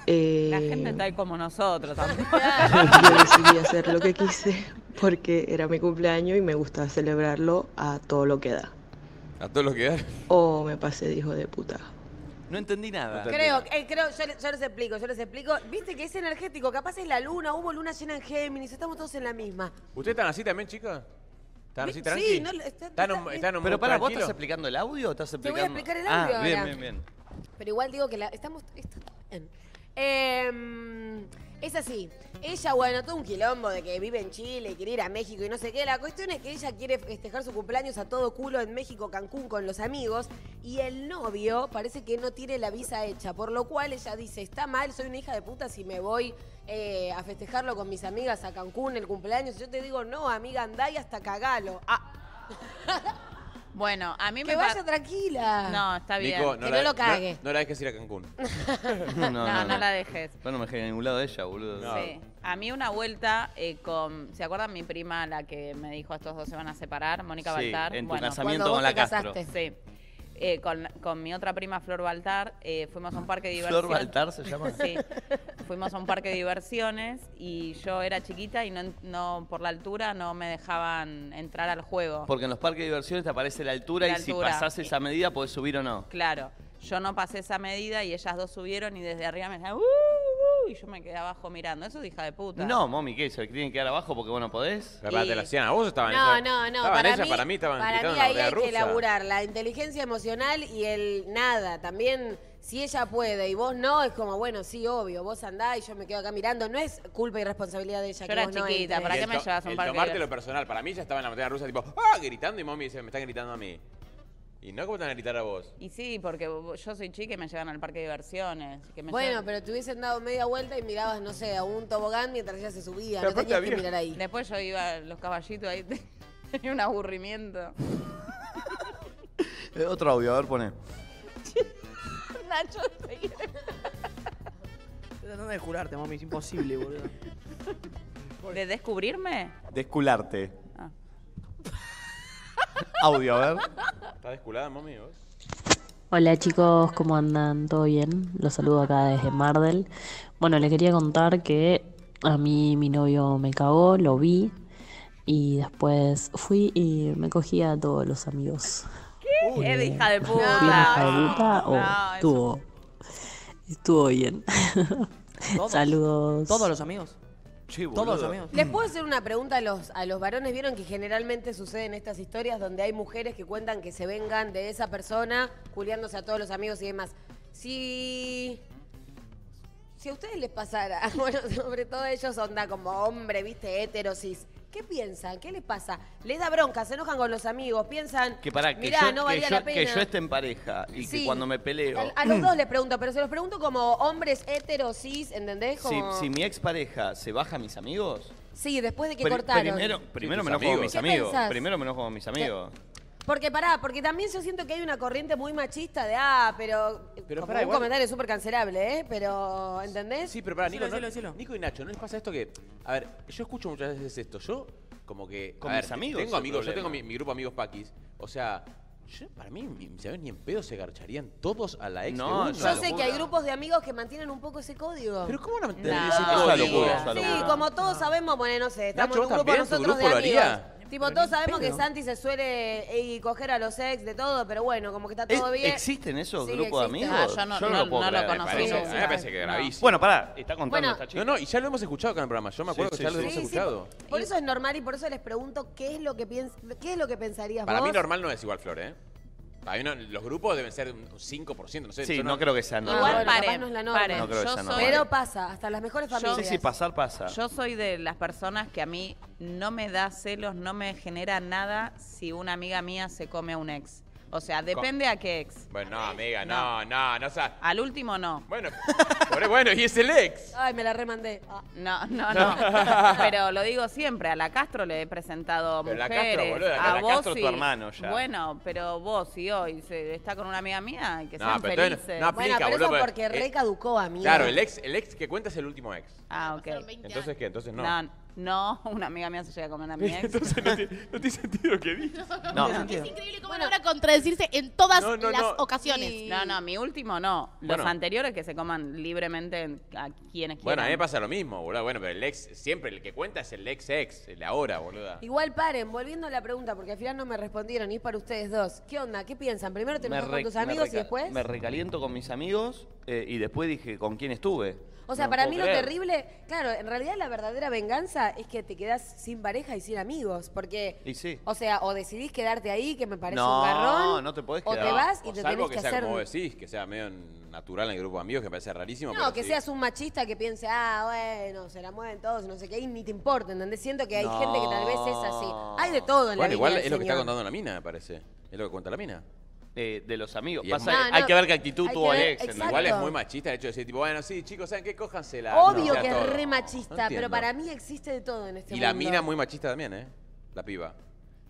S4: La
S23: eh,
S4: gente está ahí como nosotros también.
S23: yo decidí hacer lo que quise porque era mi cumpleaños y me gusta celebrarlo a todo lo que da.
S2: A todos los que dan.
S23: O me pasé de hijo de puta.
S1: No entendí nada.
S3: Creo, eh, creo yo, le- yo les explico, yo les explico. Viste que es energético, capaz es la luna, hubo luna llena en Géminis, estamos todos en la misma.
S2: ¿Ustedes están así también, chicas? ¿Están así
S3: Sí,
S2: tranqui?
S3: no, está-
S2: ¿Están,
S3: está-
S2: un- están un
S1: Pero
S2: mood
S1: para, ¿vos
S2: tranquilo?
S1: estás explicando el audio o estás
S3: Te voy
S1: explicando?
S3: a explicar el audio
S1: Ah, bien,
S3: ahora.
S1: bien, bien.
S3: Pero igual digo que la, estamos. esto está bien. Eh, es así. Ella, bueno, todo un quilombo de que vive en Chile y quiere ir a México y no sé qué. La cuestión es que ella quiere festejar su cumpleaños a todo culo en México, Cancún, con los amigos. Y el novio parece que no tiene la visa hecha. Por lo cual ella dice: Está mal, soy una hija de puta si me voy eh, a festejarlo con mis amigas a Cancún el cumpleaños. Y Yo te digo: No, amiga, andá y hasta cagalo. Ah,
S4: Bueno, a mí
S3: que
S4: me pa-
S3: vaya tranquila.
S4: No, está bien.
S2: Nico, no
S3: Que
S2: la,
S3: no lo cague.
S2: No, no la dejes ir a Cancún.
S1: No,
S4: No, no la dejes.
S1: Yo no me dejé en ningún lado de ella, boludo.
S4: Sí. A mí una vuelta eh, con, ¿se acuerdan mi prima, la que me dijo estos dos se van a separar? Mónica
S1: Sí,
S4: Baltar.
S1: en tu
S4: Bueno,
S1: casamiento Cuando vos con la te Castro.
S4: Sí. Eh, con, con mi otra prima, Flor Baltar, eh, fuimos a un parque de diversiones.
S1: ¿Flor Baltar se llama?
S4: Sí. Fuimos a un parque de diversiones y yo era chiquita y no, no por la altura no me dejaban entrar al juego.
S1: Porque en los parques de diversiones te aparece la altura
S4: La
S1: y si
S4: altura.
S1: pasás esa medida podés subir o no.
S4: Claro, yo no pasé esa medida y ellas dos subieron y desde arriba me decían, "Uh, uh", y yo me quedé abajo mirando. Eso es hija de puta.
S1: No, mami, ¿qué? ¿Se tienen que quedar abajo porque vos no podés?
S2: ¿Verdad? Te la hacían a vos o estaban
S3: No,
S2: ellas?
S3: no, no.
S2: Estaban
S3: Para
S2: ellas,
S3: mí,
S2: para mí estaban
S3: para
S2: gritando
S3: mí
S2: una
S3: ahí
S2: rodea
S3: hay que
S2: rusa.
S3: elaborar la inteligencia emocional y el nada. También, si ella puede y vos no, es como, bueno, sí, obvio, vos andás y yo me quedo acá mirando. No es culpa y responsabilidad de ella.
S4: Yo
S3: que
S4: era
S3: vos no
S4: chiquita,
S1: Ah,
S3: entres.
S4: ¿para
S2: Y
S4: qué
S2: el
S4: me
S2: to-
S4: llevas a un
S2: el
S4: parque de
S2: tomártelo
S4: diversiones?
S2: personal. Para mí ya estaba en la montaña rusa, tipo, ¡ah! gritando y mami dice, me están gritando a mí. Y no, ¿cómo te van a gritar a vos?
S4: Y sí, porque yo soy chica y me llevan al parque de diversiones. que me
S3: Bueno,
S4: llevan-
S3: pero te hubiesen dado media vuelta y mirabas, no sé, a un tobogán mientras ella se subía.
S2: Pero
S3: No
S2: aparte
S3: tenías que
S2: había-
S3: mirar ahí.
S4: Después yo iba a los caballitos ahí, tenía un aburrimiento.
S1: Eh, otro audio, a ver, pone.
S4: Nacho, seguí.
S12: Estoy tratando de jurarte, mami, es imposible, boludo.
S4: ¿De descubrirme?
S1: Descularte.
S4: Ah.
S1: audio, a ver.
S2: ¿Estás desculada, mami, vos?
S24: Hola chicos, ¿cómo andan? ¿Todo bien? Los saludo acá desde Mardel. Bueno, les quería contar que a mí mi novio me cagó, lo vi y después fui y me cogí a todos los amigos.
S4: ¿Qué? Es de hija de
S24: ¿Fui
S4: puta.
S5: Ah,
S24: una hija de puta o
S4: No, eso-
S24: estuvo, estuvo bien?
S3: ¿Todos?
S24: Saludos.
S12: ¿Todos los amigos? ¿Todos los
S1: boludo.
S12: amigos?
S3: ¿Les puedo hacer una pregunta a los, a los varones? ¿Vieron que generalmente suceden estas historias donde hay mujeres que cuentan que se vengan de esa persona, culiándose a todos los amigos y demás? Si. Si a ustedes les pasara, bueno, sobre todo ellos onda como hombre, viste, heterosis. ¿Qué piensan? ¿Qué les pasa? ¿Les da bronca? ¿Se enojan con los amigos? ¿Piensan?
S1: Que pará, que,
S3: mirá,
S1: yo,
S3: no
S1: que,
S3: valía
S1: yo,
S3: la
S1: que
S3: pena?
S1: yo esté en pareja y
S3: Sí.
S1: que cuando me peleo. mm,
S3: A, a los dos les pregunto, pero se los pregunto como hombres heterosis, ¿entendés?
S1: Si,
S3: Como-
S1: si mi expareja se baja a mis amigos.
S3: Sí, después de que
S1: pri-
S3: cortaron.
S1: Primero, primero me
S2: tus
S1: enojo con
S2: amigos.
S1: mis
S2: ¿Qué
S1: amigos.
S3: pensás?
S1: Primero me enojo con mis amigos.
S3: Porque pará, porque también yo siento que hay una corriente muy machista de, ah, pero...
S2: Pero
S3: como
S2: pará,
S3: un
S2: igual-
S3: comentario súper cancelable, ¿eh? Pero, ¿entendés?
S2: Sí, pero para Nico,
S12: Decilo,
S2: no-
S12: decilo, decilo.
S2: Nico y Nacho, ¿no les pasa esto que.? A ver, yo escucho muchas veces esto. Yo, como que.
S1: Con
S2: a ver,
S1: mis amigos es
S2: Tengo
S1: el
S2: amigos, yo
S1: problema.
S2: tengo mi, mi grupo de amigos paquis. O sea, yo, para mí, mi- mis amigos ni en pedo se garcharían todos a la ex. de
S1: No,
S2: uno.
S1: es
S3: Yo sé que hay grupos de amigos que mantienen un poco ese código.
S2: Pero ¿cómo no me
S4: No,
S1: Esa locura,
S4: diga.
S1: esa
S3: Sí,
S1: locura.
S3: como todos sabemos, bueno, no sé, estamos
S2: Nacho,
S3: en un
S2: ¿vos
S3: grupo
S2: también? ¿Tu
S3: nosotros
S2: grupo
S3: de
S2: lo
S3: amigos.
S2: haría?
S3: Tipo, todos sabemos que Santi se suele ir coger a los ex de todo, pero bueno, como que está todo
S2: ¿E-
S3: bien.
S1: ¿Existen esos
S3: Sí,
S1: grupos de
S3: existen.
S1: amigos?
S3: Ah, yo no-
S1: lo
S3: no-
S1: puedo
S3: no lo
S1: creer.
S3: conocí.
S2: Parece-
S3: Sí,
S2: a mí
S3: sí,
S2: me parece que
S3: no.
S2: gravísimo.
S1: Bueno, pará, está contando
S3: Bueno.
S1: esta chica.
S2: No, no, y ya lo hemos escuchado acá en el programa. Yo me acuerdo
S1: Sí,
S2: que ya
S1: sí,
S2: lo
S1: sí.
S2: hemos
S1: Sí, sí,
S2: escuchado.
S3: Por eso es normal y por eso les pregunto qué es lo que piens qué es lo que pensarías
S2: Para
S3: vos.
S2: mí normal no es igual, Flor, ¿eh? Para mí no- los grupos deben ser un 5%, no sé.
S1: Sí,
S2: yo
S1: no creo que sea
S3: No,
S1: normal.
S3: Igual
S4: paren,
S3: capaz no es la norma.
S4: paren.
S1: No creo que
S4: Yo
S1: sea
S4: soy-
S1: normal.
S3: Pero pasa, hasta las mejores familias.
S1: Sí, sí, pasar pasa.
S4: Yo soy de las personas que a mí no me da celos, no me genera nada si una amiga mía se come a un ex. O sea, depende a qué ex.
S2: Bueno, no, amiga, no, no, no, o sea,
S4: Al último no.
S2: Bueno, pobre- bueno, y es el ex.
S3: Ay, me la remandé. Ah.
S4: No, no, no. Pero lo digo siempre, a la Castro le he presentado
S1: Pero la
S4: mujeres.
S1: Castro, boludo, la-
S4: a
S1: la
S4: vos
S1: Castro tu
S4: y-
S1: hermano ya.
S4: Bueno, pero vos y hoy se- está con una amiga mía que
S2: No,
S4: sean
S2: pero entonces no-
S4: felices.
S2: no aplica,
S3: bueno, pero
S2: boludo,
S3: eso
S2: pero-
S3: porque
S2: eh,
S3: recaducó a mí.
S2: Claro, el ex, el ex que cuenta es el último ex.
S4: Ah, ok.
S2: Entonces, ¿qué? Entonces no.
S4: No, no, una amiga mía se llega a comer a mi ex.
S2: Entonces no tiene, no tiene sentido que digas.
S1: No.
S6: Es increíble cómo logra contradecirse en todas
S2: No, no,
S6: las
S2: no.
S6: ocasiones.
S4: No, no, mi último no. Los
S2: Bueno.
S4: anteriores que se coman libremente en- a quienes
S2: Bueno, a mí me
S4: quieran.
S2: pasa lo mismo, boludo. Bueno, pero el ex, siempre el que cuenta es el ex ex, el ahora, boluda.
S3: Igual paren, volviendo a la pregunta, porque al final no me respondieron y es para ustedes dos. ¿Qué onda? ¿Qué piensan? Primero te
S1: Me
S3: enojas con
S1: re-
S3: tus
S1: me
S3: amigos y
S1: reca-
S3: después.
S1: Me recaliento con mis amigos eh, y después dije con quién estuve.
S3: O sea,
S1: No
S3: para
S1: puedo
S3: mí lo
S1: creer.
S3: terrible, claro, en realidad la verdadera venganza es que te quedás sin pareja y sin amigos, porque,
S1: Y sí.
S3: o sea, o decidís quedarte ahí, que me parece
S1: No,
S3: un garrón,
S1: no te podés
S3: o
S1: quedar.
S3: te vas y
S2: O
S3: te
S2: salvo
S3: tenés
S2: que,
S3: que,
S2: sea
S3: hacer...
S2: como decís, que sea medio natural en el grupo de amigos, que me parece rarísimo.
S3: No,
S2: pero
S3: que
S2: sí.
S3: seas un machista que piense, ah, bueno, se la mueven todos, no sé qué, y ni te importa, ¿entendés? Siento que hay
S2: No.
S3: gente que tal vez es así. Hay de todo en
S2: Bueno,
S3: la
S2: igual
S3: vida.
S2: es lo que está
S3: señor.
S2: contando la mina, me parece. Es lo que cuenta la mina.
S1: de los amigos.
S2: Y
S1: Pasa
S2: es-
S1: que
S2: No,
S1: hay
S2: no,
S1: que ver qué actitud
S3: hay
S1: tuvo
S3: que ver-
S1: Alex. en
S3: exacto.
S1: la-
S2: Igual es muy machista el hecho de decir, tipo, bueno, sí, chicos, ¿saben qué? Cójanse la.
S3: Obvio que es re machista, pero
S2: mí
S3: para mí existe de todo en este
S2: Y
S3: mundo.
S2: la mina muy machista también, ¿eh? La piba.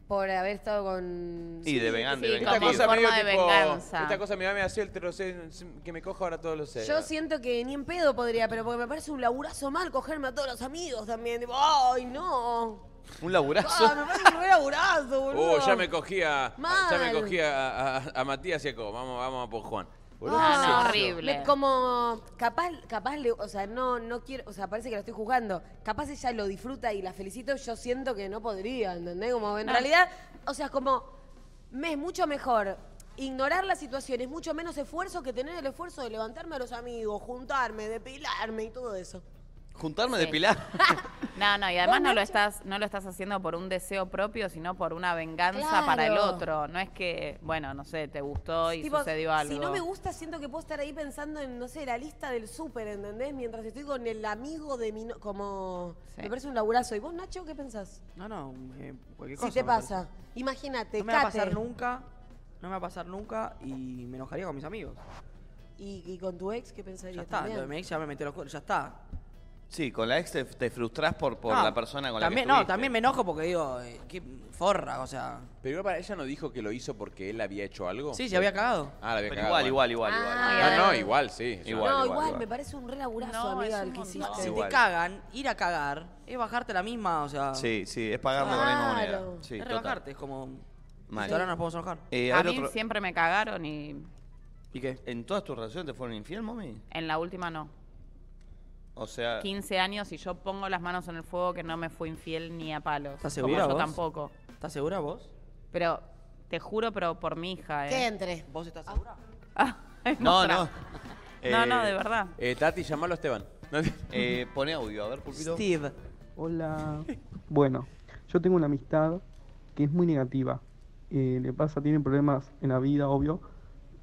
S3: Por haber estado con...
S1: Y de vengan, de
S3: sí,
S1: vengan.
S3: como forma de venganza.
S2: Esta cosa me va a hacer el trocen- que me cojo ahora todos los seres.
S3: Yo siento que ni en pedo podría, pero porque me parece un laburazo mal cogerme a todos los amigos también. Tipo, ¡ay, no!
S1: Un laburazo.
S3: ¡Ah, me parece un re laburazo, boludo!
S2: Uh, ya me cogía.
S3: Mal.
S2: Ya me cogía a, a- a Matías y a Co. Vamos, vamos por Juan. Boludo,
S3: Ah,
S2: ¿qué es eso?
S3: Me- como, capaz, capaz, le- o sea, no, no quiero, o sea, parece que lo estoy juzgando. Capaz ella lo disfruta y la felicito, yo siento que no podría, ¿entendés? Como en
S4: No.
S3: realidad, o sea, como, me es mucho mejor ignorar la situación, es mucho menos esfuerzo que tener el esfuerzo de levantarme a los amigos, juntarme, depilarme y todo eso.
S1: Juntarme
S4: Sí.
S1: de pilar.
S4: No, no, y
S3: Vos,
S4: además no lo
S3: Nacho.
S4: estás no lo estás haciendo por un deseo propio, sino por una venganza
S3: Claro.
S4: para el otro. No es que, bueno, no sé, te gustó y
S3: Tipo,
S4: sucedió algo.
S3: Si no me gusta, siento que puedo estar ahí pensando en, no sé, la lista del súper, ¿entendés? Mientras estoy con el amigo de mi... no- como... Me parece un laburazo. ¿Y vos, Nacho, qué pensás?
S12: No, no, eh, cualquier
S3: Si
S12: cosa.
S3: te
S12: me
S3: pasa.
S12: parece.
S3: Imagínate,
S12: No me va a
S3: Kate.
S12: pasar nunca, no me va a pasar nunca y me enojaría con mis amigos.
S3: ¿Y, y con tu ex qué pensarías
S12: Ya está,
S3: también?
S12: lo de mi ex ya me metió los cuernos, ya está.
S1: Sí, con la ex te, te frustrás por, por
S12: No,
S1: la persona con
S12: también,
S1: la que
S12: No, también me enojo porque digo, eh, qué forra, o sea.
S2: Pero igual para ella no dijo que lo hizo porque él había hecho algo.
S12: Sí, se había cagado.
S2: Ah, la había
S1: Pero
S2: cagado.
S1: igual,
S2: bueno.
S1: igual, igual,
S3: Ah.
S2: No, no, igual, sí.
S1: Igual,
S3: no, igual,
S1: igual,
S3: me parece un re laburazo,
S12: No,
S3: amiga,
S12: es
S3: el
S12: un
S3: que
S12: montón.
S3: hiciste.
S12: Si
S1: Igual.
S12: te cagan, ir a cagar es bajarte la misma, o sea.
S1: Sí, sí, es pagarme con la misma
S12: Claro.
S1: moneda. Sí,
S12: es
S1: total.
S12: rebajarte, es como.
S1: Mal.
S12: Ahora nos podemos enojar.
S1: Eh,
S4: a
S1: ver
S4: mí
S1: otro-
S4: siempre me cagaron y
S12: ¿Y qué?
S1: ¿En todas tus relaciones te fueron infiel, mami?
S4: en la última no.
S1: O
S12: Ah.
S1: sea,
S4: 15 años y yo pongo las manos en el fuego que no me fui infiel ni a palos.
S12: ¿Estás
S4: Como
S12: segura
S4: yo
S12: vos?
S4: tampoco.
S12: ¿Estás segura vos?
S4: Pero te juro, pero por mi hija, ¿eh? Ah,
S3: Que entre. Ah.
S12: ¿Vos estás segura?
S1: no,
S4: otra.
S1: no.
S4: No, no, de verdad.
S2: Eh, Tati, llamalo a Esteban. No,
S1: Eh, pone audio, a ver, Pulpito.
S12: Steve.
S17: Hola. Bueno, yo tengo una amistad que es muy negativa. Eh, le pasa, tiene problemas en la vida, obvio,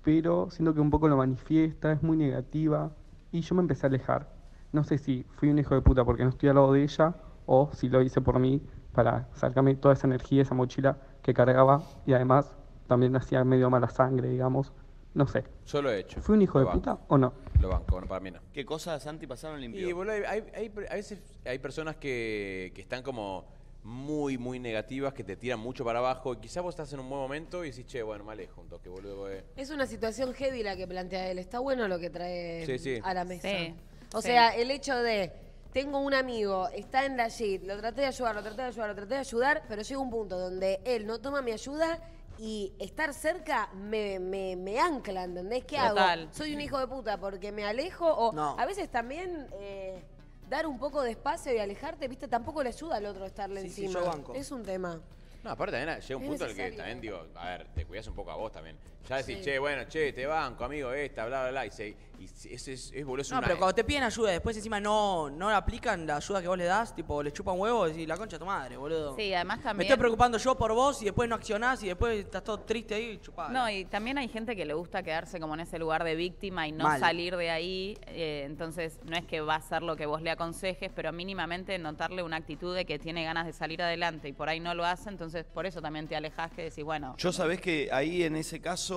S17: pero siento que un poco lo manifiesta, es muy negativa y yo me empecé a alejar. No sé si fui un hijo de puta porque no estoy al lado de ella o si lo hice por mí para sacarme toda esa energía, esa mochila que cargaba y además también hacía medio mala sangre, digamos. No sé.
S2: Yo lo he hecho.
S17: ¿Fui un hijo de
S2: Lo
S17: puta
S2: banco.
S17: o no?
S2: Lo banco, no, para mí no.
S1: ¿Qué cosas Santi pasaron limpio?
S2: Y boludo, hay, hay- hay- a veces hay personas que, que están como muy, muy negativas, que te tiran mucho para abajo. Y quizás vos estás en un buen momento y decís, che, bueno, me alejo un toque, boludo. porque-".
S3: Es una situación heavy la que plantea él. Está bueno lo que trae
S2: Sí, sí.
S3: a la mesa.
S4: Sí,
S3: O
S4: sí.
S3: sea, el hecho de, tengo un amigo, está en la shit, lo traté de ayudar, lo traté de ayudar, lo traté de ayudar, pero llega un punto donde él no toma mi ayuda y estar cerca me, me, me ancla, ¿entendés? ¿Qué
S4: Total.
S3: hago? ¿Soy un hijo de puta porque me alejo? O
S12: No.
S3: a veces también... eh, Dar un poco de espacio y alejarte, viste, tampoco le ayuda al otro estarle
S12: Sí, sí,
S3: encima.
S12: yo banco.
S3: Es un tema.
S2: No, aparte también llega un
S8: Es
S2: punto en el que
S8: necesario.
S2: también digo, a ver, te cuidas un poco a vos también. Ya decís,
S5: Sí.
S2: che, bueno, che, te banco, amigo, esta, bla, bla, bla. Y, se, y se- es, es, es boludo, es
S5: No,
S2: una- E.
S5: pero cuando te piden ayuda y después encima no, no la aplican la ayuda que vos le das, tipo, le chupan huevos y la concha de tu madre, boludo.
S4: Sí, además
S5: Me
S4: también.
S5: estoy preocupando yo por vos y después no accionás y después estás todo triste ahí y chupado.
S4: No, y también hay gente que le gusta quedarse como en ese lugar de víctima y no
S5: Mal.
S4: salir de ahí. eh, entonces, no es que va a ser lo que vos le aconsejes, pero mínimamente notarle una actitud de que tiene ganas de salir adelante y por ahí no lo hace. Entonces, por eso también te alejas que decís, bueno.
S1: Yo sabés que ahí en ese caso,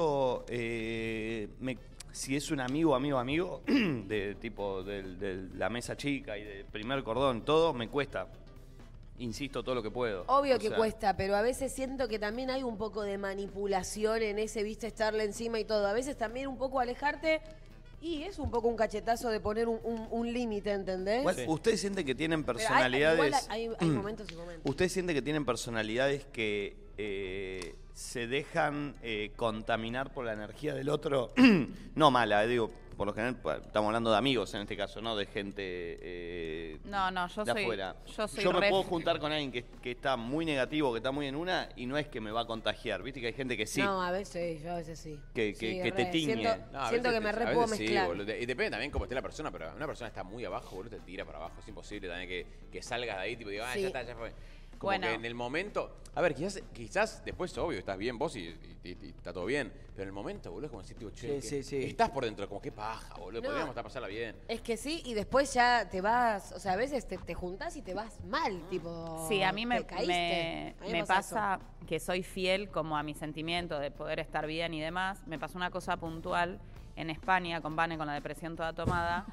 S1: eh, me- si es un amigo, amigo, amigo, de tipo del- de, la mesa chica y del primer cordón, todo, me cuesta. Insisto todo lo que puedo.
S3: Obvio
S1: O
S3: que
S1: sea,
S3: cuesta, pero a veces siento que también hay un poco de manipulación en ese, viste, estarle encima y todo. A veces también un poco alejarte y es un poco un cachetazo de poner un, un- un límite, ¿entendés?
S1: igual, Ustedes sienten que tienen
S3: ¿eh? Pero hay- igual
S1: personalidades.
S3: hay, hay momentos y momentos.
S1: Ustedes sienten que tienen personalidades que eh, se dejan eh, contaminar por la energía del otro. no mala, eh, digo, por lo general pa- estamos hablando de amigos en este caso, no de gente eh,
S4: No, no, yo
S1: de
S4: soy-
S1: afuera.
S4: yo soy
S1: me
S4: re-
S1: puedo juntar con alguien que, que está muy negativo, que está muy en una, y no es que me va a contagiar. Viste que hay gente que sí.
S3: No, a veces, yo a veces sí.
S1: Que- que-
S3: Sí,
S1: que te
S3: re.
S1: tiñe.
S3: Siento,
S2: No, a
S3: siento que
S2: veces te-
S3: me
S2: a
S3: re
S2: veces
S3: puedo
S2: sí,
S3: mezclar.
S2: boludo. Y depende también cómo esté la persona, pero una persona está muy abajo, boludo, te tira para abajo. Es imposible también que, que salgas de ahí, tipo, digo, ah,
S4: Sí.
S2: ya está, ya fue. Como
S4: Bueno.
S2: que en el momento. A ver, quizás, quizás después, obvio, estás bien vos y, y- y- y está todo bien. Pero en el momento, boludo, es como decir, tipo, che,
S5: Sí,
S2: que-
S5: sí, sí.
S2: estás por dentro, como que paja, boludo.
S3: No.
S2: Podríamos estar pasarla bien.
S3: Es que sí, y después ya te vas, o sea, a veces te, te juntás y te vas mal, tipo.
S4: Sí, a mí me,
S3: te caíste.
S4: me-
S3: A mí
S4: me pasa
S3: eso.
S4: que soy fiel como a mi sentimiento de poder estar bien y demás. Me pasó una cosa puntual en España con Vane con la depresión toda tomada,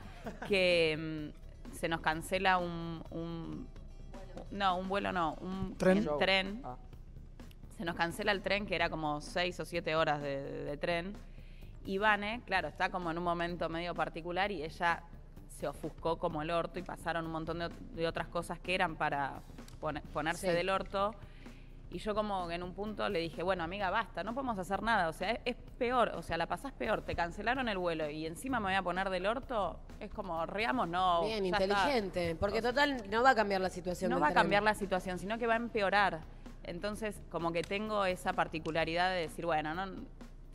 S4: que mm, se nos cancela un, un- no, un vuelo no, un
S9: ¿Tren?
S4: un tren. Se nos cancela el tren, que era como seis o siete horas de, de- de tren. Y Vane, claro, está como en un momento medio particular y ella se ofuscó como el orto y pasaron un montón de, ot- de otras cosas que eran para pone- ponerse
S11: Sí.
S4: del orto. Y yo como que en un punto le dije, bueno, amiga, basta, no podemos hacer nada, o sea, es, es peor, o sea, la pasás peor, te cancelaron el vuelo y encima me voy a poner del orto, es como, reamos, no.
S3: Bien,
S4: ya está.
S3: inteligente. Porque total, no va a cambiar la situación.
S4: No
S3: del
S4: va a
S3: tren.
S4: cambiar la situación, sino que va a empeorar. Entonces, como que tengo esa particularidad de decir, bueno, no,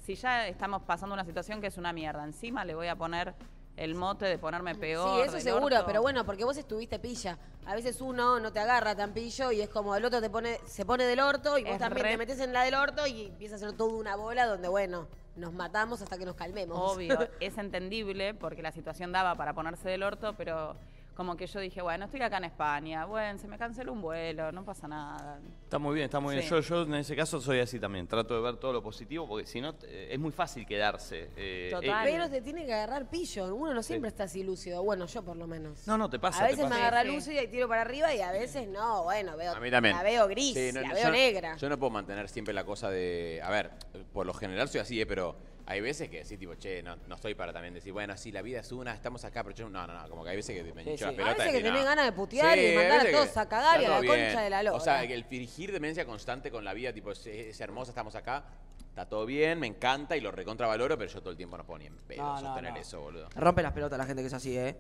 S4: si ya estamos pasando una situación que es una mierda, encima le voy a poner el mote de ponerme peor.
S3: Sí, eso
S4: del
S3: seguro,
S4: orto.
S3: pero bueno, porque vos estuviste pilla. A veces uno no te agarra tan pillo y es como el otro te pone, se pone del orto y vos
S4: Es
S3: también
S4: re-
S3: te metes en la del orto y empieza a ser toda una bola donde, bueno, nos matamos hasta que nos calmemos.
S4: Obvio, es entendible porque la situación daba para ponerse del orto, pero como que yo dije, bueno, estoy acá en España, bueno, se me canceló un vuelo, no pasa nada.
S1: Está muy bien, está muy bien.
S4: Sí.
S1: Yo, yo en ese caso soy así también. Trato de ver todo lo positivo porque si no eh, es muy fácil quedarse. eh, eh,
S3: Pero te tiene que agarrar pillo. Uno no siempre está así lúcido. Bueno, yo por lo menos.
S1: No, no, te pasa.
S3: a
S1: te
S3: veces me
S1: pasa.
S3: agarra lúcida y tiro para arriba y a veces no, bueno, veo,
S2: A mí también.
S3: la veo gris,
S2: Sí, no,
S3: la
S2: no,
S3: veo
S2: yo-
S3: negra.
S2: Yo no puedo mantener siempre la cosa de. A ver, por lo general soy así, ¿eh? pero hay veces que decís, tipo, che, no, no estoy para también decir, bueno, sí, la vida es una, estamos acá, pero yo. No, no, no, como que hay veces que me
S3: Sí,
S2: hincho las
S3: sí.
S2: pelotas.
S3: A veces
S2: y
S3: que
S2: no.
S3: tenés ganas de putear y de
S2: hay
S3: mandar a
S2: veces
S3: todos a cagar y
S2: está
S3: a la
S2: todo
S3: concha de la lora.
S2: O sea, que el fingir demencia constante con la vida, tipo, es, es hermosa, estamos acá. Está todo bien, me encanta y lo recontravaloro, pero yo todo el tiempo no ponía en pedo
S5: No, no,
S2: sostener
S5: no.
S2: eso, boludo.
S5: Rompe las pelotas la gente que es así, ¿eh?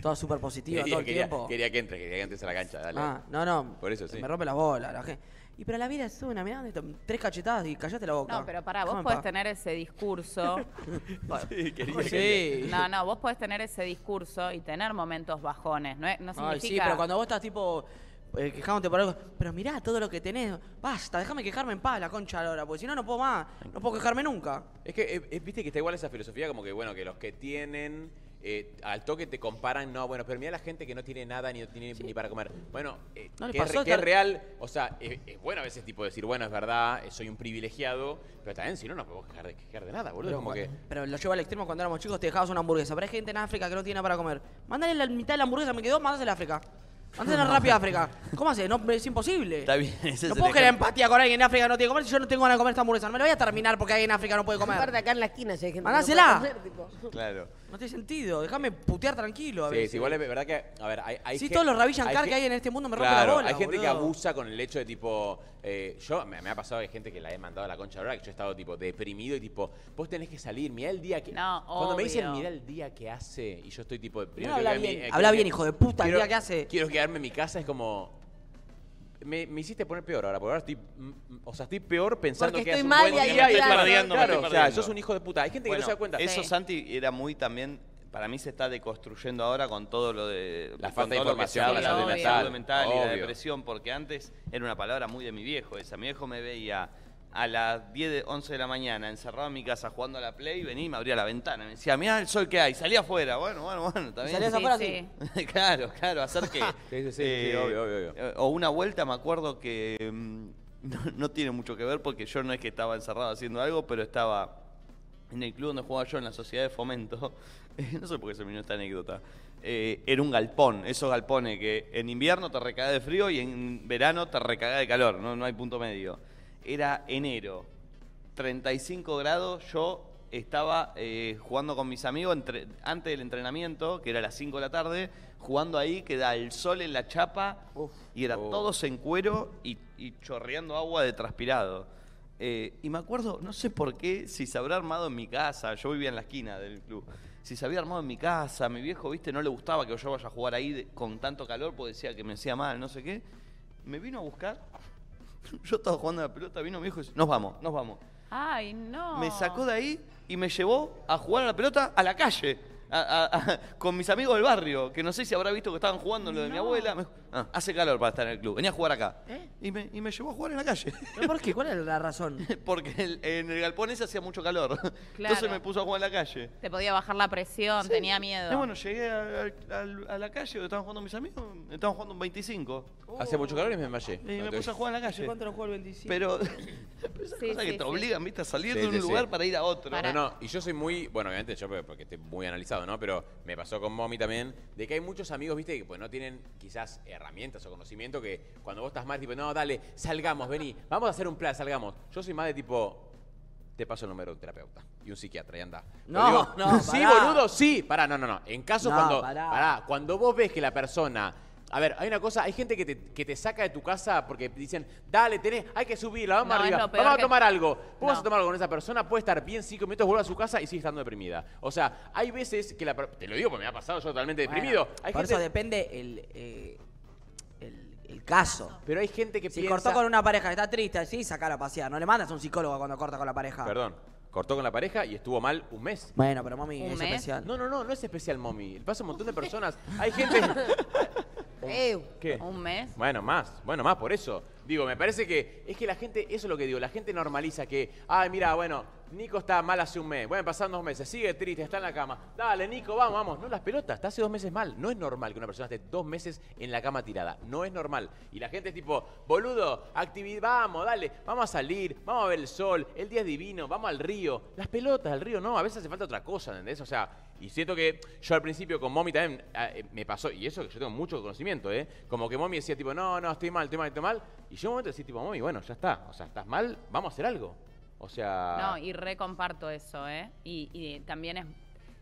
S5: Toda súper positiva, todo el
S2: quería,
S5: tiempo.
S2: quería que entre, quería que entres a la cancha, dale.
S5: Ah, no, no.
S2: Por eso sí.
S5: Me rompe las bolas la gente. Y pero la vida es una, mirá, dónde están, tres cachetadas y callate la boca.
S4: No, pero pará, vos
S5: Déjame en
S4: podés
S5: paz.
S4: tener ese discurso.
S2: Sí, quería,
S5: Sí.
S4: No, no, vos podés tener ese discurso y tener momentos bajones, no, es- no significa...
S5: Ay, sí, pero cuando vos estás tipo eh, quejándote por algo, pero mirá todo lo que tenés, basta, déjame quejarme en paz la concha ahora, porque si no, no puedo más, no puedo quejarme nunca.
S2: Es que, eh, eh, viste que está igual esa filosofía como que, bueno, que los que tienen, eh, al toque te comparan, no, bueno, pero mira la gente que no tiene nada ni, no tiene ni para comer. Bueno, eh,
S5: No le
S2: que, es
S5: pasó
S2: re- que es
S5: estar-
S2: real, o sea, es, es bueno a veces tipo decir, bueno, es verdad, eh, soy un privilegiado, pero también si no, no podemos quejar de, quejar de nada, boludo.
S5: Pero,
S2: es como que...
S5: pero lo llevo al extremo cuando éramos chicos, te dejabas una hamburguesa, pero hay gente en África que no tiene nada para comer. Mandale la mitad de la hamburguesa, me quedó, mandásela a África. Mandásela rápido a África. ¿Cómo haces? No, es imposible.
S1: Está bien, ese es el
S5: No puedo crear
S1: ejemplo.
S5: empatía con alguien en África que no tiene que comer si yo no tengo ganas de comer esta hamburguesa. No me la voy a terminar porque alguien en África no puede comer.
S3: Aparte acá en la esquina ya hay gente que no
S5: Mandásela.
S3: puede comer, tipo.
S1: Claro.
S5: No tiene sentido, déjame putear tranquilo. A
S2: Sí,
S5: veces.
S2: sí, igual es verdad que, a ver, hay... hay
S5: Sí,
S2: gen-
S5: todos los Ravi Shankar
S2: gen-
S5: que hay en este mundo me rompen la
S2: Claro,
S5: bola,
S2: hay gente que
S5: boludo.
S2: abusa con el hecho de tipo, eh, yo, me, me ha pasado, hay gente que la he mandado a la concha ahora, que yo he estado tipo deprimido y tipo, vos tenés que salir, mirá el día que...
S4: No,
S2: Cuando me dicen,
S4: obvio.
S2: mirá el día que hace, y yo estoy tipo... eh,
S5: habla bien. Habla bien, hijo de puta, el día que hace.
S2: Quiero quedarme en mi casa, es como... me, me hiciste poner peor ahora, porque ahora estoy, mm, mm, o sea, estoy peor pensando
S3: Porque
S2: que
S3: estoy
S2: haces
S3: mal
S2: un buen
S3: y ahí
S2: día
S3: estoy
S2: estás-
S3: perdiendo, me
S2: claro,
S3: estoy
S2: o sea,
S1: perdiendo.
S2: sos un hijo de puta. Hay gente que
S1: Bueno,
S2: no se da cuenta.
S1: Eso, Santi, era muy también. Para mí se está deconstruyendo ahora con todo lo de.
S2: La
S1: con
S2: falta de
S1: todo lo que se
S2: información,
S1: habla
S2: la salud
S1: de
S2: mental.
S1: salud mental y la
S2: Obvio.
S1: depresión, porque antes era una palabra muy de mi viejo. Esa. Mi viejo me veía a las 10, de- 11 de la mañana encerrado en mi casa jugando a la Play, venía y me abría la ventana. Me decía, mirá el sol que hay, salí afuera. Bueno, bueno, bueno, está
S5: ¿Y
S1: bien.
S5: salías afuera Sí,
S1: claro, claro, hacer que.
S2: sí,
S1: eh,
S2: obvio, obvio, obvio.
S1: eh, O una vuelta, me acuerdo que mm, no, no tiene mucho que ver porque yo no es que estaba encerrado haciendo algo, pero estaba en el club donde jugaba yo, en la sociedad de fomento. Eh, no sé por qué se me vino esta anécdota. Eh, era un galpón, esos galpones que en invierno te recaga de frío y en verano te recaga de calor, no, no hay punto medio. Era enero, 35 grados, yo estaba eh, jugando con mis amigos entre- antes del entrenamiento, que era a las 5 de la tarde, jugando ahí, que da el sol en la chapa, y era todos en cuero y, y chorreando agua de transpirado. Eh, y me acuerdo, no sé por qué, si se habrá armado en mi casa, yo vivía en la esquina del club, si se había armado en mi casa, mi viejo, viste, no le gustaba que yo vaya a jugar ahí de- con tanto calor, porque decía que me hacía mal, no sé qué, me vino a buscar, yo estaba jugando a la pelota, vino mi hijo y dice, nos vamos, nos vamos.
S4: Ay, no.
S1: Me sacó de ahí y me llevó a jugar a la pelota a la calle. a- a- a- con mis amigos del barrio, que no sé si habrá visto que estaban jugando lo de mi abuela. Me dijo, "Ah, hace calor para estar en el club, venía a jugar acá. Y, me, y me llevó a jugar en la calle.
S5: ¿Pero por qué? ¿Cuál es la razón?
S1: Porque el- en el galpón ese hacía mucho calor. Entonces
S4: Claro.
S1: me puso a jugar en la calle.
S4: Te podía bajar la presión, tenía miedo.
S1: Y bueno, llegué a, a- a la calle donde estaban jugando mis amigos, estaban jugando un 25.
S4: Uh.
S2: Hace mucho calor y me desmayé.
S1: Y me puse a jugar en la calle.
S5: no juega el 25?
S1: Pero
S4: Sí,
S1: cosas que
S4: sí,
S1: te
S4: sí.
S1: obligan, viste, a salir
S2: Sí,
S1: de un
S2: sí, sí.
S1: lugar para ir a otro.
S2: No, no, y yo soy muy, bueno, obviamente yo pe- porque estoy muy analizado, ¿no? Pero me pasó con Momi también, de que hay muchos amigos, viste, que pues no tienen quizás herramientas o conocimiento que cuando vos estás mal, tipo, no, dale, salgamos, vení, vamos a hacer un plan, salgamos. Yo soy más de tipo, te paso el número de un terapeuta y un psiquiatra y anda.
S5: No, no,
S2: Sí,
S5: pará.
S2: boludo, sí. Pará, no, no, no. En caso
S5: No,
S2: cuando,
S5: pará.
S2: pará, cuando vos ves que la persona... A ver, hay una cosa, hay gente que te, que te saca de tu casa porque dicen, dale, tenés, hay que subirla, vamos
S4: No, es
S2: arriba,
S4: lo peor
S2: vamos a
S4: que-
S2: tomar algo. Vos vas a
S4: No.
S2: tomar algo con esa persona, puede estar bien cinco minutos, vuelve a su casa y sigue estando deprimida. O sea, hay veces que la... per- Te lo digo porque me ha pasado yo totalmente deprimido. Hay
S11: por
S2: gente-
S11: eso depende el, eh, el, el caso.
S2: Pero hay gente que
S11: Si
S2: piensa-
S11: cortó con una pareja que está triste, sí, sacar a pasear. No le mandas a un psicólogo cuando corta con la pareja.
S2: Perdón, cortó con la pareja y estuvo mal un mes.
S11: Bueno, pero mami, ¿Un es mes? especial.
S2: No, no, no, no es especial, mommy. Pasa un montón de personas. Hay gente... ¿Qué?
S4: ¿Un mes?
S2: Bueno, más, bueno, más por eso. Digo, me parece que es que la gente, eso es lo que digo, la gente normaliza que, ay, mira, bueno, Nico está mal hace un mes, bueno, pasaron dos meses, sigue triste, está en la cama, dale, Nico, vamos, vamos, no las pelotas, está hace dos meses mal, no es normal que una persona esté dos meses en la cama tirada, no es normal. Y la gente es tipo, boludo, actividad, vamos, dale, vamos a salir, vamos a ver el sol, el día es divino, vamos al río, las pelotas, al río no, a veces hace falta otra cosa, ¿entendés? O sea, y siento que yo al principio con Momi también ah, eh, me pasó, y eso que yo tengo mucho conocimiento, ¿eh? Como que Momi decía, tipo, no, no, estoy mal, estoy mal, estoy mal. Y yo en un momento decía, tipo, Momi, bueno, ya está. O sea, estás mal, vamos a hacer algo. O sea.
S4: No, y recomparto eso, ¿eh? Y, y también es,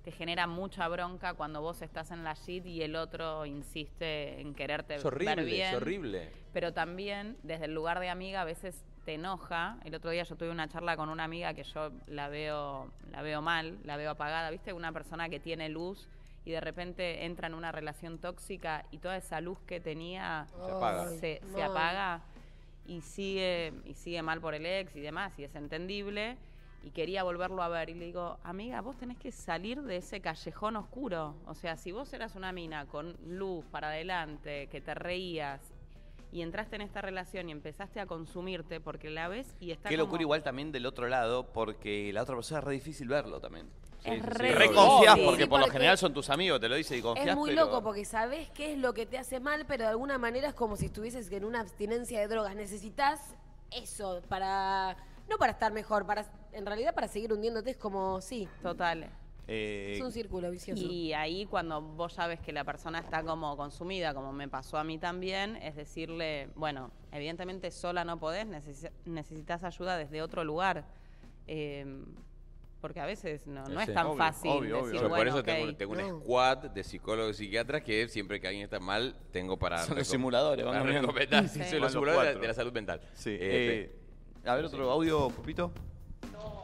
S4: te genera mucha bronca cuando vos estás en la shit y el otro insiste en quererte
S2: es
S4: ver
S2: horrible,
S4: bien.
S2: es horrible.
S4: Pero también, desde el lugar de amiga, a veces te enoja. El otro día yo tuve una charla con una amiga que yo la veo, la veo mal, la veo apagada, ¿viste? Una persona que tiene luz y de repente entra en una relación tóxica y toda esa luz que tenía
S2: Se apaga.
S4: se-
S2: Ay,
S4: se
S2: mal.
S4: apaga y sigue, y sigue mal por el ex y demás, y es entendible. Y quería volverlo a ver. Y le digo, amiga, vos tenés que salir de ese callejón oscuro. O sea, si vos eras una mina con luz para adelante, que te reías, y entraste en esta relación y empezaste a consumirte porque la ves y está
S1: Qué
S4: como-
S1: locura igual también del otro lado, porque la otra persona es re difícil verlo también.
S4: Es
S1: re
S4: re difícil.
S1: confías
S4: Sí,
S1: porque por lo
S3: porque
S1: general son tus amigos, te lo dice y confías.
S3: Es muy
S1: pero-
S3: loco porque sabés qué es lo que te hace mal, pero de alguna manera es como si estuvieses en una abstinencia de drogas. Necesitas eso para. No para estar mejor, para en realidad para seguir hundiéndote es como, sí.
S4: Total.
S1: Eh,
S3: Es un círculo vicioso.
S4: Y ahí cuando vos sabes que la persona está como consumida, como me pasó a mí también, es decirle, bueno, evidentemente sola no podés, necesi- necesitas ayuda desde otro lugar. Eh, porque a veces no, no es tan fácil decir,
S2: Yo por
S4: bueno,
S2: eso
S4: ok.
S2: tengo, un- tengo un squad de psicólogos y psiquiatras que siempre que alguien está mal, tengo para.
S1: Son los
S2: reco-
S1: simuladores, van
S2: para
S1: cambiando.
S2: recomendar,
S1: Sí.
S2: sí,
S1: Van
S2: son
S1: los
S2: los simuladores de,
S1: cuatro.
S2: de la salud mental.
S1: Sí,
S2: Eh,
S1: eh, a ver, otro audio, Pupito.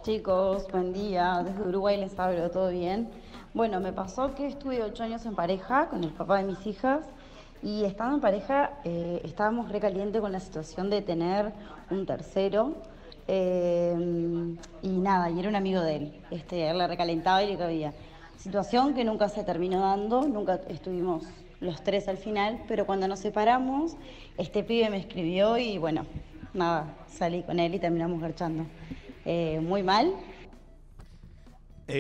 S18: Chicos, buen día. Desde Uruguay les hablo, ¿todo bien? Bueno, me pasó que estuve ocho años en pareja con el papá de mis hijas Y estando en pareja, eh, estábamos recalientes con la situación de tener un tercero. eh, y nada, y era un amigo de él. Este, él la recalentaba y le cabía. Situación que nunca se terminó dando, nunca estuvimos los tres al final, pero cuando nos separamos, este pibe me escribió y bueno, nada, salí con él y terminamos garchando. Eh, muy mal,
S1: Eh,
S3: No,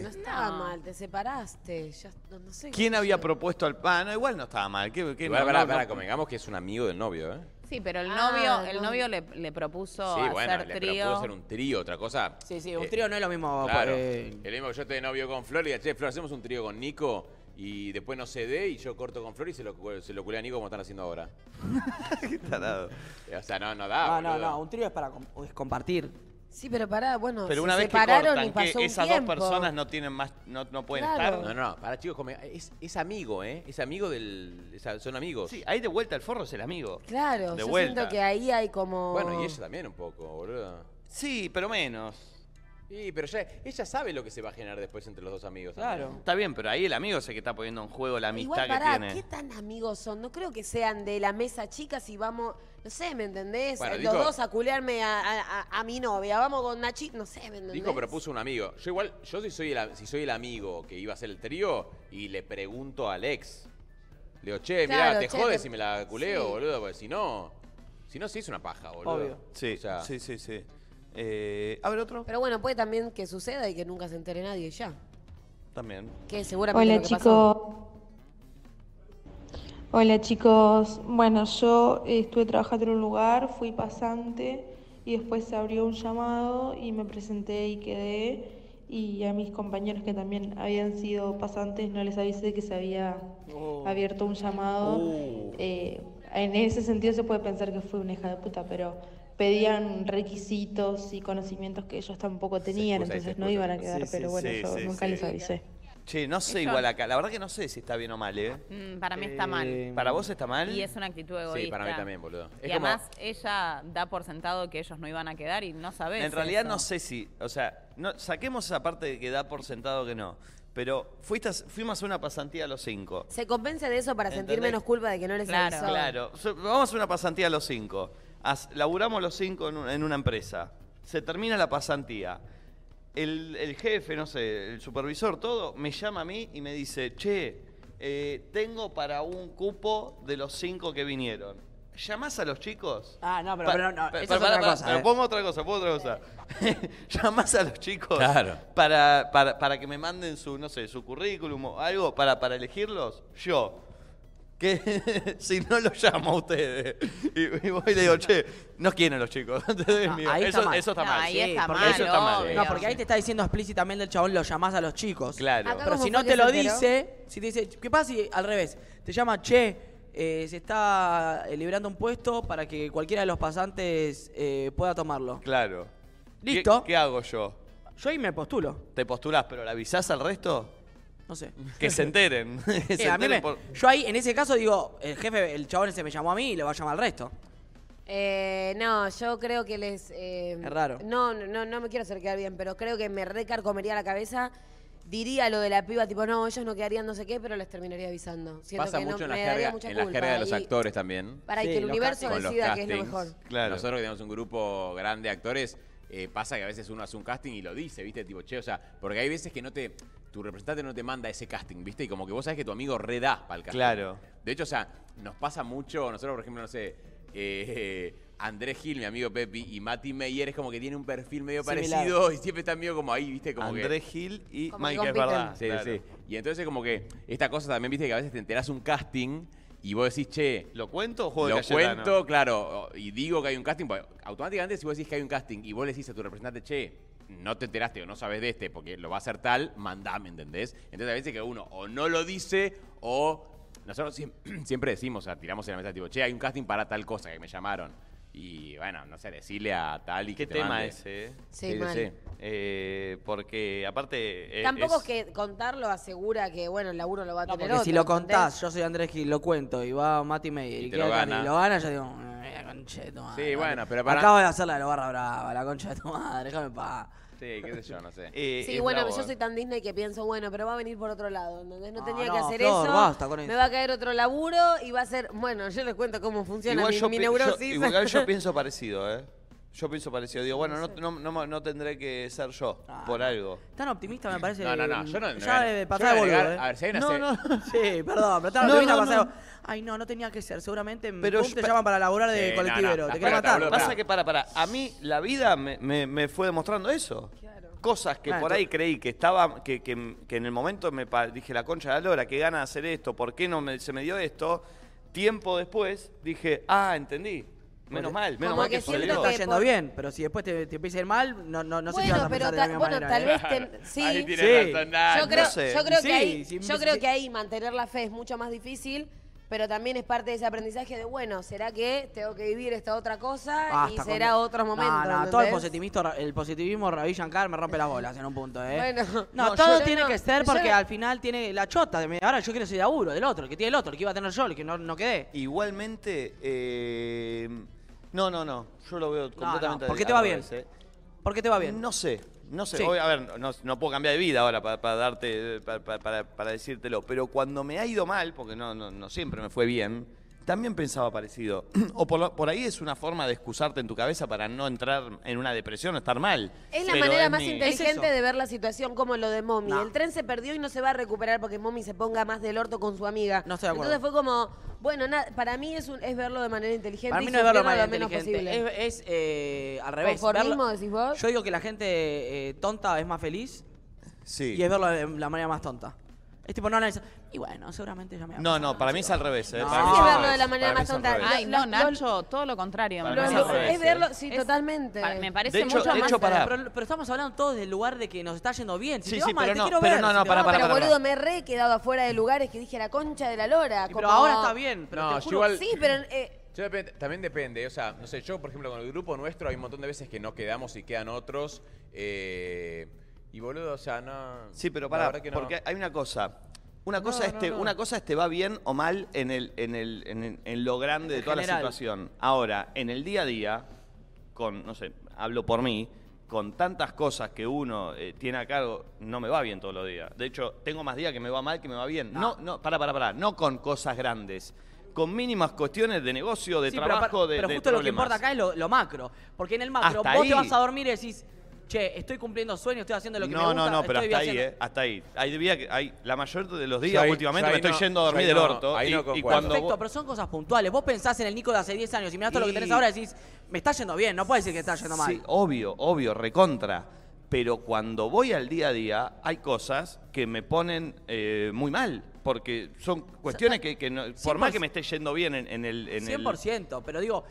S3: no estaba mal, te separaste. Ya, no, no sé.
S1: ¿Quién había propuesto al pan? No, igual no estaba mal. ¿Qué, qué-
S2: Igual,
S1: no,
S2: pará,
S1: no,
S2: pará,
S1: no.
S2: convengamos que es un amigo del novio, ¿eh?
S4: Sí, pero el
S3: Ah,
S4: novio, el
S3: no.
S4: novio le, le propuso
S2: Sí,
S4: hacer
S2: bueno, le- pero
S4: trío.
S2: pudo hacer un trío, otra cosa.
S11: Sí, sí, un
S2: Eh,
S11: trío no es lo mismo.
S2: Claro.
S11: eh,
S2: El mismo que yo estoy de novio con Flor y diga, che, Flor, hacemos un trío con Nico y después no se dé y yo corto con Flor y se lo, se lo culé a Nico como están haciendo ahora. Eh,
S1: Qué tarado.
S2: O sea, no, no
S11: Ah, no,
S1: Ah,
S2: da.
S11: no,
S2: boludo.
S11: no, un trío es para com- es compartir.
S3: Sí, pero pará, bueno,
S1: Pero
S3: se
S1: una vez que
S3: separaron
S1: cortan,
S3: y pasó
S1: que
S3: un
S1: esas
S3: tiempo.
S1: dos personas no tienen más, no, no pueden
S3: Claro.
S1: estar.
S2: No, no, para chicos, come- es, es amigo, ¿eh? Es amigo del. es a- son amigos.
S1: Sí, ahí de vuelta el forro es el amigo.
S3: Claro,
S1: de
S3: yo
S1: vuelta.
S3: siento que ahí hay como.
S2: Bueno, y ella también un poco, boludo.
S1: Sí, pero menos.
S2: Sí, pero ya, ella sabe lo que se va a generar después entre los dos amigos. también.
S1: Está bien, pero ahí el amigo es el que está poniendo en juego la amistad
S3: Igual, pará,
S1: que
S3: ¿qué
S1: tiene.
S3: tan amigos son? No creo que sean de la mesa chicas y vamos, no sé, ¿me entendés? Eh,
S2: Bueno,
S3: Los
S2: dijo-
S3: dos a culearme a, a- a- a mi novia, vamos con Nachi, no sé, ¿me entendés?
S2: Dijo, propuso un amigo. Yo igual, yo si soy, el, si soy el amigo que iba a hacer el trío y le pregunto al ex. Le digo, che, mirá,
S3: Claro,
S2: te
S3: che,
S2: jodes
S3: te-
S2: si me la culeo,
S3: sí.
S2: boludo, porque si no, si no, sí es una paja, boludo.
S11: Obvio.
S1: Sí,
S2: O sea,
S1: sí, sí, sí. Eh, a ver otro.
S3: Pero bueno, puede también que suceda y que nunca se entere nadie y ya.
S1: También.
S3: Que seguramente es
S13: Hola
S3: lo que pasó.
S13: chicos. Hola chicos. Bueno, yo eh, estuve trabajando en un lugar, fui pasante y después se abrió un llamado y me presenté y quedé. Y a mis compañeros que también habían sido pasantes no les avisé que se había
S1: Oh.
S13: abierto un llamado. Eh, en ese sentido se puede pensar que fue una hija de puta, pero pedían requisitos y conocimientos que ellos tampoco tenían,
S1: excusa, ahí se
S13: entonces no
S1: excusa.
S13: iban a quedar,
S1: Sí, sí,
S13: pero bueno,
S1: sí,
S13: yo
S1: sí,
S13: nunca
S1: sí.
S13: les avisé.
S1: Che, no sé
S4: Eso-
S1: igual acá. La verdad que no sé si está bien o mal, ¿eh?
S4: Mm, para mí está mal.
S1: ¿Para vos está mal?
S4: Y es una actitud egoísta.
S1: para mí también, boludo.
S4: Y
S1: Es como-
S4: además ella da por sentado que ellos no iban a quedar y no sabés.
S1: En realidad
S4: eso.
S1: no sé si, o sea, no, saquemos esa parte de que da por sentado que no. Pero fuiste a- fuimos a una pasantía a los cinco.
S3: Se convence de eso para sentir
S1: ¿Entendés?
S3: menos culpa de que no les avisó.
S1: Claro. So- Vamos a una pasantía a los cinco. As- laburamos los cinco en, un- en una empresa. Se termina la pasantía. El, el jefe, no sé, el supervisor, todo, me llama a mí y me dice, che, eh, tengo para un cupo de los cinco que vinieron. ¿Llamás a los chicos?
S11: Ah, no, pero,
S1: Pa-
S11: pero no, eso
S1: pa-
S11: es
S1: pará,
S11: otra
S1: pará,
S11: cosa.
S1: pero
S11: eh.
S1: pongo otra cosa, pongo otra cosa. Llamás a los chicos para, para, para que me manden su, no sé, su currículum o algo para, para elegirlos, yo. Que si no los llamo a ustedes. Y, y voy y le digo, che, no quieren los chicos. Entonces, digo,
S11: Ahí
S1: eso,
S11: está mal.
S1: eso está
S4: No,
S1: mal.
S4: ahí está
S1: porque-
S4: mal,
S1: Eso está mal.
S4: obvio.
S11: No, porque ahí te está diciendo explícitamente el chabón, lo llamás a los chicos.
S1: Claro.
S11: Pero si no te lo dice, si te dice, ¿qué pasa si al revés? Te llama, che, eh, se está eh, liberando un puesto para que cualquiera de los pasantes eh, pueda tomarlo.
S1: Claro. ¿Qué-
S11: Listo.
S1: ¿Qué, hago yo?
S11: Yo ahí me postulo,
S1: ¿Te postulás, pero le avisás al resto?
S11: no sé.
S1: Que se enteren. Que se
S11: Eh, a mí
S1: enteren
S11: me-
S1: por-
S11: Yo ahí, en ese caso, digo, el jefe, el chabón ese me llamó a mí y le va a llamar al resto.
S3: Eh, no, yo creo que les. eh,
S11: Es raro.
S3: No, no, no, no me quiero hacer quedar bien, pero creo que me recarcomería la cabeza. Diría lo de la piba, tipo, no, ellos no quedarían no sé qué, pero les terminaría avisando. Siento
S2: pasa
S3: que no-
S2: mucho en, la
S3: me daría
S2: jerga,
S3: mucha
S2: en la
S3: culpa
S2: jerga de los
S3: y-
S2: actores también.
S3: para que el universo
S2: Con los
S3: decida que es lo
S2: castings.
S3: mejor.
S1: Claro.
S2: Nosotros que tenemos un grupo grande de actores, eh, pasa que a veces uno hace un casting y lo dice, ¿viste? Tipo, che, o sea, porque hay veces que no te. Tu representante no te manda ese casting, ¿viste? Y como que vos sabés que tu amigo reda para el casting.
S1: Claro.
S2: De hecho, o sea, nos pasa mucho, nosotros, por ejemplo, no sé. eh, Andrés Gil, mi amigo Pepi, y Mati Meyer es como que tiene un perfil medio
S1: Similar.
S2: parecido y siempre están medio como ahí, ¿viste? Como que-
S1: Andrés Gil y
S2: como que
S1: Mike, es
S2: compiten.
S1: verdad.
S2: Sí,
S1: claro.
S2: sí. Y entonces como que esta cosa también, viste, que a veces te enterás un casting y vos decís, che,
S1: ¿Lo cuento o juego de
S2: lo
S1: Cayetano?
S2: cuento, claro, o- y digo que hay un casting, porque automáticamente si vos decís que hay un casting y vos le decís a tu representante, che, no te enteraste o no sabes de este porque lo va a hacer tal, mandame, ¿entendés? Entonces a veces que uno o no lo dice o nosotros siem- siempre decimos, o sea, tiramos en la mesa tipo, che, hay un casting para tal cosa que me llamaron. Y bueno, no sé, decirle a tal y
S1: ¿Qué
S2: que te
S1: tema
S2: mande.
S1: ese? eh?
S3: Sí, mal.
S1: Eh, porque aparte... eh,
S3: Tampoco
S1: es-
S3: es que contarlo asegura que, bueno, el laburo lo va a tener
S11: Porque
S3: otro.
S11: si lo
S3: ¿entendés?
S11: contás, yo soy Andrés Gil, lo cuento y va Mati Meyer y,
S2: te
S11: queda
S2: lo
S11: acá,
S2: gana.
S11: y lo gana, yo digo, "Mm, la concha de tu madre.
S2: Sí, bueno, pero para-
S11: Acabo de hacerla de la barra brava, la concha de tu madre, déjame pa.
S2: Sí, qué sé yo, no sé.
S1: Eh,
S3: Sí,
S1: es
S3: bueno,
S1: bravo,
S3: yo
S1: eh.
S3: soy tan Disney que pienso, bueno, pero va a venir por otro lado, ¿entendés?
S5: Ah,
S3: No
S1: No,
S3: tenía
S1: no,
S3: que hacer
S1: Flor,
S3: eso,
S1: basta con
S3: me
S1: eso.
S3: va a caer otro laburo y va a ser, bueno, yo les cuento cómo funciona
S1: Igual
S3: mi,
S1: yo,
S3: mi
S1: pi- yo-
S3: neurosis.
S1: igual yo pienso parecido, ¿eh? Yo pienso parecido. Digo, bueno, no, no, no- no tendré que ser yo por algo.
S5: Tan optimista me parece.
S1: Ah, No, no, no, yo no-
S5: Ya
S1: no-
S5: eh,
S1: yo no
S5: pasá de
S1: negar-
S5: boludo, eh.
S1: a ver, si hay una
S5: No,
S1: se-
S5: no. Sí, perdón, pero tan
S1: No,
S5: optimista
S1: no,
S5: pasá de
S1: no.
S5: boludo. Ay, no, no tenía que ser. Seguramente en
S1: Pero
S5: PUM
S1: yo-
S5: te llaman para laburar de
S1: Sí, no, no,
S5: colectivero.
S1: no,
S5: te
S1: pará,
S5: quieren matar.
S1: boludo, Pasa que para, para. A mí la vida me, me- me fue demostrando eso. Cosas que
S5: Ah,
S1: por
S5: tú-
S1: ahí creí que estaba, que, que- que en el momento me pa- dije la concha de la lora, qué gana de hacer esto, por qué no me- se me dio esto. Tiempo después dije, ah, entendí. Menos mal, menos mal que,
S5: te
S1: sucedió.
S5: está yendo bien, pero si después te, te empieza a ir mal, no, no, no sé si
S3: Bueno,
S5: vas a
S3: pero
S5: pensar de
S3: ta-
S5: la misma
S3: bueno,
S5: manera.
S3: tal
S5: ¿eh?
S3: vez ten- sí. Ahí tiene
S5: Sí.
S3: razón, Yo creo, yo creo
S5: Sí,
S3: que ahí,
S5: si-
S3: yo creo que ahí mantener la fe es mucho más difícil, pero también es parte de ese aprendizaje de bueno, será que tengo que vivir esta otra cosa
S5: Basta
S3: y
S5: Ah, con-
S3: será otro momento.
S5: No, no, todo el
S3: ¿entendés?
S5: positivismo, el positivismo Ravi Shankar me rompe las bolas en un punto, ¿eh?
S3: Bueno.
S5: no,
S3: No,
S5: todo
S3: yo-
S5: tiene
S3: yo no,
S5: que
S3: yo
S5: ser porque
S3: no-
S5: al final tiene la chota. De mí. Ahora yo quiero ser de laburo, del otro, el que tiene el otro, el que iba a tener yo, el que no, no quedé.
S1: Igualmente, eh, no, no, no. Yo lo veo completamente.
S5: no, ¿por qué te va
S1: al
S5: bien?
S1: revés, eh.
S5: ¿Por qué te va bien?
S1: No sé, no sé.
S5: Sí.
S1: Hoy, a ver, no, no puedo cambiar de vida ahora para, para darte, eh, para, para- para decírtelo. Pero cuando me ha ido mal, porque no, no, no siempre me fue bien, también pensaba parecido. o por, lo- por ahí es una forma de excusarte en tu cabeza para no entrar en una depresión o estar mal.
S3: Es la
S1: Pero
S3: manera
S1: es
S3: más
S1: mi-
S3: inteligente de ver la situación, como lo de Mommy.
S1: No.
S3: El tren se perdió y no se va a recuperar porque Mommy se ponga más del orto con su amiga.
S5: No estoy de acuerdo.
S3: Entonces fue como, bueno, na- para mí es, un- es verlo de manera inteligente.
S5: Para mí
S3: y
S5: no es verlo de
S3: sufrirlo
S5: manera
S3: lo menos
S5: inteligente.
S3: posible.
S5: Es, es, eh, al revés.
S3: ¿Conformismo
S5: verlo-
S3: decís vos?
S5: Yo digo que la gente eh, tonta es más feliz
S1: Sí.
S5: y es verlo de la manera más tonta. Es tipo, no analiza. Y bueno, seguramente ya me va a
S1: No,
S5: pasar.
S1: no, para mí es al revés. eh.
S5: No.
S1: Para mí
S5: Sí,
S1: al
S5: es verlo
S1: revés.
S3: de la manera
S1: Para mí
S3: más
S1: es al
S3: tonta.
S1: revés.
S4: Ay, no, Nacho, todo lo contrario.
S1: Para
S4: me
S1: mí es
S4: parece.
S1: al revés,
S3: Es verlo, sí, totalmente.
S4: pa- me parece
S1: De hecho-
S4: mucho
S1: de
S4: más.
S1: hecho, pará.
S5: Pero, pero estamos hablando todos del lugar de que nos está yendo bien. Si
S1: Sí,
S5: te va
S1: sí,
S5: mal,
S1: pero
S5: te
S1: no,
S5: quiero
S1: pero
S5: ver.
S1: no,
S5: Si
S1: no,
S5: te
S1: pará,
S5: va
S1: pará,
S5: mal,
S3: Pero
S1: pará,
S3: boludo, me re he quedado afuera de lugares que dije la concha de la lora.
S5: Y
S3: como-
S5: Pero ahora está bien. Pero
S2: No,
S5: te
S2: yo
S5: juro-
S2: igual-
S3: Sí, pero eh,
S2: Yo depende- también depende, o sea, no sé, yo por ejemplo con el grupo nuestro hay un montón de veces que no quedamos y quedan otros. eh, y boludo, o sea, no.
S1: Sí, pero
S2: la
S1: pará,
S2: verdad que no.
S1: porque hay una cosa. Una cosa,
S2: No,
S1: es
S2: no,
S1: te-
S2: no.
S1: una cosa es te va bien o mal en, el, en, el, en, el- en lo grande de
S2: En
S1: toda
S2: general.
S1: la situación. Ahora, en el día a día, con, no sé, hablo por mí, con tantas cosas que uno eh, tiene a cargo, no me va bien todos los días. De hecho, tengo más días que me va mal que me va bien. No, no, pará, pará, pará. No con cosas grandes. Con mínimas cuestiones de negocio, de
S5: Sí, pero
S1: trabajo,
S5: par-
S1: de,
S5: Pero
S1: de
S5: justo lo que
S1: problemas.
S5: importa acá es lo, lo macro. Porque en el macro
S1: Hasta
S5: vos
S1: ahí.
S5: te vas a dormir y decís, che, estoy cumpliendo sueños, estoy haciendo lo que me
S1: No,
S5: gusta.
S1: no, no, pero
S5: estoy
S1: hasta ahí,
S5: haciendo-
S1: ¿eh? Hasta ahí. Hay días que, hay, la mayor de los
S2: Yo
S1: días
S2: ahí-
S1: últimamente
S2: yo
S1: me
S2: ahí
S1: estoy
S2: no-
S1: yendo a
S2: yo
S1: dormir
S2: ahí
S1: del
S2: no-
S1: orto.
S2: ahí
S1: y,
S2: no
S1: y
S2: concuerdo.
S1: cuando
S5: Perfecto,
S1: vos-
S5: pero son cosas puntuales. Vos pensás en el Nico de hace 10 años y mirás todo lo que tenés
S1: Y-
S5: ahora y decís, me está yendo bien, no puede decir que está yendo mal.
S1: Sí, obvio, obvio, recontra. Pero cuando voy al día a día, hay cosas que me ponen eh, muy mal. Porque son cuestiones
S5: ah,
S1: que, que no- por más que me esté yendo bien en, en el. En el-
S5: 100%, pero digo,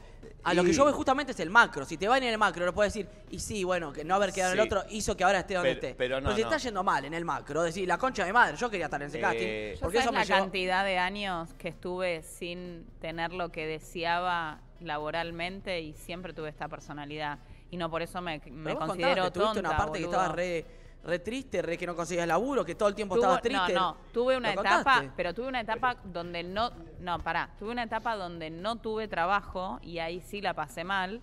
S5: a lo que
S1: Y-
S5: yo veo justamente es el macro. Si te va en el macro, lo puedes decir, y sí, bueno, que no haber quedado en el
S1: Sí.
S5: otro hizo que ahora esté donde
S1: Pero-
S5: esté.
S1: pero no,
S5: si
S1: no.
S5: está yendo mal en el macro, decís, la concha de madre, yo quería estar en ese
S1: Eh,
S5: casting.
S1: Yo
S5: Porque
S4: ¿Sabes
S5: eso me
S4: la
S5: llevó-
S4: cantidad de años que estuve sin tener lo que deseaba laboralmente y siempre tuve esta personalidad? Y no por eso me, me
S5: Pero vos contabas
S4: considero
S5: que tuviste
S4: tonta,
S5: una parte que
S4: boludo.
S5: estabas re, re triste, re que no conseguías laburo, que todo el tiempo
S4: Tuvo-
S5: estabas triste.
S4: No, no, tuve una
S5: ¿Lo
S4: etapa,
S5: contaste?
S4: pero tuve una etapa donde no, no, pará, tuve una etapa donde no tuve trabajo y ahí sí la pasé mal,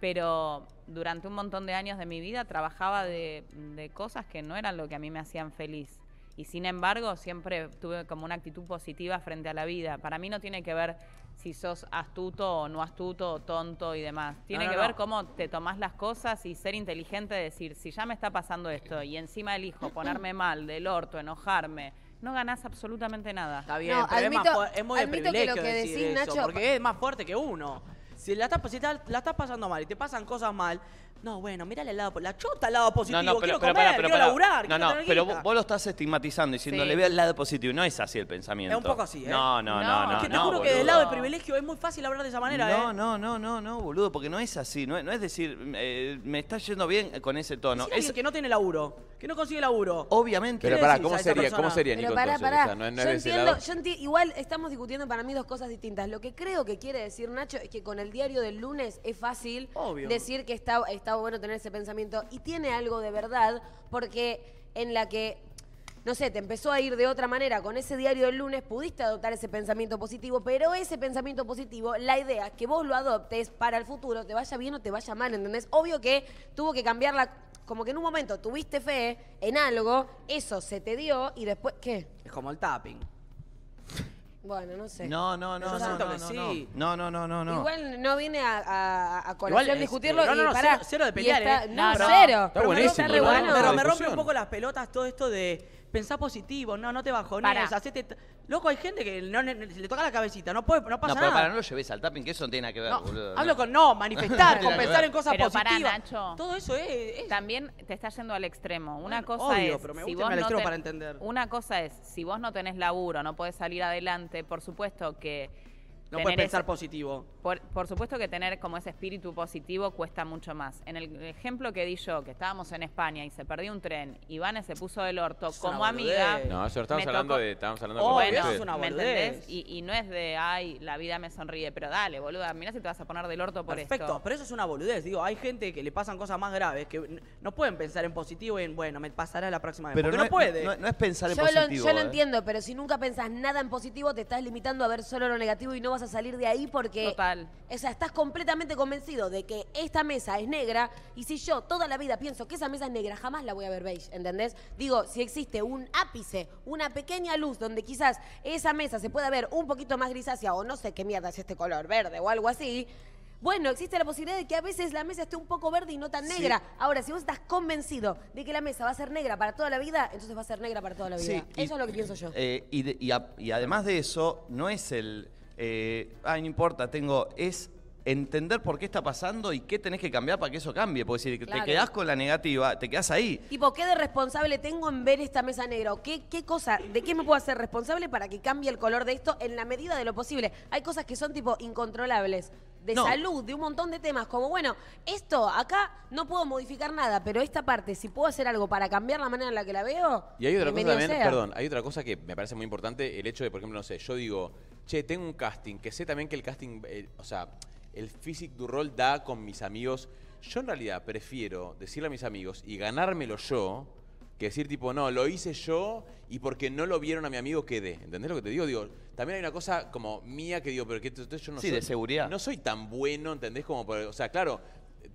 S4: pero durante un montón de años de mi vida trabajaba de, de cosas que no eran lo que a mí me hacían feliz. Y sin embargo, siempre tuve como una actitud positiva frente a la vida. Para mí no tiene que ver si sos astuto o no astuto, o tonto y demás. Tiene
S5: no,
S4: que
S5: no.
S4: ver cómo te tomás las cosas y ser inteligente, decir, si ya me está pasando esto y encima elijo ponerme mal, del orto, enojarme, no ganás absolutamente nada. Está
S5: bien, pero es, más, fu- es muy de privilegio decir eso, porque es más fuerte que uno. Si la estás, si la, la estás pasando mal y te pasan cosas mal, no, bueno, mirale el lado, po- la chota al lado positivo, quiero comer,
S1: pará,
S5: quiero
S1: pará. No,
S5: laburar, quiero
S1: no,
S5: tener
S1: pero
S5: guita.
S1: vos, vos lo estás estigmatizando diciendo,
S5: Sí.
S1: le veo el lado positivo. No es así el pensamiento.
S5: Es un poco así, ¿eh?
S1: No, no, no, no.
S5: Es que te
S1: no,
S5: juro que del
S1: boludo.
S5: lado del privilegio es muy fácil hablar de esa manera,
S1: no,
S5: ¿eh?
S1: no, no, no, no, boludo, porque no es así, no es, no es decir, eh, me está yendo bien con ese tono.
S5: Decirle a alguien que no tiene laburo, que no consigue laburo.
S1: Obviamente.
S5: ¿Qué le
S2: Pero pará,
S5: decís
S2: ¿cómo
S5: a esa
S2: sería?
S5: persona?
S2: ¿Cómo sería,
S3: Pero
S2: Nico,
S3: pará,
S2: entonces?
S3: pará.
S2: O sea, no es- no es
S3: yo
S2: de ese
S3: entiendo,
S2: lado.
S3: yo enti- igual estamos discutiendo para mí dos cosas distintas. Lo que creo que quiere decir Nacho es que con el diario del lunes es fácil
S5: Obvio.
S3: decir que está, está bueno tener ese pensamiento. Y tiene algo de verdad, porque en la que. No sé, te empezó a ir de otra manera con ese diario del lunes, pudiste adoptar ese pensamiento positivo, pero ese pensamiento positivo, la idea es que vos lo adoptes para el futuro, te vaya bien o te vaya mal, ¿entendés? Obvio que tuvo que cambiar la, como que en un momento tuviste fe en algo, eso se te dio y después, ¿qué?
S11: Es como el tapping.
S3: Bueno, no sé.
S1: No, no, no,
S3: Yo
S1: no,
S3: siento
S1: no,
S3: que
S1: no,
S3: sí.
S1: no, no, no, no, no.
S3: Igual no viene a, a, a colación
S11: Igual es-
S3: discutirlo
S11: no, no,
S3: y
S11: no,
S3: pará.
S11: cero- cero de
S3: Y
S11: pelear,
S3: está-
S11: ¿eh?
S3: No,
S11: No, no.
S3: cero.
S11: Está buenísimo,
S3: Pero,
S11: ¿no?
S3: me parece re
S11: Pero
S3: bueno.
S11: me rompe un poco las pelotas todo esto de pensar positivo, no, no te bajones,
S3: Pará.
S11: hacete... t- Loco, hay gente que no, ne- ne- se le toca la cabecita, no, puede, no
S25: No,
S11: pasa
S25: pero
S11: nada.
S25: para no lo lleves al tapping, que eso no tiene nada que ver,
S11: No,
S25: boludo.
S11: hablo con no, manifestar,
S25: No tiene nada
S11: con
S25: que
S11: pensar
S25: ver.
S11: en cosas
S4: pero pará,
S11: positivas.
S4: Nacho.
S11: Todo eso es,
S4: También te estás yendo al extremo. Una
S11: Bueno,
S4: cosa
S11: obvio,
S4: es.
S11: pero me
S4: si
S11: gusta
S4: vos
S11: irme al
S4: no
S11: extremo
S4: ten-
S11: para entender.
S4: Una cosa es, si vos no tenés laburo, no podés salir adelante, por supuesto que.
S11: No
S4: tener
S11: puedes pensar
S4: ese-
S11: positivo.
S4: Por, por supuesto que tener como ese espíritu positivo cuesta mucho más. En el ejemplo que di yo, que estábamos en España y se perdió un tren, Ivane se puso del orto
S11: una
S4: como amiga.
S11: boludez.
S2: No, eso estábamos
S4: me
S2: hablando
S4: tocó-
S2: de. Estábamos hablando de
S4: Oh,
S2: cosas
S4: bueno,
S2: que-
S4: es una ¿me entendés? Y, y no es de, ay, la vida me sonríe, pero dale, boluda, mirá si te vas a poner del orto por
S11: Perfecto,
S4: esto.
S11: pero eso es una boludez. Digo, hay gente que le pasan cosas más graves que n- no pueden pensar en positivo y en, bueno, me pasará la próxima vez.
S1: Pero
S11: porque
S1: no
S11: no,
S1: es-
S11: puede.
S1: no- no es pensar en
S3: Yo lo,
S1: positivo,
S3: yo lo
S1: eh.
S3: entiendo, pero si nunca pensás nada en positivo, te estás limitando a ver solo lo negativo y no vas a salir de ahí porque.
S4: Total.
S3: O sea, estás completamente convencido de que esta mesa es negra y si yo toda la vida pienso que esa mesa es negra, jamás la voy a ver beige, ¿entendés? Digo, si existe un ápice, una pequeña luz donde quizás esa mesa se pueda ver un poquito más grisácea o no sé qué mierda es este color verde o algo así. Bueno, existe la posibilidad de que a veces la mesa esté un poco verde y no tan negra. Ahora, si vos estás convencido de que la mesa va a ser negra para toda la vida, entonces va a ser negra para toda la vida.
S1: Sí, y-
S3: Eso es lo que pienso yo.
S1: Eh, y, de- y a- y además de eso, no es el. eh, Ay, no importa, tengo. Es entender por qué está pasando y qué tenés que cambiar para que eso cambie. Porque si
S3: Claro.
S1: te quedás con la negativa, te quedás ahí.
S3: Tipo, ¿qué de responsable tengo en ver esta mesa negra? ¿O qué, qué cosa, de qué me puedo hacer responsable para que cambie el color de esto en la medida de lo posible? Hay cosas que son tipo incontrolables, de
S1: No.
S3: salud, de un montón de temas, como bueno, esto acá no puedo modificar nada, pero esta parte, si puedo hacer algo para cambiar la manera en la que la veo,
S2: Y hay otra cosa
S3: bienvenido
S2: también,
S3: sea.
S2: perdón, hay otra cosa que me parece muy importante, el hecho de, por ejemplo, no sé, yo digo, che, tengo un casting, que sé también que el casting, eh, o sea, el physic du rol da con mis amigos. Yo en realidad prefiero decirle a mis amigos y ganármelo yo, que decir tipo, no, lo hice yo y porque no lo vieron a mi amigo quedé. ¿Entendés lo que te digo? Digo, también hay una cosa como mía que digo, pero que entonces yo no
S25: Sí,
S2: soy.
S25: de seguridad.
S2: No soy tan bueno, ¿entendés? Como por- o sea, claro.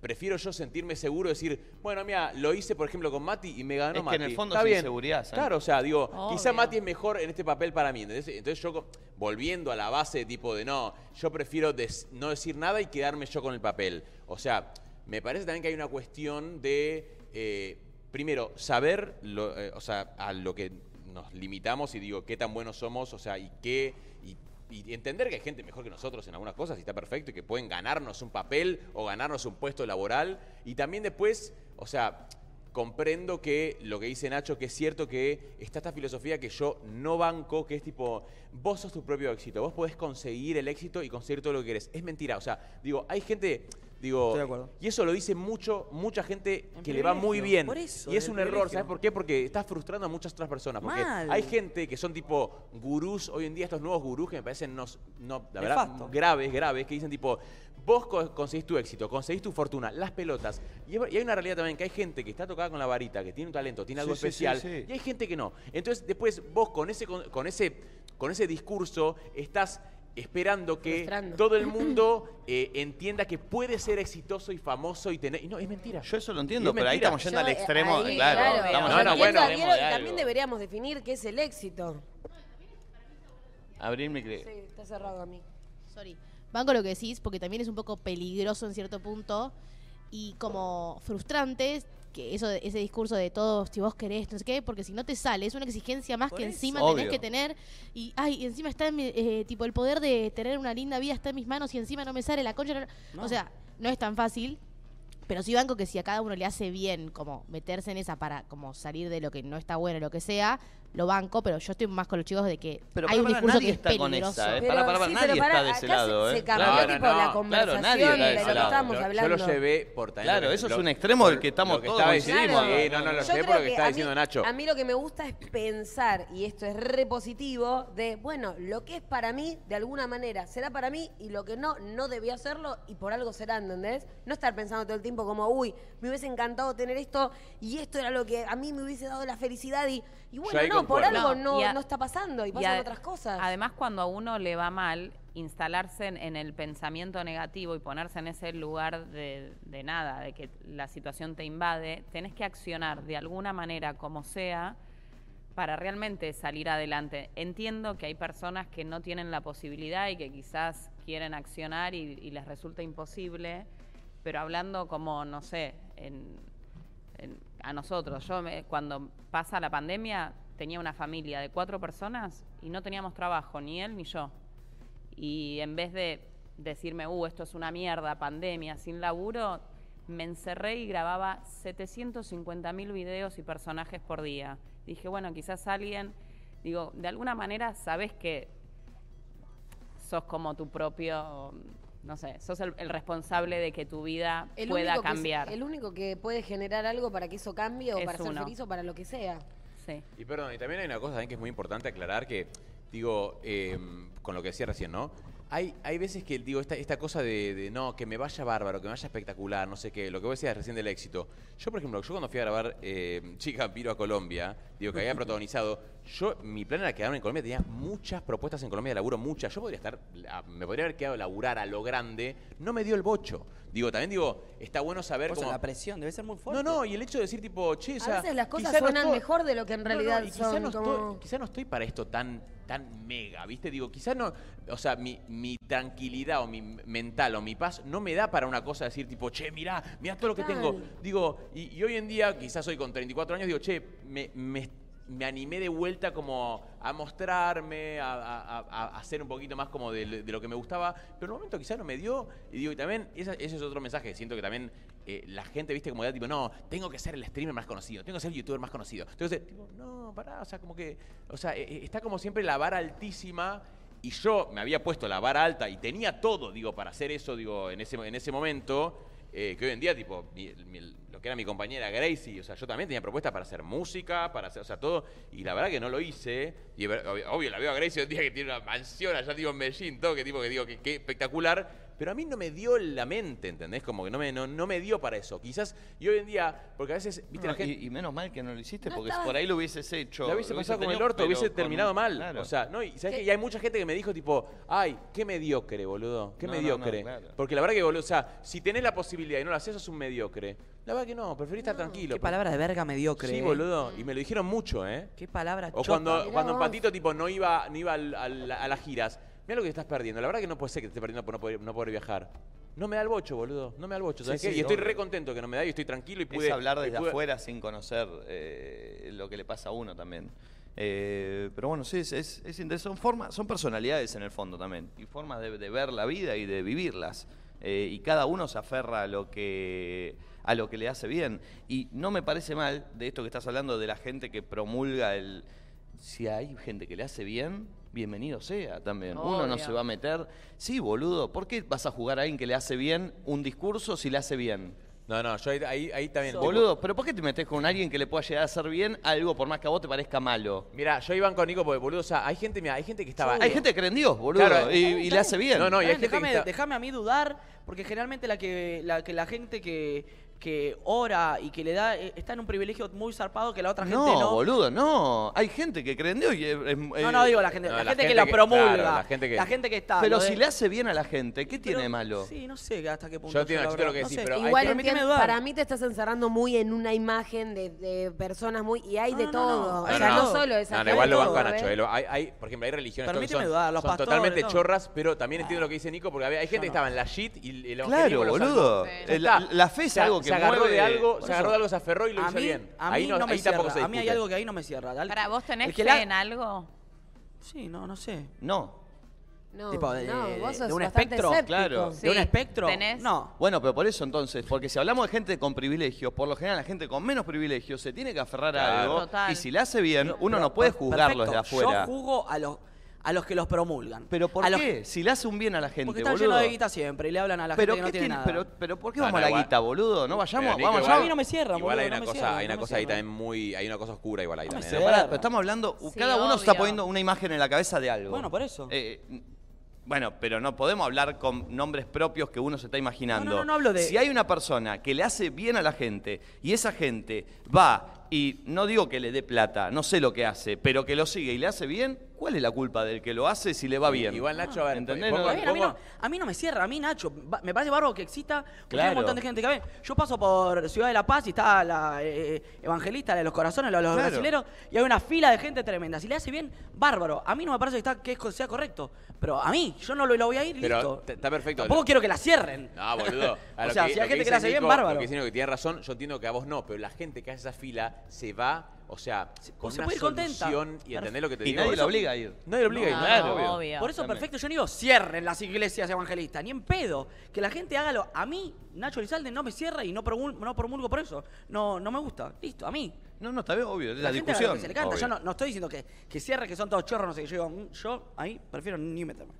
S2: Prefiero yo sentirme seguro, decir, bueno, mira, lo hice, por ejemplo, con Mati y me ganó
S25: Es que en
S2: Mati.
S25: el fondo
S2: Está
S25: es
S2: bien.
S25: inseguridad, ¿sabes?
S2: Claro, o sea, digo, quizá
S25: Obvio.
S2: Mati es mejor en este papel para mí. ¿entendés? Entonces yo, co- volviendo a la base tipo de no, yo prefiero des- no decir nada y quedarme yo con el papel. O sea, me parece también que hay una cuestión de, eh, primero, saber, lo- eh, o sea, a lo que nos limitamos y digo, qué tan buenos somos, o sea, y qué... y- y entender que hay gente mejor que nosotros en algunas cosas y está perfecto y que pueden ganarnos un papel o ganarnos un puesto laboral. Y también después, o sea, comprendo que lo que dice Nacho, que es cierto que está esta filosofía que yo no banco, que es tipo, vos sos tu propio éxito, vos podés conseguir el éxito y conseguir todo lo que querés. Es mentira, o sea, digo, hay gente, digo,
S11: Estoy de acuerdo.
S2: y eso lo dice mucho, mucha gente
S11: En
S2: que le va muy
S11: privilegio,
S2: bien.
S11: por eso,
S2: y es
S11: en
S2: un
S11: el
S2: error,
S11: privilegio.
S2: ¿sabes por qué? Porque estás frustrando a muchas otras personas. Porque
S11: Mal.
S2: hay gente que son tipo gurús, hoy en día estos nuevos gurús que me parecen, no, no, la verdad,
S11: Nefasto.
S2: graves, graves, que dicen tipo, vos co- conseguís tu éxito, conseguís tu fortuna, las pelotas. Y, es- y hay una realidad también, que hay gente que está tocada con la varita, que tiene un talento, tiene algo
S1: Sí, sí,
S2: especial,
S1: sí, sí.
S2: y hay gente que no. Entonces después vos con ese, con, con ese, con ese discurso estás esperando que
S1: Frustrando.
S2: todo el mundo eh, entienda que puede ser exitoso y famoso y tener... Y no, es mentira.
S1: Yo eso lo entiendo,
S2: Es
S1: pero ahí
S2: mentira.
S1: estamos yendo
S2: Yo,
S1: al
S2: eh,
S1: extremo.
S2: ahí,
S1: claro,
S2: claro,
S1: estamos
S2: no,
S1: yendo
S2: no,
S1: al
S2: bueno.
S1: extremo
S3: Quiero-
S1: de algo.
S3: también deberíamos definir qué es el éxito.
S1: Abrir mi cre-
S3: Sí, está cerrado a mí.
S6: Sorry. Banco lo que decís, porque también es un poco peligroso en cierto punto y como frustrante que eso, ese discurso de todos, si vos querés, no sé qué, porque si no te sale, es una exigencia más
S26: Por
S6: que
S26: eso.
S6: encima
S26: Obvio.
S6: tenés que tener y ay, y encima está en mi- eh, tipo el poder de tener una linda vida está en mis manos y encima no me sale la concha. no- O sea, no es tan fácil. Pero sí banco que si a cada uno le hace bien como meterse en esa para como salir de lo que no está bueno, lo que sea, lo banco, pero yo estoy más con los chicos de que
S25: Pero
S6: hay un
S25: para, para,
S6: discurso
S25: nadie
S6: que es
S25: está con
S6: peligroso.
S25: esa, ¿eh? Para, para, para,
S6: Sí, pero
S25: nadie
S6: para,
S25: está de ese
S6: acá se-
S25: lado,
S6: se
S25: ¿eh?
S6: cambió,
S25: Claro,
S6: tipo,
S25: no,
S6: la
S25: no. Claro, nadie
S6: conversación
S25: está de
S6: de lo
S25: ese
S6: que
S25: lado.
S6: estábamos
S25: Lo- yo
S2: Yo lo llevé por talento.
S25: Claro, eso es
S2: Lo-
S25: un extremo del que estamos
S2: lo que
S25: todos
S2: estaba
S25: coincidimos.
S2: diciendo- Sí, no, no, lo
S25: Yo
S2: llevé
S25: creo
S2: por lo que
S25: que
S2: estaba
S25: a mí-
S2: diciendo Nacho.
S3: A mí lo que me gusta es pensar, y esto es re positivo, de, bueno, lo que es para mí, de alguna manera, será para mí, y lo que no, no debía serlo, y por algo será, ¿entendés? No estar pensando todo el tiempo como, uy, me hubiese encantado tener esto, y esto era lo que a mí me hubiese dado la felicidad, y, y
S2: Yo
S3: bueno,
S2: ahí
S3: no, no, por
S4: acuerdo.
S3: algo
S4: No,
S3: no,
S4: y a-
S3: no está pasando y
S4: Y
S3: pasan
S4: a-
S3: otras cosas.
S4: Además, cuando a uno le va mal, instalarse en, en el pensamiento negativo y ponerse en ese lugar de, de nada, de que la situación te invade, tenés que accionar de alguna manera, como sea, para realmente salir adelante. Entiendo que hay personas que no tienen la posibilidad y que quizás quieren accionar y, y les resulta imposible, pero hablando como, no sé, en, en- a nosotros, yo me- cuando pasa la pandemia tenía una familia de cuatro personas y no teníamos trabajo, ni él ni yo. Y en vez de decirme, uh, esto es una mierda, pandemia, sin laburo, me encerré y grababa 750 mil videos y personajes por día. Dije, bueno, quizás alguien, digo, de alguna manera sabes que sos como tu propio, no sé, sos el, el responsable de que tu vida
S3: El
S4: pueda
S3: único que-
S4: cambiar.
S3: el único que puede generar algo para que eso cambie o
S4: Es
S3: para ser
S4: uno.
S3: feliz o para lo que sea.
S2: Y perdón, y también hay una cosa también que es muy importante aclarar que, digo, eh, con lo que decía recién, ¿no? Hay, hay veces que, digo, esta, esta cosa de, de, no, que me vaya bárbaro, que me vaya espectacular, no sé qué, lo que vos decías recién del éxito. Yo, por ejemplo, yo cuando fui a grabar eh, Chica Piro a Colombia, digo, que había protagonizado, yo, mi plan era quedarme en Colombia, tenía muchas propuestas en Colombia de laburo, muchas. Yo podría estar, la- me podría haber quedado a laburar a lo grande, no me dio el bocho. Digo, también digo, está bueno saber
S5: Cosa,
S2: cómo...
S5: la presión debe ser muy fuerte.
S2: No, no, y el hecho de decir tipo, che, o sea,
S3: a veces las cosas
S2: quizá no
S3: suenan
S2: estoy-
S3: mejor de lo que en
S2: no, no,
S3: realidad
S2: y quizá
S3: son.
S2: no,
S3: como-
S2: estoy, quizá no estoy para esto tan, tan mega, ¿viste? Digo, quizá no, o sea, mi, mi tranquilidad o mi mental o mi paz no me da para una cosa decir tipo, che, mirá, mirá todo lo que
S9: Total.
S2: tengo. Digo, y, y hoy en día, quizás hoy con 34 años, digo, che, me, me- me animé de vuelta como a mostrarme, a, a- a- a hacer un poquito más como de, de lo que me gustaba, pero en un momento quizás no me dio, y digo, y también, esa- ese es otro mensaje, siento que también eh, la gente, viste, como da tipo, no, tengo que ser el streamer más conocido, tengo que ser el youtuber más conocido, tengo que ser, tipo, no, pará, o sea, como que, o sea, eh, eh, está como siempre la vara altísima, y yo me había puesto la vara alta y tenía todo, digo, para hacer eso, digo, en ese, en ese momento, eh, que hoy en día, tipo, mi- mi- lo que era mi compañera Gracie, o sea, yo también tenía propuestas para hacer música, para hacer, o sea, todo, y la verdad que no lo hice. Y ver- obvio, obvio, la veo a Gracie un día que tiene una mansión allá, digo, en Medellín, todo, que tipo, que digo, que, que espectacular. Pero a mí no me dio la mente, ¿entendés? Como que no me, no, no me dio para eso. Quizás, y hoy en día, porque a veces, viste,
S1: No,
S2: la gente...
S1: y, y menos mal que no lo hiciste,
S2: No
S1: porque
S2: estaba-
S1: por ahí lo hubieses hecho.
S2: La hubiese
S1: lo
S2: pasado como el
S1: tenido,
S2: orto,
S1: pero
S2: hubiese
S1: con-
S2: terminado mal.
S1: Claro.
S2: O sea, no, y sabes que y hay mucha gente que me dijo tipo, ay, qué mediocre, boludo, qué
S1: No, no, no,
S2: mediocre.
S1: claro.
S2: Porque la verdad que, boludo, o sea, si tenés la posibilidad y no lo haces, sos un mediocre. La verdad que no, preferís estar tranquilo.
S5: Qué palabra de verga mediocre.
S2: Sí,
S5: eh.
S2: boludo. Y me lo dijeron mucho, ¿eh?
S5: Qué palabra
S2: O
S5: chota.
S2: cuando,
S5: Mirá
S2: cuando
S5: vos.
S2: Patito tipo no iba, no iba al- al- a las giras. Mira lo que te estás perdiendo. La verdad que no puede ser que te estés perdiendo por no poder, no poder viajar. No me da el bocho, boludo. No me da el bocho.
S1: Sí,
S2: ¿sabes
S1: sí,
S2: qué? Y estoy
S1: obvio.
S2: re contento que no me da y estoy tranquilo y pude.
S1: es hablar
S2: y
S1: desde
S2: pude-
S1: afuera sin conocer eh, lo que le pasa a uno también. Eh, pero bueno, sí, es, es, es interesante. Son, formas, son personalidades en el fondo también. Y formas de, de ver la vida y de vivirlas. Eh, y cada uno se aferra a lo que a lo que le hace bien. Y no me parece mal de esto que estás hablando de la gente que promulga el. Si hay gente que le hace bien, bienvenido sea también. Uno no
S27: Obvio.
S1: se va a meter. Sí, boludo, ¿por qué vas a jugar a alguien que le hace bien un discurso si le hace bien?
S2: No, no, yo ahí, ahí, también.
S1: Boludo, ¿pero por qué te metes con alguien que le pueda llegar a hacer bien algo por más que a vos te parezca malo?
S2: Mira, yo iban con Nico porque, boludo, o sea, hay gente, mira, hay gente que estaba. eh,
S1: Hay gente que cree en Dios, boludo,
S2: Claro, eh,
S1: y, y le hace bien.
S2: No, no, y hay
S5: También
S2: gente que
S5: déjame,
S2: está-
S5: déjame a mí dudar, porque generalmente la que la, que la gente que, que ora y que le da eh, está en un privilegio muy zarpado que la otra gente
S1: No,
S5: no.
S1: boludo, no. Hay gente que cree en Dios y es- es- eh,
S5: No, no, digo la gente, la, gente, que la promulga, la, gente que, está.
S1: Pero
S5: lo de-
S1: si le hace bien a la gente, ¿qué tiene de malo?
S5: Sí, no sé hasta qué punto.
S1: Yo entiendo,
S5: la
S1: yo creo
S5: verdad,
S1: que
S5: no
S1: sí,
S5: sé.
S1: pero hay-
S3: Igual
S5: Permitime
S3: entiendo,
S5: dudar.
S3: para mí te estás encerrando muy en una imagen de, de personas muy y hay de todo, o
S2: No,
S3: sea,
S2: no,
S3: no,
S2: no.
S3: solo esa.
S2: No, no,
S3: gente,
S2: igual lo
S3: todo,
S2: banco a
S3: ¿eh?
S2: Nacho. eh, lo- hay, hay- por ejemplo, hay religiones todo que
S5: Permíteme
S2: son,
S5: dudar, los
S2: son
S5: pastores,
S2: totalmente
S5: todo.
S2: chorras, pero también entiendo lo que dice Nico, porque había- hay gente que estaba en la shit y el
S1: Claro,
S2: evangelismo lo salvó.
S1: boludo.
S2: Ya
S1: Eh, la-
S2: está.
S1: la fe es
S2: Se-
S1: algo que
S2: se agarró
S1: mueve-
S2: de algo,
S1: Por
S2: se agarró
S1: eso.
S2: de algo, se aferró y lo
S5: a
S2: hizo
S5: mí,
S2: bien.
S5: A mí
S2: ahí
S5: no, me
S2: ahí tampoco
S5: cierra.
S2: se
S5: A mí hay
S2: discute.
S5: algo que ahí no me cierra. Dale.
S4: Para, ¿vos tenés
S5: El que
S4: fe
S5: la-
S4: en algo?
S5: Sí, no, no sé.
S1: No.
S3: No,
S5: Tipo, de-
S3: no,
S5: de-
S3: vos
S5: de
S3: sos
S5: un
S3: bastante
S5: espectro,
S3: escéptico.
S1: Claro.
S5: ¿De un espectro? ¿Tenés? No.
S1: Bueno, pero por eso entonces, porque si hablamos de gente con privilegios, por lo general la gente con menos privilegios se tiene que aferrar a
S5: Claro.
S1: algo.
S5: Total.
S1: Y si le hace bien, uno no puede juzgarlo desde
S5: Perfecto,
S1: afuera.
S5: Yo juzgo a los, a los que los promulgan.
S1: Pero ¿por
S5: a los-
S1: qué? Si le hace un bien a la gente,
S5: Porque están
S1: boludo.
S5: llenos de guita siempre y le hablan a la
S1: pero
S5: gente que no
S1: qué
S5: tiene
S1: tiene-
S5: nada.
S1: pero- pero ¿por qué
S2: No,
S1: vamos
S2: no,
S1: a la
S2: igual-
S1: guita, boludo? No vayamos,
S2: Pero, Nico,
S1: vamos
S2: igual-
S1: allá.
S2: Igual hay una cosa, hay una cosa ahí también muy, hay una cosa oscura igual ahí también.
S1: Pero
S2: ¿eh?
S1: pará, pero estamos hablando,
S2: Sí,
S1: cada uno se está
S2: obvio.
S1: poniendo una imagen en la cabeza de algo.
S5: Bueno, por eso.
S1: Eh, n- bueno, pero no podemos hablar con nombres propios que uno se está imaginando.
S5: No, no, no, no hablo de-
S1: Si hay una persona que le hace bien a la gente y esa gente va y no digo que le dé plata, no sé lo que hace, pero que lo sigue y le hace bien, ¿cuál es la culpa del que lo hace si le va bien?
S2: Igual Nacho, a ver,
S1: ¿entendés?
S2: pongo-
S1: No,
S2: pongo-
S5: A mí, no, a mí no me cierra, a mí Nacho, va- me parece bárbaro que exista, porque hay
S1: Claro.
S5: un montón de gente que ve. Yo paso por Ciudad de la Paz y está la eh, evangelista, la de los corazones, la de los
S1: Claro.
S5: brasileros, y hay una fila de gente tremenda. Si le hace bien, bárbaro. A mí no me parece que, está, que es- sea correcto, pero a mí, yo no lo, lo voy a ir,
S2: Pero
S5: listo.
S2: t- está perfecto.
S5: Tampoco quiero que la cierren.
S2: No, boludo. A
S5: o
S2: lo
S5: sea,
S2: que-
S5: si hay
S2: lo
S5: gente que
S2: dice
S5: la hace bien,
S2: Nico,
S5: bárbaro.
S2: Lo que dice Nico que tiene razón, yo entiendo que a vos no, pero la gente que hace esa fila se va, o sea, con
S5: se
S2: una
S5: puede ir contenta.
S2: solución y entendés lo que te
S1: Y
S2: digo.
S1: nadie
S2: Por
S1: la
S2: eso-
S1: obliga a ir.
S2: Nadie lo obliga a ir.
S5: No,
S1: Claro,
S5: no,
S1: obvio.
S5: Por eso,
S1: También.
S5: perfecto, yo no digo cierren las iglesias evangelistas, ni en pedo. Que la gente haga lo. A mí, Nacho Elizalde no me cierra y no, promul- no promulgo por eso. No, no me gusta. Listo, a mí.
S1: No, no, está bien, obvio, es la,
S5: gente haga lo
S1: discusión.
S5: que se le canta.
S1: obvio.
S5: Yo no, no estoy diciendo que, que cierre, que son todos chorros, no sé qué. Yo, digo, mm, yo ahí prefiero ni meterme.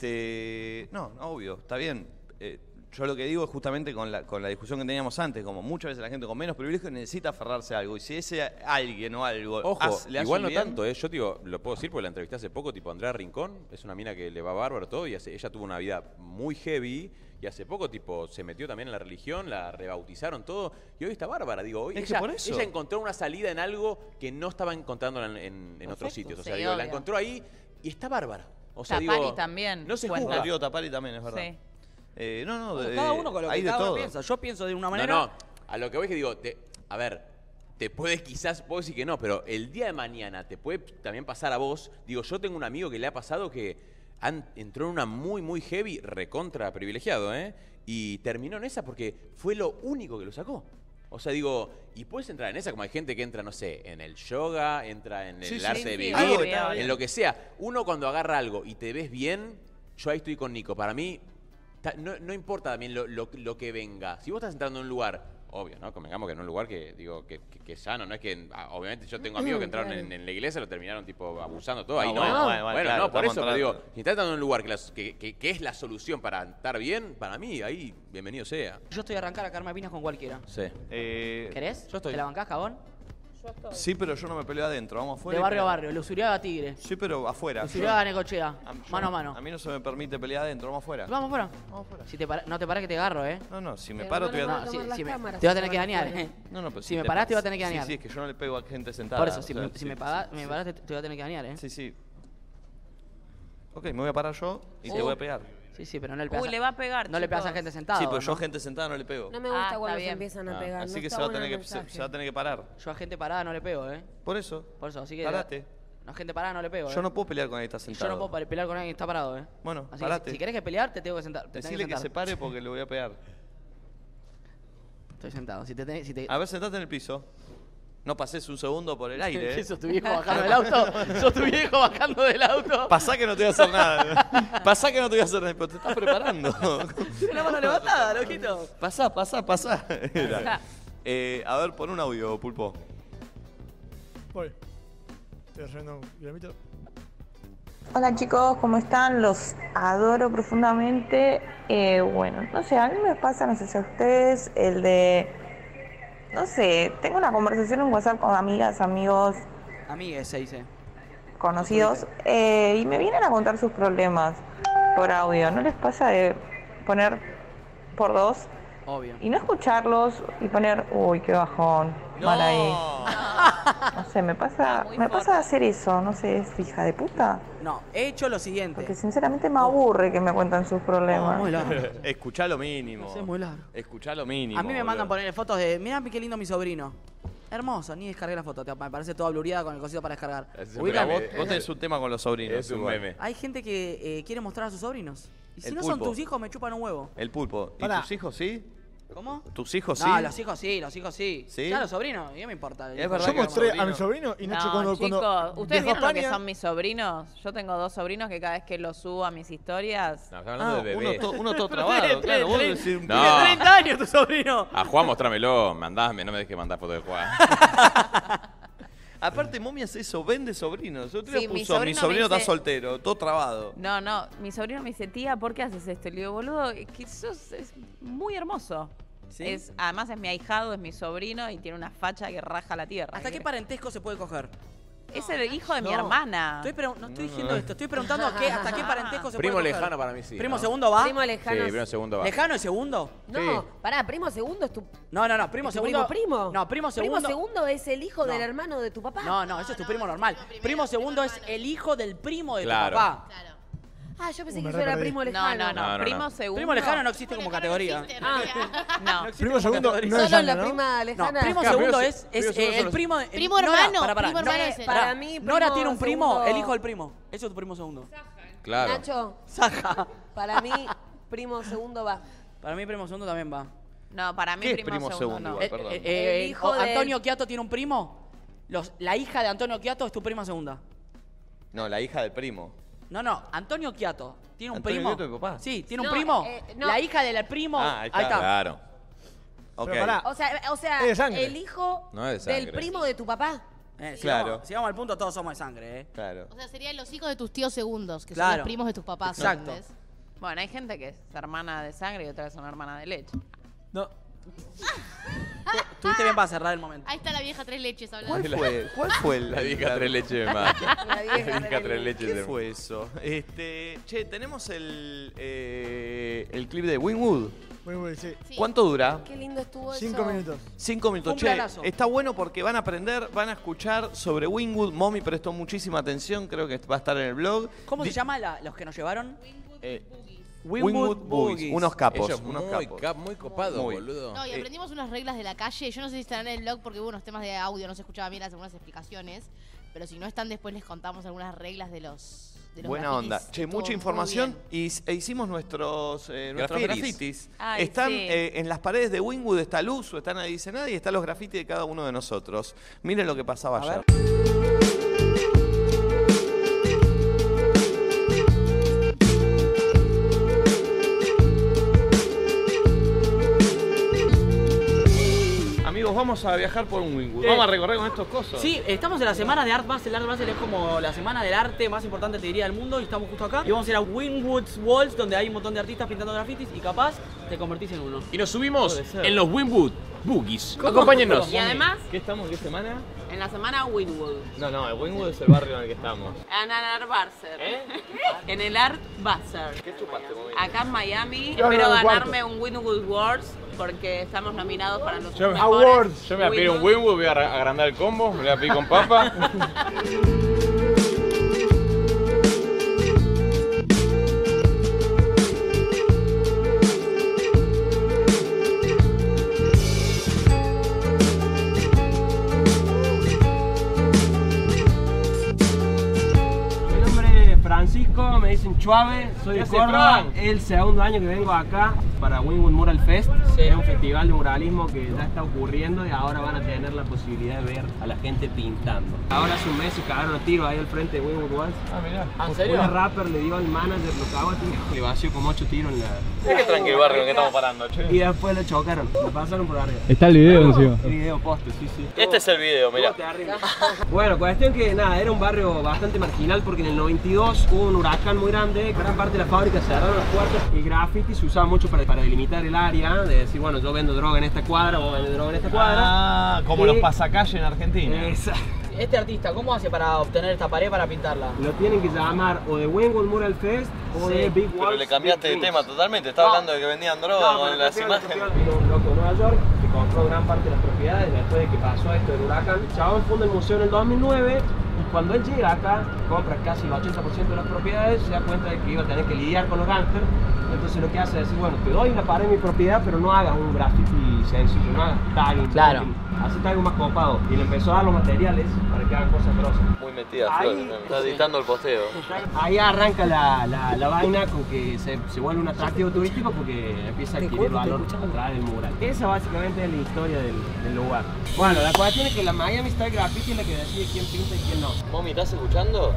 S1: Este, no, no, obvio, está bien. Eh, yo lo que digo es justamente con la, con la discusión que teníamos antes, como muchas veces la gente con menos privilegios necesita aferrarse a algo. Y si ese alguien o algo
S2: Ojo,
S1: hace- le hace
S2: igual
S1: un
S2: no
S1: bien,
S2: tanto, ¿eh? Yo digo, lo puedo decir porque la entrevisté hace poco, tipo Andrea Rincón, es una mina que le va bárbaro todo y hace- ella tuvo una vida muy heavy y hace poco, tipo, se metió también en la religión, la rebautizaron todo y hoy está bárbara, digo, hoy
S1: Es que
S2: ella,
S1: por eso.
S2: ella encontró una salida en algo que no estaba encontrando en, en- en otros sitios, o sea,
S28: Sí,
S2: digo, la
S28: obvio.
S2: encontró ahí y está bárbara. O sea,
S28: Tapani
S2: digo,
S28: también
S2: No se
S28: cuenta.
S2: juzga.
S1: Digo, Tapari también, es verdad.
S28: Sí.
S1: Eh, no, no,
S5: Bueno,
S1: de-
S5: cada uno con lo
S1: hay
S5: que
S1: de
S5: cada uno
S1: todo.
S5: piensa. Yo pienso de una
S2: No,
S5: manera.
S2: no, a lo que voy es que digo, te- a ver, te puede quizás, vos decir que no, pero el día de mañana te puede también pasar a vos. Digo, yo tengo un amigo que le ha pasado que han- entró en una muy, muy heavy, recontra privilegiado, ¿eh? Y terminó en esa porque fue lo único que lo sacó. O sea, digo, y puedes entrar en esa, como hay gente que entra, no sé, en el yoga, entra en el
S1: Sí, sí.
S2: arte
S1: Sí,
S2: de
S1: sí,
S2: vivir,
S1: algo que está bien.
S2: en lo que sea. Uno cuando agarra algo y te ves bien, yo ahí estoy con Nico. Para mí, Ta- No, no importa también lo, lo- lo que venga. Si vos estás entrando en un lugar, obvio, ¿no? Convengamos que en un lugar que, digo, que, que- que es sano, no es que. ah, Obviamente yo tengo amigos que entraron en, en la iglesia, lo terminaron tipo abusando todo. Ahí
S1: Mm, Ah,
S2: no.
S1: bueno,
S2: Bueno,
S1: bueno, bueno, claro,
S2: no, por
S1: estamos
S2: eso, pero digo,
S1: entrando.
S2: si estás entrando en un lugar que, las- que- que- que es la solución para estar bien, para mí, ahí, bienvenido sea.
S5: Yo estoy a arrancar a Carmen Pinas con cualquiera.
S2: Sí.
S1: Eh,
S5: ¿Querés? Yo estoy. ¿Te la bancás, jabón?
S1: Sí, pero yo no me peleo adentro, vamos afuera. y
S5: de barrio a
S1: peleo.
S5: barrio. Lusuriaga a Tigre.
S1: Sí, pero afuera.
S5: Lusuriaga a Necochea.
S1: Yo-
S5: Mano a mano.
S1: A mí no se me permite pelear adentro, vamos afuera.
S5: Vamos fuera. Vamos fuera. Si te para- no te parás que te agarro, ¿eh?
S1: No, no, si me
S5: Pero
S1: paro
S5: no
S1: te voy a...
S5: le van a tomar
S1: sí,
S5: las
S1: sí, me-
S5: cámaras, Te vas a tener que dañar, ¿eh?
S1: No, no, pero
S5: Si me parás, te vas a tener que
S1: sí,
S5: dañar.
S1: Sí, es que yo no le pego a gente sentada.
S5: Por eso,
S1: o
S5: si,
S1: sea,
S5: me- si
S1: sí,
S5: me,
S1: sí,
S5: pagás-
S1: sí,
S5: me
S1: sí.
S5: parás, te, te voy a tener que dañar, ¿eh?
S1: Sí, sí. Ok, me voy a parar yo y te
S5: Sí.
S1: voy a pegar.
S5: Sí, sí, pero no
S28: Uy,
S5: le pegás.
S28: le va a pegar,
S5: No le pegas a
S28: chicos.
S5: gente sentada.
S1: sí, pero
S5: ¿no?
S1: yo a gente sentada no le pego.
S3: No me gusta
S28: Ah, está
S3: cuando se
S28: bien.
S3: empiezan
S1: Ah,
S3: a pegar.
S1: así
S3: no
S1: que
S3: está
S1: se va, a
S3: bueno
S1: tener
S3: el
S1: que, se,
S3: mensaje.
S1: se va a tener que parar.
S5: Yo a gente parada no le pego, ¿eh?
S1: Por eso,
S5: Por eso, así que.
S1: parate.
S5: No, gente parada no le pego, ¿eh?
S1: Yo no puedo pelear con esta
S5: Yo
S1: sentada.
S5: no puedo pe- pelear con alguien que está parado, ¿eh?
S1: Bueno,
S5: Así que
S1: parate.
S5: si, si querés que pelear, te tengo que sentar. Te tenés
S1: Decirle que
S5: sentar.
S1: se pare porque le voy a pegar.
S5: Estoy sentado. Si te tenés, si te...
S1: A ver, sentate en el piso. No pases un segundo por el aire.
S5: ¿Qué
S1: ¿eh?
S5: sos tu viejo bajando del auto? ¿Sos tu viejo bajando del auto?
S1: Pasá que no te voy a hacer nada. Pasá que no te voy a hacer nada. Pero te estás preparando.
S5: Una mano levantada, loquito.
S1: pasá, pasá, pasá. Era. Eh, a ver, pon un audio, Pulpo.
S9: Voy. Estoy haciendo gramito.
S4: Hola chicos, ¿cómo están? Los adoro profundamente. Eh, bueno, no sé, a mí me pasa, no sé si a ustedes, el de, no sé, tengo una conversación en WhatsApp con amigas, amigos,
S5: Amigues, se dice.
S4: conocidos, eh, y me vienen a contar sus problemas por audio. ¿No les pasa de poner por dos
S5: Obvio.
S4: y no escucharlos y poner, uy, qué bajón, mal ahí? No sé, me pasa, me pasa hacer eso, no sé, es hija de puta.
S5: No, he hecho lo siguiente.
S4: Porque sinceramente me aburre que me cuentan sus problemas.
S1: Escuchá lo mínimo.
S5: No sé, muy largo.
S1: Escuchá lo mínimo.
S5: A mí me mandan
S1: boludo.
S5: poner fotos de, mirá qué lindo mi sobrino. Hermoso, ni descargué la foto, te- me parece toda blureada con el cosito para descargar.
S2: Es un
S1: Ubica,
S2: meme,
S1: vos,
S2: es-
S1: vos tenés un tema con los sobrinos.
S2: Es un
S1: igual.
S2: meme.
S5: Hay gente que eh, quiere mostrar a sus sobrinos. Y si
S1: El
S5: no
S1: pulpo.
S5: son tus hijos, me chupan un huevo.
S1: El pulpo. ¿Y
S5: Pará.
S1: tus hijos sí?
S5: ¿Cómo?
S1: ¿Tus hijos sí?
S5: No, los hijos sí, los hijos sí.
S1: ¿Sí?
S5: Ya los sobrinos, ¿qué me importa?
S1: Es verdad
S9: Yo
S1: que-
S9: mostré a mi sobrino y Nacho
S28: no,
S9: cuando,
S28: chicos,
S9: cuando
S28: ¿ustedes
S9: viajó a
S28: vieron lo que
S9: España-
S28: son mis sobrinos? Yo tengo dos sobrinos que cada vez que los subo a mis historias...
S2: No, está hablando
S1: Ah,
S2: de
S1: uno,
S2: bebé.
S1: to- uno todo trabado, claro. Vos decís un
S2: No.
S5: Tiene 30 años tu sobrino.
S2: A Juan, mostrámelo, mandame, no me dejes mandar fotos de Juan.
S1: Aparte, momia hace eso, vende sobrinos. Yo
S28: Sí, mi
S1: puso, mi
S28: sobrino me
S1: sobrino está
S28: dice-
S1: soltero, todo trabado.
S28: No, no, mi sobrino me dice, tía, ¿por qué haces esto? Y le digo, boludo, es que sos es muy hermoso.
S5: ¿Sí?
S28: Es, además es mi ahijado, es mi sobrino y tiene una facha que raja la tierra.
S5: ¿Hasta qué
S28: parte?
S5: parentesco se puede coger?
S4: es el hijo de mi
S5: No.
S4: hermana.
S5: Estoy pregun- no estoy diciendo esto, estoy preguntando a qué- hasta qué parentesco se
S9: Primo
S5: puede coger.
S9: lejano para mí sí,
S5: ¿Primo
S9: ¿no?
S5: segundo va?
S3: Primo lejano.
S9: Sí, primo segundo va.
S5: ¿Lejano es segundo?
S3: No, pará, primo segundo es tu.
S5: No, no, no, primo
S3: ¿Es tu
S5: segundo.
S3: primo, primo?
S5: No, primo segundo.
S3: Primo segundo es el hijo
S5: No.
S3: del hermano de tu papá.
S5: No, no, ese es tu primo normal. Primo segundo es el hijo del primo de tu
S9: Claro.
S5: papá.
S3: Ah, yo pensé
S5: Uh,
S3: que
S5: me
S3: eso era
S5: reperdí.
S3: primo
S5: No,
S3: lejano.
S4: No, no,
S5: No, no,
S4: primo
S5: no.
S4: segundo.
S5: Primo lejano no existe como categoría.
S4: No.
S17: Primo segundo no es
S3: Solo
S17: Ana,
S3: la
S17: ¿no?
S3: prima lejana.
S5: No, primo
S3: Claro,
S5: segundo
S3: primo
S5: es,
S3: se-
S5: es,
S3: primo segundo
S5: eh,
S3: solo
S5: el
S3: es-
S5: primo. de-
S3: Primo
S5: Nora,
S3: hermano,
S5: pará, pará.
S3: primo hermano es ese. Para mí, primo
S5: Nora tiene un primo,
S3: segundo-
S5: el hijo del primo. Eso es tu primo segundo.
S9: Claro.
S3: Nacho,
S5: Saja.
S3: para mí, primo segundo va.
S5: Para mí, primo segundo también va.
S4: No, para mí
S1: ¿Qué es
S4: primo,
S1: primo
S4: segundo.
S1: segundo
S4: no.
S1: igual? Perdón.
S5: Eh, eh,
S3: El hijo
S5: o-
S3: del-
S5: ¿Antonio Quiato tiene un primo? Los- la hija de Antonio Quiato es tu prima segunda.
S1: No, la hija del primo.
S5: No, no, Antonio Quiato. ¿Tiene un
S1: Antonio
S5: primo?
S1: Quiato, mi papá.
S5: Sí, ¿tiene un
S3: No,
S5: primo?
S3: eh, no.
S5: La hija del primo.
S1: Ah,
S5: ahí
S1: ahí
S5: está.
S1: está.
S9: Claro.
S1: Ok.
S17: pará.
S3: O sea, o sea
S17: Es de sangre.
S3: el hijo
S9: No es de
S3: del
S9: sangre.
S3: primo de tu papá.
S5: Eh, si
S1: Claro.
S5: vamos- si vamos al punto, todos somos de sangre, ¿eh?
S1: Claro.
S6: O sea, serían los hijos de tus tíos segundos, que son
S5: Claro.
S6: los primos de tus papás.
S5: Exacto.
S6: ¿entendés?
S4: Bueno, hay gente que es hermana de sangre y otra es una hermana de leche.
S5: No. Tuviste bien para cerrar el momento.
S6: Ahí está la vieja tres leches hablando.
S1: ¿Cuál fue? ¿Cuál fue el-
S9: La vieja tres leches me mata.
S3: La vieja
S9: La vieja tres leches
S1: ¿Qué
S9: me mata.
S1: fue eso? Este, che, tenemos el, eh, el clip de Winwood.
S17: Muy bien, sí.
S6: Sí.
S1: ¿Cuánto dura?
S3: Qué lindo estuvo
S17: Cinco
S3: eso.
S17: minutos.
S1: Cinco minutos,
S5: Un
S1: che.
S5: planazo.
S1: Está bueno porque van a aprender, van a escuchar sobre Wingwood. Mommy prestó muchísima atención, creo que va a estar en el blog.
S5: ¿Cómo se
S1: Di-
S5: llama la- los que nos llevaron?
S1: eh,
S5: Wingwood
S1: Wingwood Boogies.
S5: Boogies.
S1: Unos capos,
S9: Ellos
S1: unos
S9: muy,
S1: capos.
S9: cap- muy copado,
S1: Muy. Eh,
S9: boludo.
S6: No, y
S25: Eh.
S6: aprendimos unas reglas de la calle. Yo no sé si estarán en el blog porque hubo unos temas de audio, no se escuchaba bien las algunas explicaciones. Pero si no están, después les contamos algunas reglas de los. De los
S1: Buena
S6: grafitis.
S1: onda. Che,
S6: Estuvo
S1: mucha
S6: muy
S1: información
S6: bien.
S1: y, e hicimos nuestros, eh, nuestros
S9: Grafitis.
S1: grafitis.
S4: Ay,
S1: están
S4: sí.
S1: eh, en las paredes de Wingwood, está Luz, o está Nadie Dice Nadie, y están los grafitis de cada uno de nosotros. Miren lo que pasaba ayer. Amigos, vamos a viajar por un Wingwood.
S12: Eh.
S1: Vamos a recorrer con estos cosas.
S12: Sí, estamos en la semana de Art Basel. Art Basel es como la semana del arte más importante, te diría, del mundo. Y estamos justo acá. Y vamos a ir a Wynwood's Walls, donde hay un montón de artistas pintando grafitis. Y capaz te convertís en uno.
S2: Y nos subimos
S12: Puede ser.
S2: en los Winwood Boogies. Acompáñenos.
S4: Y además,
S1: ¿Qué estamos? ¿Qué semana?
S4: en la semana Winwood,
S1: No, no, el Wingwood es el barrio en el que estamos.
S4: en el Art Basel, en el Art Basel, acá en Miami,
S17: Yo
S4: espero
S17: no, el cuarto.
S4: ganarme un Winwood Awards porque estamos nominados para los
S2: Yo me-
S4: mejores
S17: Awards.
S2: Yo me voy a pedir un
S4: Winwood.
S2: Winwood, voy a arra- agrandar el combo, me lo voy a pedir con papa.
S12: Mi nombre es Francisco, me dicen Chuave, soy
S2: ¿Qué
S12: de
S2: hace,
S12: Córdoba.
S2: Fran?
S12: Es el segundo año que vengo acá para Wingwood Mural Fest. Es un festival de muralismo que ya está ocurriendo y ahora van a tener la posibilidad de ver a la gente pintando. Ahora hace un mes se cagaron a tiro ahí al frente de Wingwood Walls. Ah, mirá. ¿En serio? Un rapper le dio al manager, lo cagó a tiro. Le vació como ocho tiros en la...
S1: Qué tranquilo barrio en el que estamos parando, che.
S12: Y después lo chocaron, lo pasaron por arriba.
S2: Está el video encima.
S12: El video poste, sí, sí.
S1: Este es el video, mirá.
S12: Bueno, cuestión que nada, era un barrio bastante marginal porque en el 92 hubo un huracán muy grande, gran parte de la fábrica cerraron las puertas y graffiti se usaba mucho para, para delimitar el área, de decir, bueno, yo vendo droga en esta cuadra, vos vendes droga en esta cuadra.
S1: Ah, como
S12: Sí.
S1: los pasacalles en Argentina.
S12: Exacto.
S5: Este artista, ¿cómo hace para obtener esta pared para pintarla?
S12: Lo tienen que llamar o de Wingwood Mural Fest o de Big Walls.
S1: Pero le cambiaste de
S12: Big
S1: tema
S12: Dreams.
S1: totalmente, estaba hablando de que vendían droga
S12: No,
S1: con
S12: pero
S1: las
S12: te pido- te
S1: imágenes.
S12: pido- un loco de Nueva York que compró gran parte de las propiedades después de que pasó esto del huracán. El Chabón funda el museo en el 2009 y cuando él llega acá, compra casi el 80% de las propiedades, se da cuenta de que iba a tener que lidiar con los gángsters. Entonces lo que hace es decir, bueno, te doy una pared de mi propiedad, pero no hagas un graffiti sencillo, no hagas tagging.
S5: Claro.
S12: Hacete algo más copado. Y le empezó a dar los materiales para que hagan cosas grosas.
S1: Muy metida,
S12: Ahí-
S1: Flor, ¿no? Está editando el posteo.
S12: Ahí arranca la, la, la vaina con que se, se vuelve un atractivo turístico porque empieza a adquirir valor a través del mural. Esa básicamente es la historia del, del lugar. Bueno, la cuestión es que la Miami Style Graffiti es la que decide quién pinta y quién no.
S1: Mami, ¿estás escuchando?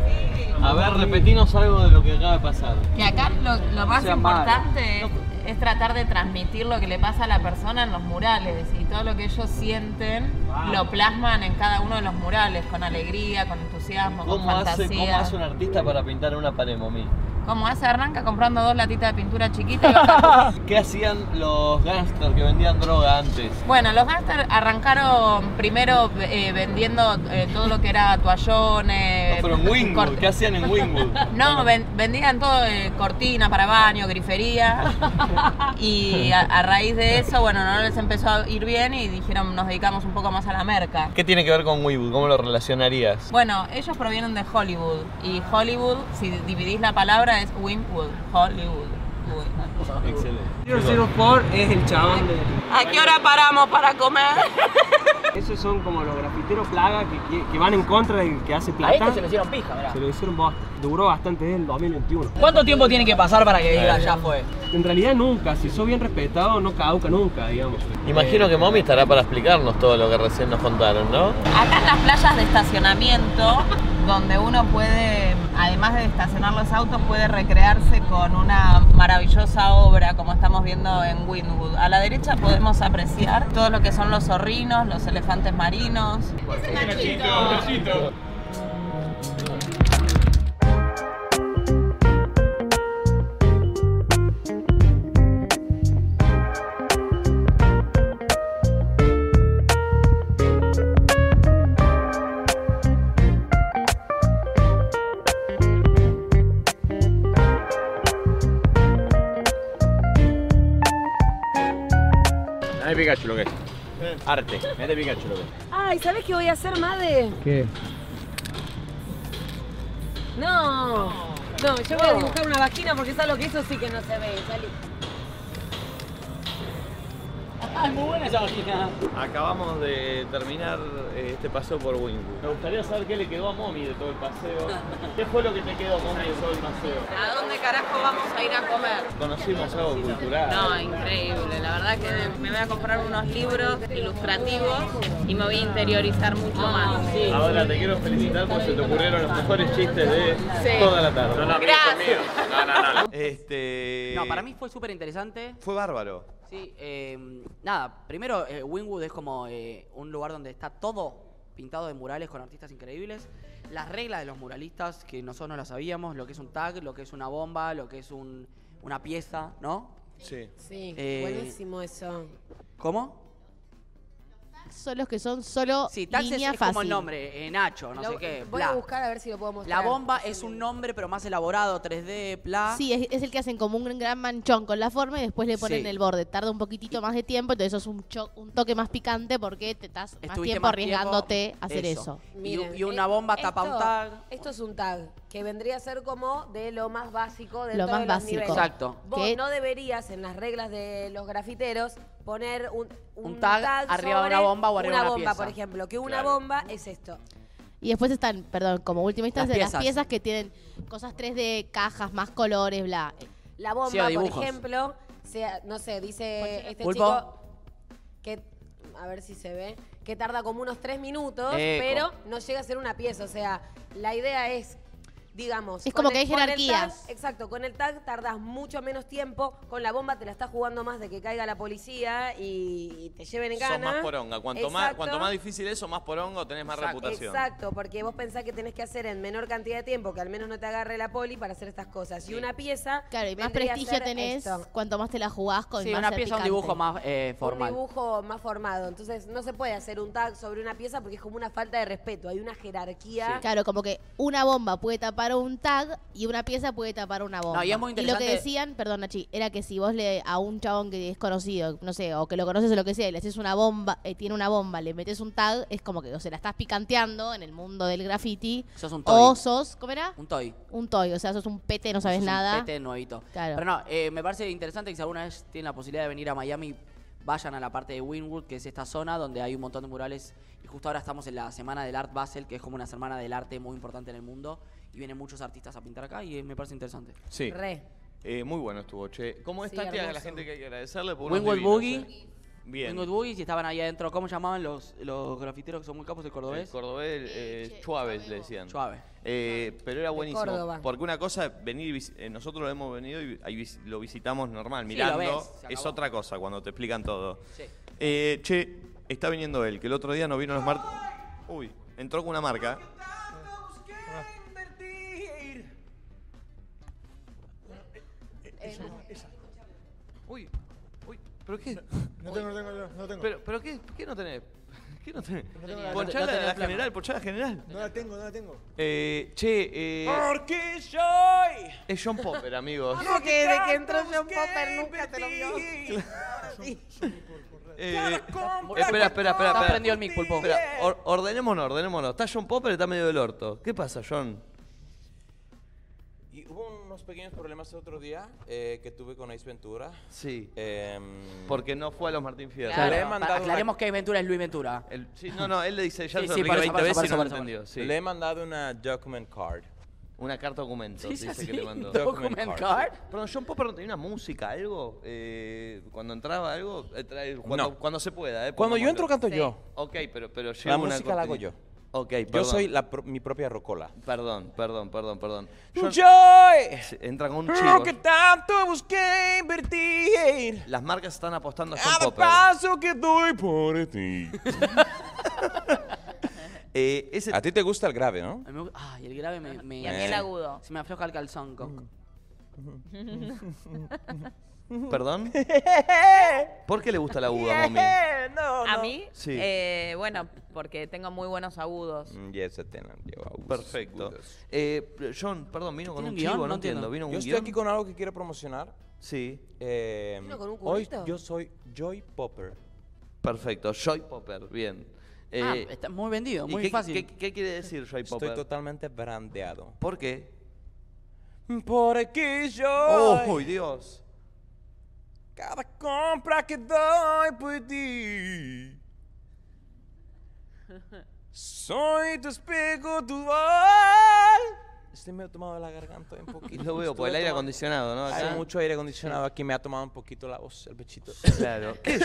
S1: A ver, repetinos algo de lo que acaba de pasar.
S4: Que acá lo, lo más
S12: Sea malo. pues.
S4: importante es, es tratar de transmitir lo que le pasa a la persona en los murales y todo lo que ellos sienten
S12: Wow.
S4: lo plasman en cada uno de los murales con alegría, con entusiasmo, con fantasía.
S1: un artista para pintar una pared, Mami?
S4: Como hace arranca comprando dos latitas de pintura chiquita y otra-
S29: ¿Qué hacían los gangsters que vendían droga antes?
S4: Bueno, los gangsters arrancaron primero eh, vendiendo eh, todo lo que era toallones.
S29: No, pero en Wingwood, ¿qué hacían en Wingwood?
S4: No, ven- vendían todo, eh, cortinas para baño, grifería. Y a, a raíz de eso, bueno, no les empezó a ir bien y dijeron, nos dedicamos un poco más a la merca.
S29: ¿Qué tiene que ver con Wingwood? ¿Cómo lo relacionarías?
S4: Bueno, ellos provienen de Hollywood. Y Hollywood, si dividís la palabra, es Winwood. Hollywood.
S29: Excelente.
S12: 004 es el chabón de...
S4: ¿A qué hora paramos para comer?
S12: Esos son como los grafiteros plaga que, que- que van en contra del que hace
S5: A
S12: plata.
S5: este se le hicieron pija, mirá.
S12: Se lo hicieron bosta. Duró bastante desde el 2021.
S5: ¿Cuánto tiempo tiene que pasar para que diga
S12: Eh,
S5: ya fue?
S12: En realidad nunca, si sos bien respetado no caduca nunca, digamos.
S29: Imagino que Mommy estará para explicarnos todo lo que recién nos contaron, ¿no?
S4: Acá en las playas de estacionamiento, donde uno puede, además de estacionar los autos, puede recrearse con una maravillosa obra, como estamos viendo en Windwood. A la derecha podemos apreciar todo lo que son los zorrinos, los elefantes marinos.
S2: Dame Pikachu lo que es.
S9: Eh.
S2: Arte, mete Pikachu lo que es.
S3: Ay, ¿sabes qué voy a hacer, madre?
S2: ¿Qué?
S3: No. No, yo voy a dibujar una vagina porque es algo que eso sí que no se ve. Salí.
S5: Ay, muy buena esa vagina.
S1: Acabamos de terminar eh, este paseo por Wingwood.
S29: Me gustaría saber qué le quedó a Mommy de todo el paseo. ¿Qué fue lo que te quedó, Mommy, de todo el paseo?
S4: ¿A dónde carajo vamos a ir a comer?
S29: Conocimos algo cultural.
S4: No, increíble. La verdad que me voy a comprar unos libros ilustrativos y me voy a interiorizar mucho más.
S29: Ahora te quiero felicitar porque se te ocurrieron los mejores chistes de
S4: Sí.
S29: toda la tarde.
S4: No, no, amigos Gracias. míos. No, no,
S1: Este.
S5: No, para mí fue súper interesante.
S1: Fue bárbaro.
S5: Sí, eh, nada, primero, eh, Wynwood es como eh, un lugar donde está todo pintado de murales con artistas increíbles. Las reglas de los muralistas, que nosotros no las sabíamos, lo que es un tag, lo que es una bomba, lo que es un- una pieza, ¿no?
S1: Sí.
S3: Sí,
S5: Eh,
S3: buenísimo eso.
S5: ¿Cómo?
S6: Son los que son solo
S5: Sí, tags es,
S6: línea
S5: es
S6: fácil.
S5: como el nombre, eh, Nacho, no
S3: Lo-
S5: sé qué.
S3: Voy
S5: bla.
S3: a buscar a ver si lo puedo mostrar.
S5: La bomba es un nombre, pero más elaborado, 3D, bla.
S6: Sí, es, es el que hacen como un gran manchón con la forma y después le ponen
S5: Sí.
S6: el borde. Tarda un poquitito más de tiempo, entonces eso es un, cho- un toque más picante porque te estás más
S5: Estuviste
S6: tiempo
S5: más
S6: arriesgándote
S5: tiempo-
S6: a hacer
S5: eso.
S6: eso.
S5: Y- y una bomba tapa un tag.
S3: eh, Esto es un tag, que vendría a ser como de lo más básico dentro
S6: Lo más
S3: de los
S6: básico.
S3: niveles.
S5: Exacto.
S3: Vos
S5: Que-
S3: no deberías, en las reglas de los grafiteros, poner un,
S5: Un tag arriba de una
S3: sobre
S5: bomba o arriba de una
S3: bomba,
S5: pieza.
S3: por ejemplo. Que una
S5: Claro.
S3: bomba es esto.
S6: Y después están, perdón, como última instancia, las
S5: Las
S6: piezas,
S5: piezas.
S6: que tienen cosas 3D, cajas, más colores, bla.
S3: La
S6: o
S3: bomba, por
S6: dibujos.
S3: ejemplo, sea, no sé, dice este
S6: Pulpo.
S3: chico que, a ver si se ve, que tarda como unos tres minutos,
S5: Eco.
S3: pero no llega a ser una pieza. O sea, la idea es, digamos...
S6: Es
S3: con
S6: como que hay
S3: con tag-
S6: jerarquías.
S3: exacto, con el tag tardas mucho menos tiempo, con la bomba te la estás jugando más de que caiga la policía y, y te lleven en gana.
S1: Sos más poronga. Cuanto más,
S3: Exacto.
S1: cuanto más difícil eso, más porongo tenés más reputación.
S3: Exacto, porque vos pensás que tenés que hacer en menor cantidad de tiempo, que al menos no te agarre la poli para hacer estas cosas. Y una pieza.
S6: Claro, y más
S3: vendría a
S6: prestigio
S3: ser
S6: tenés,
S3: esto.
S6: cuanto más te la jugás con
S5: Sí,
S6: más
S5: una
S6: ser
S5: pieza, un
S6: picante.
S5: dibujo más eh,
S3: Un
S5: formal.
S3: dibujo más formado. Entonces no se puede hacer un tag sobre una pieza porque es como una falta de respeto. Hay una jerarquía.
S6: Claro, como que una bomba puede tapar un tag y una pieza puede tapar una bomba.
S5: No, y es muy
S6: lo que
S5: interesante-
S6: decían, perdón, Nachi, era que si vos le a un chabón que es conocido, no sé, o que lo conoces o lo que sea, y le haces una bomba, eh, tiene una bomba, le metes un tag, es como que o se la estás picanteando en el mundo del graffiti.
S5: Sos un
S6: O
S5: toy.
S6: sos, ¿cómo era?
S5: Un toy.
S6: Un toy, o sea, sos un pete, no sabes
S5: Sos un
S6: nada.
S5: pete nuevito.
S6: Claro.
S5: Pero no, eh, me parece interesante que si alguna vez tienen la posibilidad de venir a Miami, vayan a la parte de Wynwood, que es esta zona donde hay un montón de murales. Y justo ahora estamos en la semana del Art Basel, que es como una semana del arte muy importante en el mundo. Y vienen muchos artistas a pintar acá y eh, me parece interesante.
S1: Sí.
S3: Re.
S1: Eh, muy bueno estuvo, che. ¿Cómo
S5: Sí,
S1: está Tati? a la
S5: hermoso.
S1: gente que hay que agradecerle? por unos
S5: Wynwood
S1: divinos,
S5: Boogie.
S1: eh. Bien.
S5: Wynwood Boogie, si estaban ahí adentro, ¿cómo llamaban los, los grafiteros que son muy capos del
S1: El
S5: cordobés?
S1: cordobés, eh, Chuaves le decían.
S5: Chuaves.
S1: Eh, pero era buenísimo.
S5: Córdoba.
S1: Porque una cosa, es venir y vis- eh, nosotros lo hemos venido y ahí vis- lo visitamos normal,
S9: Sí,
S1: mirando.
S9: lo ves, se
S1: es
S9: acabó.
S1: otra cosa cuando te explican todo.
S9: Sí.
S1: Eh, che, está viniendo él, que el otro día no vino los martes. Uy, entró con una marca.
S12: Eh,
S1: ¿Pero qué?
S12: No tengo, no tengo, no no tengo.
S1: ¿Pero, pero qué, qué no tenés? ¿Qué no tenés?
S12: No tengo la-
S1: Ponchala
S12: no tengo
S1: la
S12: plata.
S1: general, ponchala la general.
S12: No la tengo, no la tengo.
S1: Eh, che, eh,
S2: Porque soy.
S1: es John Popper, amigos.
S30: Como que desde que entró John Popper nunca te lo vio.
S1: Eh,
S2: compra
S1: espera, espera, espera,
S2: Está
S1: espera.
S2: prendido el mic, Pulpo.
S1: Espera, or- ordenémonos, ordenémonos. Está John Popper, está medio del orto. ¿Qué pasa, John?
S9: Y hubo unos pequeños problemas el otro día eh, que tuve con Ace Ventura.
S1: Sí.
S9: Em,
S1: Porque no fue a los Martín Fierro.
S9: Claro.
S1: Le he
S9: mandado una-
S5: Aclaremos que Ventura es Luis Ventura.
S1: sí, no, no, él le dice, ya
S5: Sí,
S1: se
S5: sí,
S1: lo
S5: por
S1: dije 20
S5: eso, por eso,
S1: veces
S5: por
S1: y no
S5: eso,
S1: lo
S5: por eso.
S1: entendió. sí.
S9: Le he mandado una document card.
S1: Una carta documento,
S9: Sí, sí,
S1: dice que
S9: sí,
S1: le mandó.
S9: document Document card. card.
S1: Perdón, John Popper no tenía una música, algo. Eh, cuando entraba algo, eh, trae- cuando,
S9: No.
S1: cuando se pueda. Eh,
S9: Cuando
S1: pongamos-
S9: yo entro, canto Sí. yo.
S1: Ok, pero, pero llevo
S9: La
S1: una
S9: música la hago
S1: cortina.
S9: yo.
S1: Ok,
S9: Yo
S1: perdón.
S9: soy la pro- mi propia rocola.
S1: Perdón, perdón, perdón, perdón.
S9: Yo,
S1: Sí, Entra con un
S9: lo
S1: chivo.
S9: que tanto busqué invertir.
S1: Las marcas están apostando a John
S9: Cada
S1: Popper.
S9: paso que doy por ti. A ti te gusta el grave, ¿no?
S5: A mí me gu- Ay, el grave me, me-
S9: Y a mí el Eh.
S4: agudo.
S5: Se me afloja el calzón. co-
S1: ¿Perdón? ¿Por qué le gusta la uva, mami?
S4: ¿A mí?
S1: Sí.
S4: Eh, bueno, porque tengo muy buenos agudos.
S9: Mm, Yes, I ten, yo, I was
S1: Perfecto.
S9: good.
S1: Eh, John, perdón, vino con
S9: ¿Tiene
S1: un
S9: un guión?
S1: chivo, no,
S9: No
S1: entiendo.
S9: entiendo.
S1: Vino
S9: Yo
S1: un
S9: estoy
S1: guión.
S9: aquí con algo que quiero promocionar.
S1: Sí.
S9: Eh,
S30: ¿Vino con un
S9: hoy
S30: cubito?
S9: yo soy Joy Popper.
S1: Perfecto, Joy Popper, bien. Eh,
S9: Ah,
S5: está muy vendido,
S1: ¿y
S5: muy
S1: qué,
S5: fácil.
S1: ¿qué, qué quiere decir Joy
S9: Estoy
S1: Popper?
S9: totalmente brandeado.
S1: ¿Por qué?
S9: Porque yo.
S1: ¡Oh, Dios!
S9: Cada compra que doy por ti. Soy tu espejo, tu voz. Estoy medio tomado de la garganta un poquito.
S1: Lo veo, por el
S9: Estuve
S1: aire
S9: tomando-
S1: acondicionado, ¿no? Acá.
S9: Hay mucho aire acondicionado aquí, me ha tomado un poquito la voz, el pechito.
S1: Claro. ¿Qué es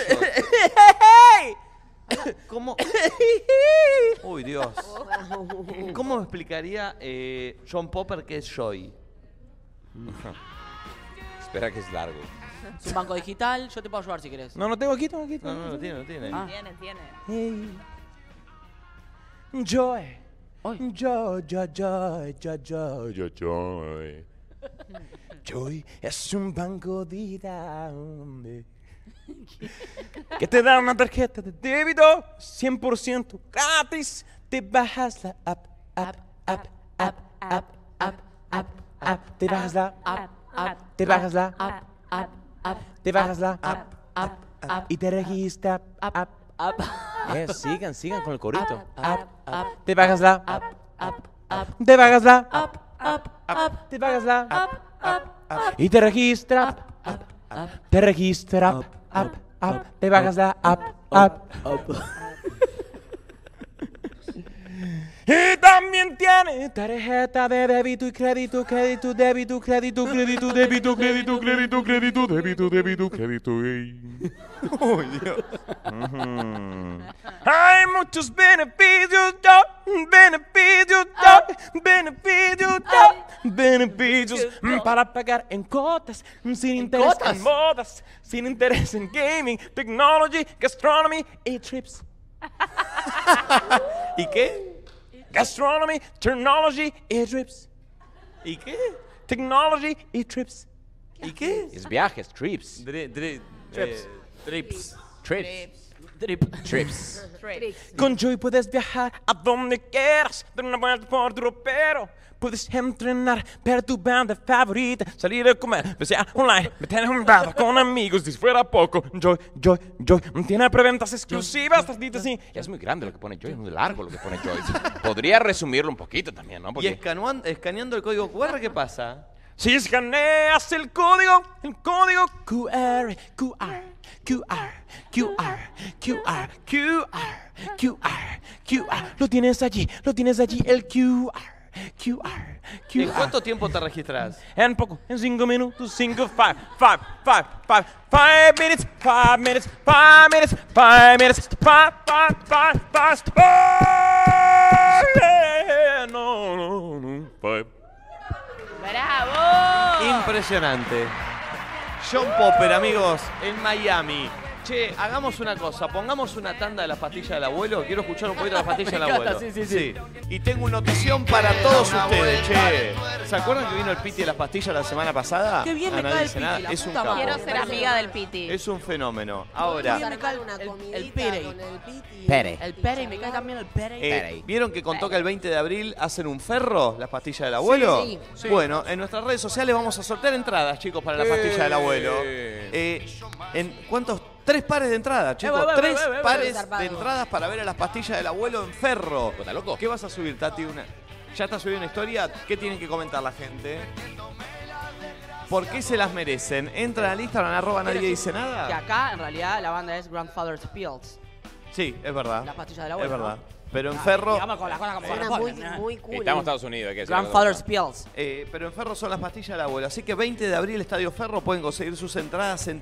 S1: ¿Cómo? ¡Uy, Dios!
S3: Uh.
S1: ¿Cómo me explicaría eh, John Popper qué es Joy?
S9: Espera que es largo.
S5: Es un banco digital, yo te puedo ayudar si querés.
S9: No, no tengo aquí, tengo aquí.
S1: No, no, no tiene, no tiene.
S5: Ah.
S4: Tiene, tiene.
S9: Joy. Joy, joy, joy, joy, joy, joy, joy. Joy es un banco digital que te da una tarjeta de débito 100% gratis. Te bajas la app, app, app, app, app, app, app, app. Te bajas la app, app, te bajas la app, app, app. Te bajas la app, app, app y te registras app, app, app. Eh, sigan, sigan con el corito. App, app. Te bajas la app, app, app. Te bajas la app, app, app. Te bajas la app, app, app y te registras app, app, app. Te registras app, app, app. Te bajas la app, app, app. Y también tiene tarjeta de débito y crédito, crédito, débito, crédito, crédito, débito, crédito, crédito, crédito, débito, débito, crédito. ¡Uy, Dios! Hay muchos beneficios, yo, beneficios, yo, beneficios, yo, beneficios mm, para pagar en cuotas, mm, sin interés
S2: cuotas?
S9: en modas, sin interés en gaming, technology, gastronomy y trips.
S1: ¿Y qué?
S9: Gastronomy, technology y trips.
S1: ¿Y qué?
S9: Technology y trips.
S1: ¿Y qué?
S9: Es viajes, trips.
S1: Trips. eh,
S9: Trips.
S1: trips.
S9: Trips.
S5: Trip.
S9: Trips.
S4: Tricks.
S9: Con Joy puedes viajar a donde quieras, dar una vuelta por tu ropero. Puedes entrenar, ver tu banda favorita, salir a comer, pasear online, meter un rato con amigos, si fuera poco. Joy, Joy, Joy, tiene preventas exclusivas, las ditas y... Es muy grande lo que pone Joy, es muy largo lo que pone Joy. Podría resumirlo un poquito también, ¿no?
S1: ¿Y escanuan- escaneando el código QR qué pasa?
S9: Si escaneas el código, el código QR, QR, QR, QR, QR, QR, QR, QR. Lo tienes allí, lo tienes allí, el QR, QR,
S1: ¿En
S9: QR.
S1: cuánto tiempo te registras?
S9: En poco, en cinco minutos, cinco, five, five, five, five, five minutes, five minutes, five minutes, five minutes, five, five, five, five. Oh, yeah. No, no, no, five.
S4: ¡Bravo!
S1: Impresionante. John Popper, amigos, en Miami. Che, hagamos una cosa, pongamos una tanda de las pastillas del abuelo. Quiero escuchar un poquito de las pastillas
S31: Me
S1: del
S31: encanta,
S1: abuelo.
S31: sí, sí, sí.
S1: Y tengo una notición para todos
S31: Una
S1: ustedes,
S31: vuelta.
S1: che. ¿Se acuerdan que vino el Piti de las pastillas la semana pasada?
S3: Qué bien
S1: Ah,
S3: me
S1: no
S3: cae el
S1: dice
S3: Piti,
S1: nada.
S3: la
S1: Es un
S3: puta
S1: capo.
S3: madre.
S4: Quiero ser amiga del Piti.
S1: Es un fenómeno.
S3: Podríamos
S1: Ahora,
S3: armar una comidita con el piti.
S1: Pere.
S9: El Pere, me cae también el Pere.
S1: eh, ¿vieron que contó que el 20 de abril hacen un ferro, las pastillas del abuelo?
S9: Sí, sí.
S1: Bueno, en nuestras redes sociales vamos a sortear entradas, chicos, para las
S31: Eh.
S1: pastillas del abuelo. Eh, ¿En cuántos? Tres pares de entradas, chicos.
S31: Eh, va, va,
S1: Tres
S31: va, va, va.
S1: pares
S31: Zarpado.
S1: de entradas para ver a las pastillas del abuelo en ferro. loco? ¿Qué vas a subir, Tati? Una... ¿Ya está subiendo una historia? ¿Qué tienen que comentar la gente? ¿Por qué se las merecen? Entran al Instagram, arroba, nadie
S5: Quiero
S1: dice
S5: decir Que
S1: nada.
S5: acá, en realidad, la banda es Grandfather's Pills.
S1: Sí, es verdad.
S5: Las pastillas del abuelo,
S1: Es verdad.
S5: ¿no?
S1: Pero en
S5: Ah,
S1: ferro.
S5: digamos con las cosas como Eh, Suena corresponden, muy- ¿no? muy cool.
S2: Estamos en Estados Unidos, hay que decir.
S1: Pills. Eh, pero en Ferro son las pastillas del abuelo. Así que 20 de abril, Estadio Ferro, pueden conseguir sus entradas en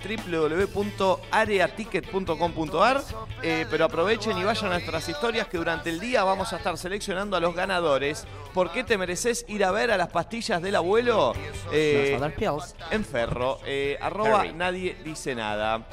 S1: www.areaticket.com.ar. Eh, pero aprovechen y vayan a nuestras historias que durante el día vamos a estar seleccionando a los ganadores. ¿Por qué te mereces ir a ver a las pastillas del abuelo? Eh, en Ferro. Eh, arroba
S31: Ferry.
S1: nadie dice nada.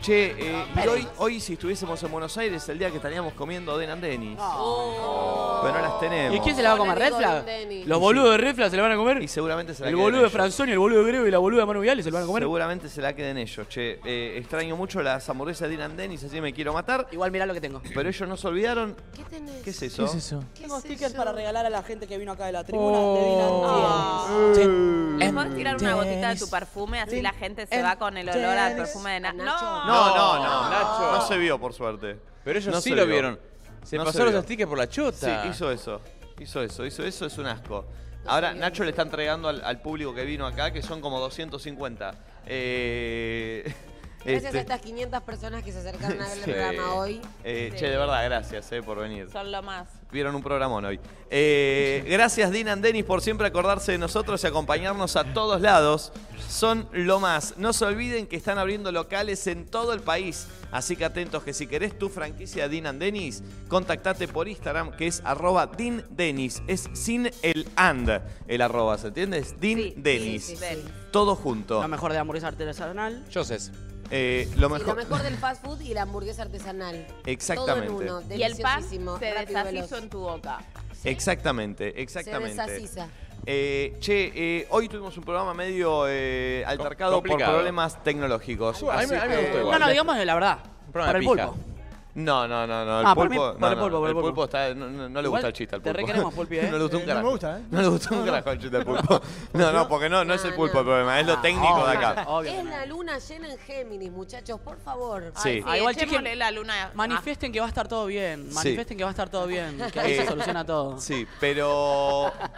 S1: Che, eh, y hoy, hoy si estuviésemos en Buenos Aires, el día que estaríamos comiendo Den and Denis. Pero no las tenemos.
S9: ¿Y quién se la va a comer? ¿Red Flag? ¿Los boludos de Red Flag se la van a comer? Y
S1: seguramente se la
S9: El
S1: queden
S9: boludo de
S1: ellos.
S9: Franzoni, el boludo de Grego y la boluda de Manu Viale se la van a comer.
S1: Seguramente se la queden ellos, che. Eh, extraño mucho las hamburguesas de Inan Dennis, así me quiero matar. Igual mirá lo que tengo. Pero ellos no se olvidaron. ¿Qué tenés? ¿Qué es eso?
S32: ¿Qué es eso?
S33: Tengo stickers para regalar a la gente que vino acá de la tribuna
S4: Oh.
S33: de
S4: ¿Les podés tirar una gotita de tu perfume? Así la gente se va con el olor al perfume de Nacho. No,
S1: No, no, no.
S2: Nacho.
S1: No se vio, por suerte.
S2: Pero ellos
S1: No
S2: sí
S1: se
S2: lo
S1: vio.
S2: vieron. Se
S1: No
S2: pasaron
S1: vio.
S2: los stickers por la chota.
S1: Sí, hizo eso. Hizo eso, hizo eso, es un asco. Ahora Nacho le está entregando al, al público que vino acá, que son como 250. Eh,
S3: Gracias
S1: este,
S3: a estas 500 personas que se acercaron a ver el
S1: sí.
S3: programa hoy.
S1: Eh, Che, de verdad, gracias eh, por venir.
S4: Son lo más.
S1: Vieron un programón hoy. Eh, gracias, Dinan Denis, por siempre acordarse de nosotros y acompañarnos a todos lados. Son lo más. No se olviden que están abriendo locales en todo el país. Así que atentos que si querés tu franquicia Dinan Denis, contactate por Instagram que es arroba Din Denis. Es sin el and, el arroba, ¿se entiende? Es Din Denis.
S5: sí, sí, sí.
S1: Todo junto. Eh,
S5: Lo mejor de hamburguesa artesanal.
S2: Yo sé.
S1: lo
S3: Y lo
S1: mejor.
S3: mejor del fast food y la hamburguesa artesanal.
S1: Exactamente.
S3: Todo en uno,
S4: Y el pan
S3: deliciosísimo,
S4: se
S3: rápido y veloz.
S4: deshizo en tu boca.
S1: Exactamente, exactamente.
S3: Se desasiza.
S1: Eh, che, eh, hoy tuvimos un programa medio eh, altercado
S2: complicado. Uh,
S1: por problemas tecnológicos.
S2: A mí me- a mí me
S1: Así
S2: gustó
S1: que-
S2: igual. No, no, digamos
S5: la verdad.
S2: programa
S5: Por
S2: de
S5: el
S2: pija.
S5: pulpo.
S1: No, no, no, no. El
S5: Ah, para mí,
S1: pulpo,
S5: para el
S1: no, no,
S5: pulpo, para el
S1: el
S5: pulpo.
S1: pulpo está, no, no- no le
S5: Igual
S1: gusta el chiste al
S5: te
S1: pulpo.
S5: requeremos, Pulpi, ¿eh?
S1: No le gustó un
S5: Eh, no me
S1: carajo.
S5: gusta, ¿eh?
S1: No le gustó
S5: No,
S1: un
S5: no.
S1: carajo el chiste al pulpo. No, no, porque no, no
S5: Ah,
S1: es el pulpo el problema, es lo técnico de acá.
S3: Es la luna llena en Géminis, muchachos, por favor.
S1: Sí. Ay, sí,
S5: igual, echémosle chiquen,
S4: la luna.
S5: Manifiesten que va a estar todo bien.
S1: Sí.
S5: Manifiesten que va a estar todo bien. Que ahí
S1: Eh,
S5: se soluciona todo.
S1: Sí, pero.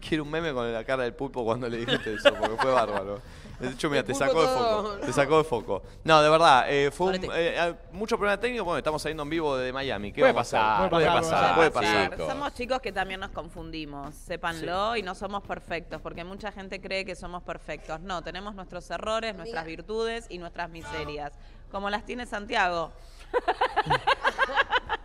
S1: Quiero un meme con la cara del pulpo cuando le dijiste eso, porque fue bárbaro. De hecho, mira, te
S31: pulpo
S1: sacó de
S31: todo-
S1: foco. Te sacó de foco. No, de verdad, eh, fue un, eh, ah, mucho problema técnico. Bueno, estamos saliendo en vivo de Miami. ¿Qué
S2: Puede
S1: vamos a
S2: pasar,
S1: hacer?
S2: puede
S1: puede pasar,
S2: pasar,
S1: puede
S2: puede
S1: pasar.
S2: pasar.
S4: Somos chicos que también nos confundimos, sépanlo, y no somos perfectos, porque mucha gente cree que somos perfectos. No, tenemos nuestros errores, nuestras virtudes y nuestras miserias, como las tiene Santiago.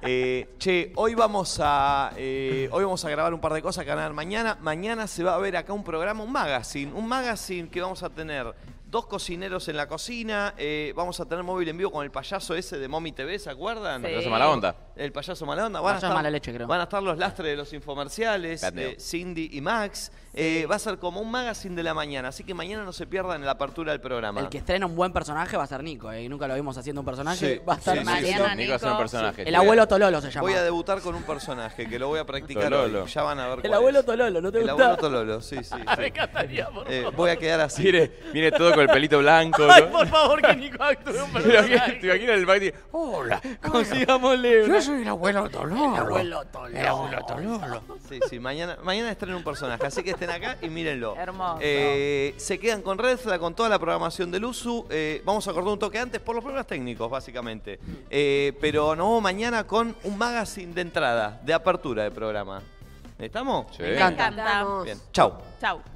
S1: Eh, che, hoy vamos a eh, hoy vamos a grabar un par de cosas que van a ver mañana. Mañana se va a ver acá un programa, un magazine, un magazine que vamos a tener dos cocineros en la cocina. eh, vamos a tener móvil en vivo con el payaso ese de Mommy TV, ¿se acuerdan?
S2: Sí. El payaso mala onda.
S1: El payaso mala onda. Van a,
S5: Payaso
S1: estar,
S5: mala leche, creo.
S1: van a estar los lastres de los infomerciales,
S2: Catneo.
S1: eh, Cindy y Max. Eh, va a ser como un magazine de la mañana, así que mañana no se pierdan la apertura del programa.
S5: El que estrena un buen personaje va a ser Nico, eh, y nunca lo vimos haciendo un personaje. va a estar
S1: sí, sí,
S5: haciendo-
S1: sí, Nico va a ser un personaje.
S5: El abuelo Tololo se llama.
S1: Voy a debutar con un personaje que lo voy a practicar
S2: Tololo.
S1: hoy. Ya van a ver
S5: El
S1: cuál
S5: abuelo
S1: es.
S5: Tololo, ¿no te
S1: El
S5: gusta?
S1: abuelo Tololo, sí, sí. sí.
S5: Me encantaría, por
S1: Eh, voy a quedar así.
S2: Mire, mire todo con el pelito blanco.
S5: Ay,
S2: ¿no?
S5: por favor, que Nico actúe un personaje.
S2: Te imaginas el baile. Hola, consigámosle. Yo soy el abuelo Tololo. El abuelo Tololo. El abuelo Tololo.
S1: Sí, sí, mañana, mañana estreno un personaje, así que estén acá y mírenlo.
S4: Hermoso.
S1: Eh, se quedan con Red Flag, con toda la programación del USU. Eh, vamos a cortar un toque antes por los problemas técnicos, básicamente. Eh, pero nos vemos mañana con un magazine de entrada, de apertura de programa. ¿Estamos?
S4: Me encanta.
S1: Bien, chau.
S4: Chau.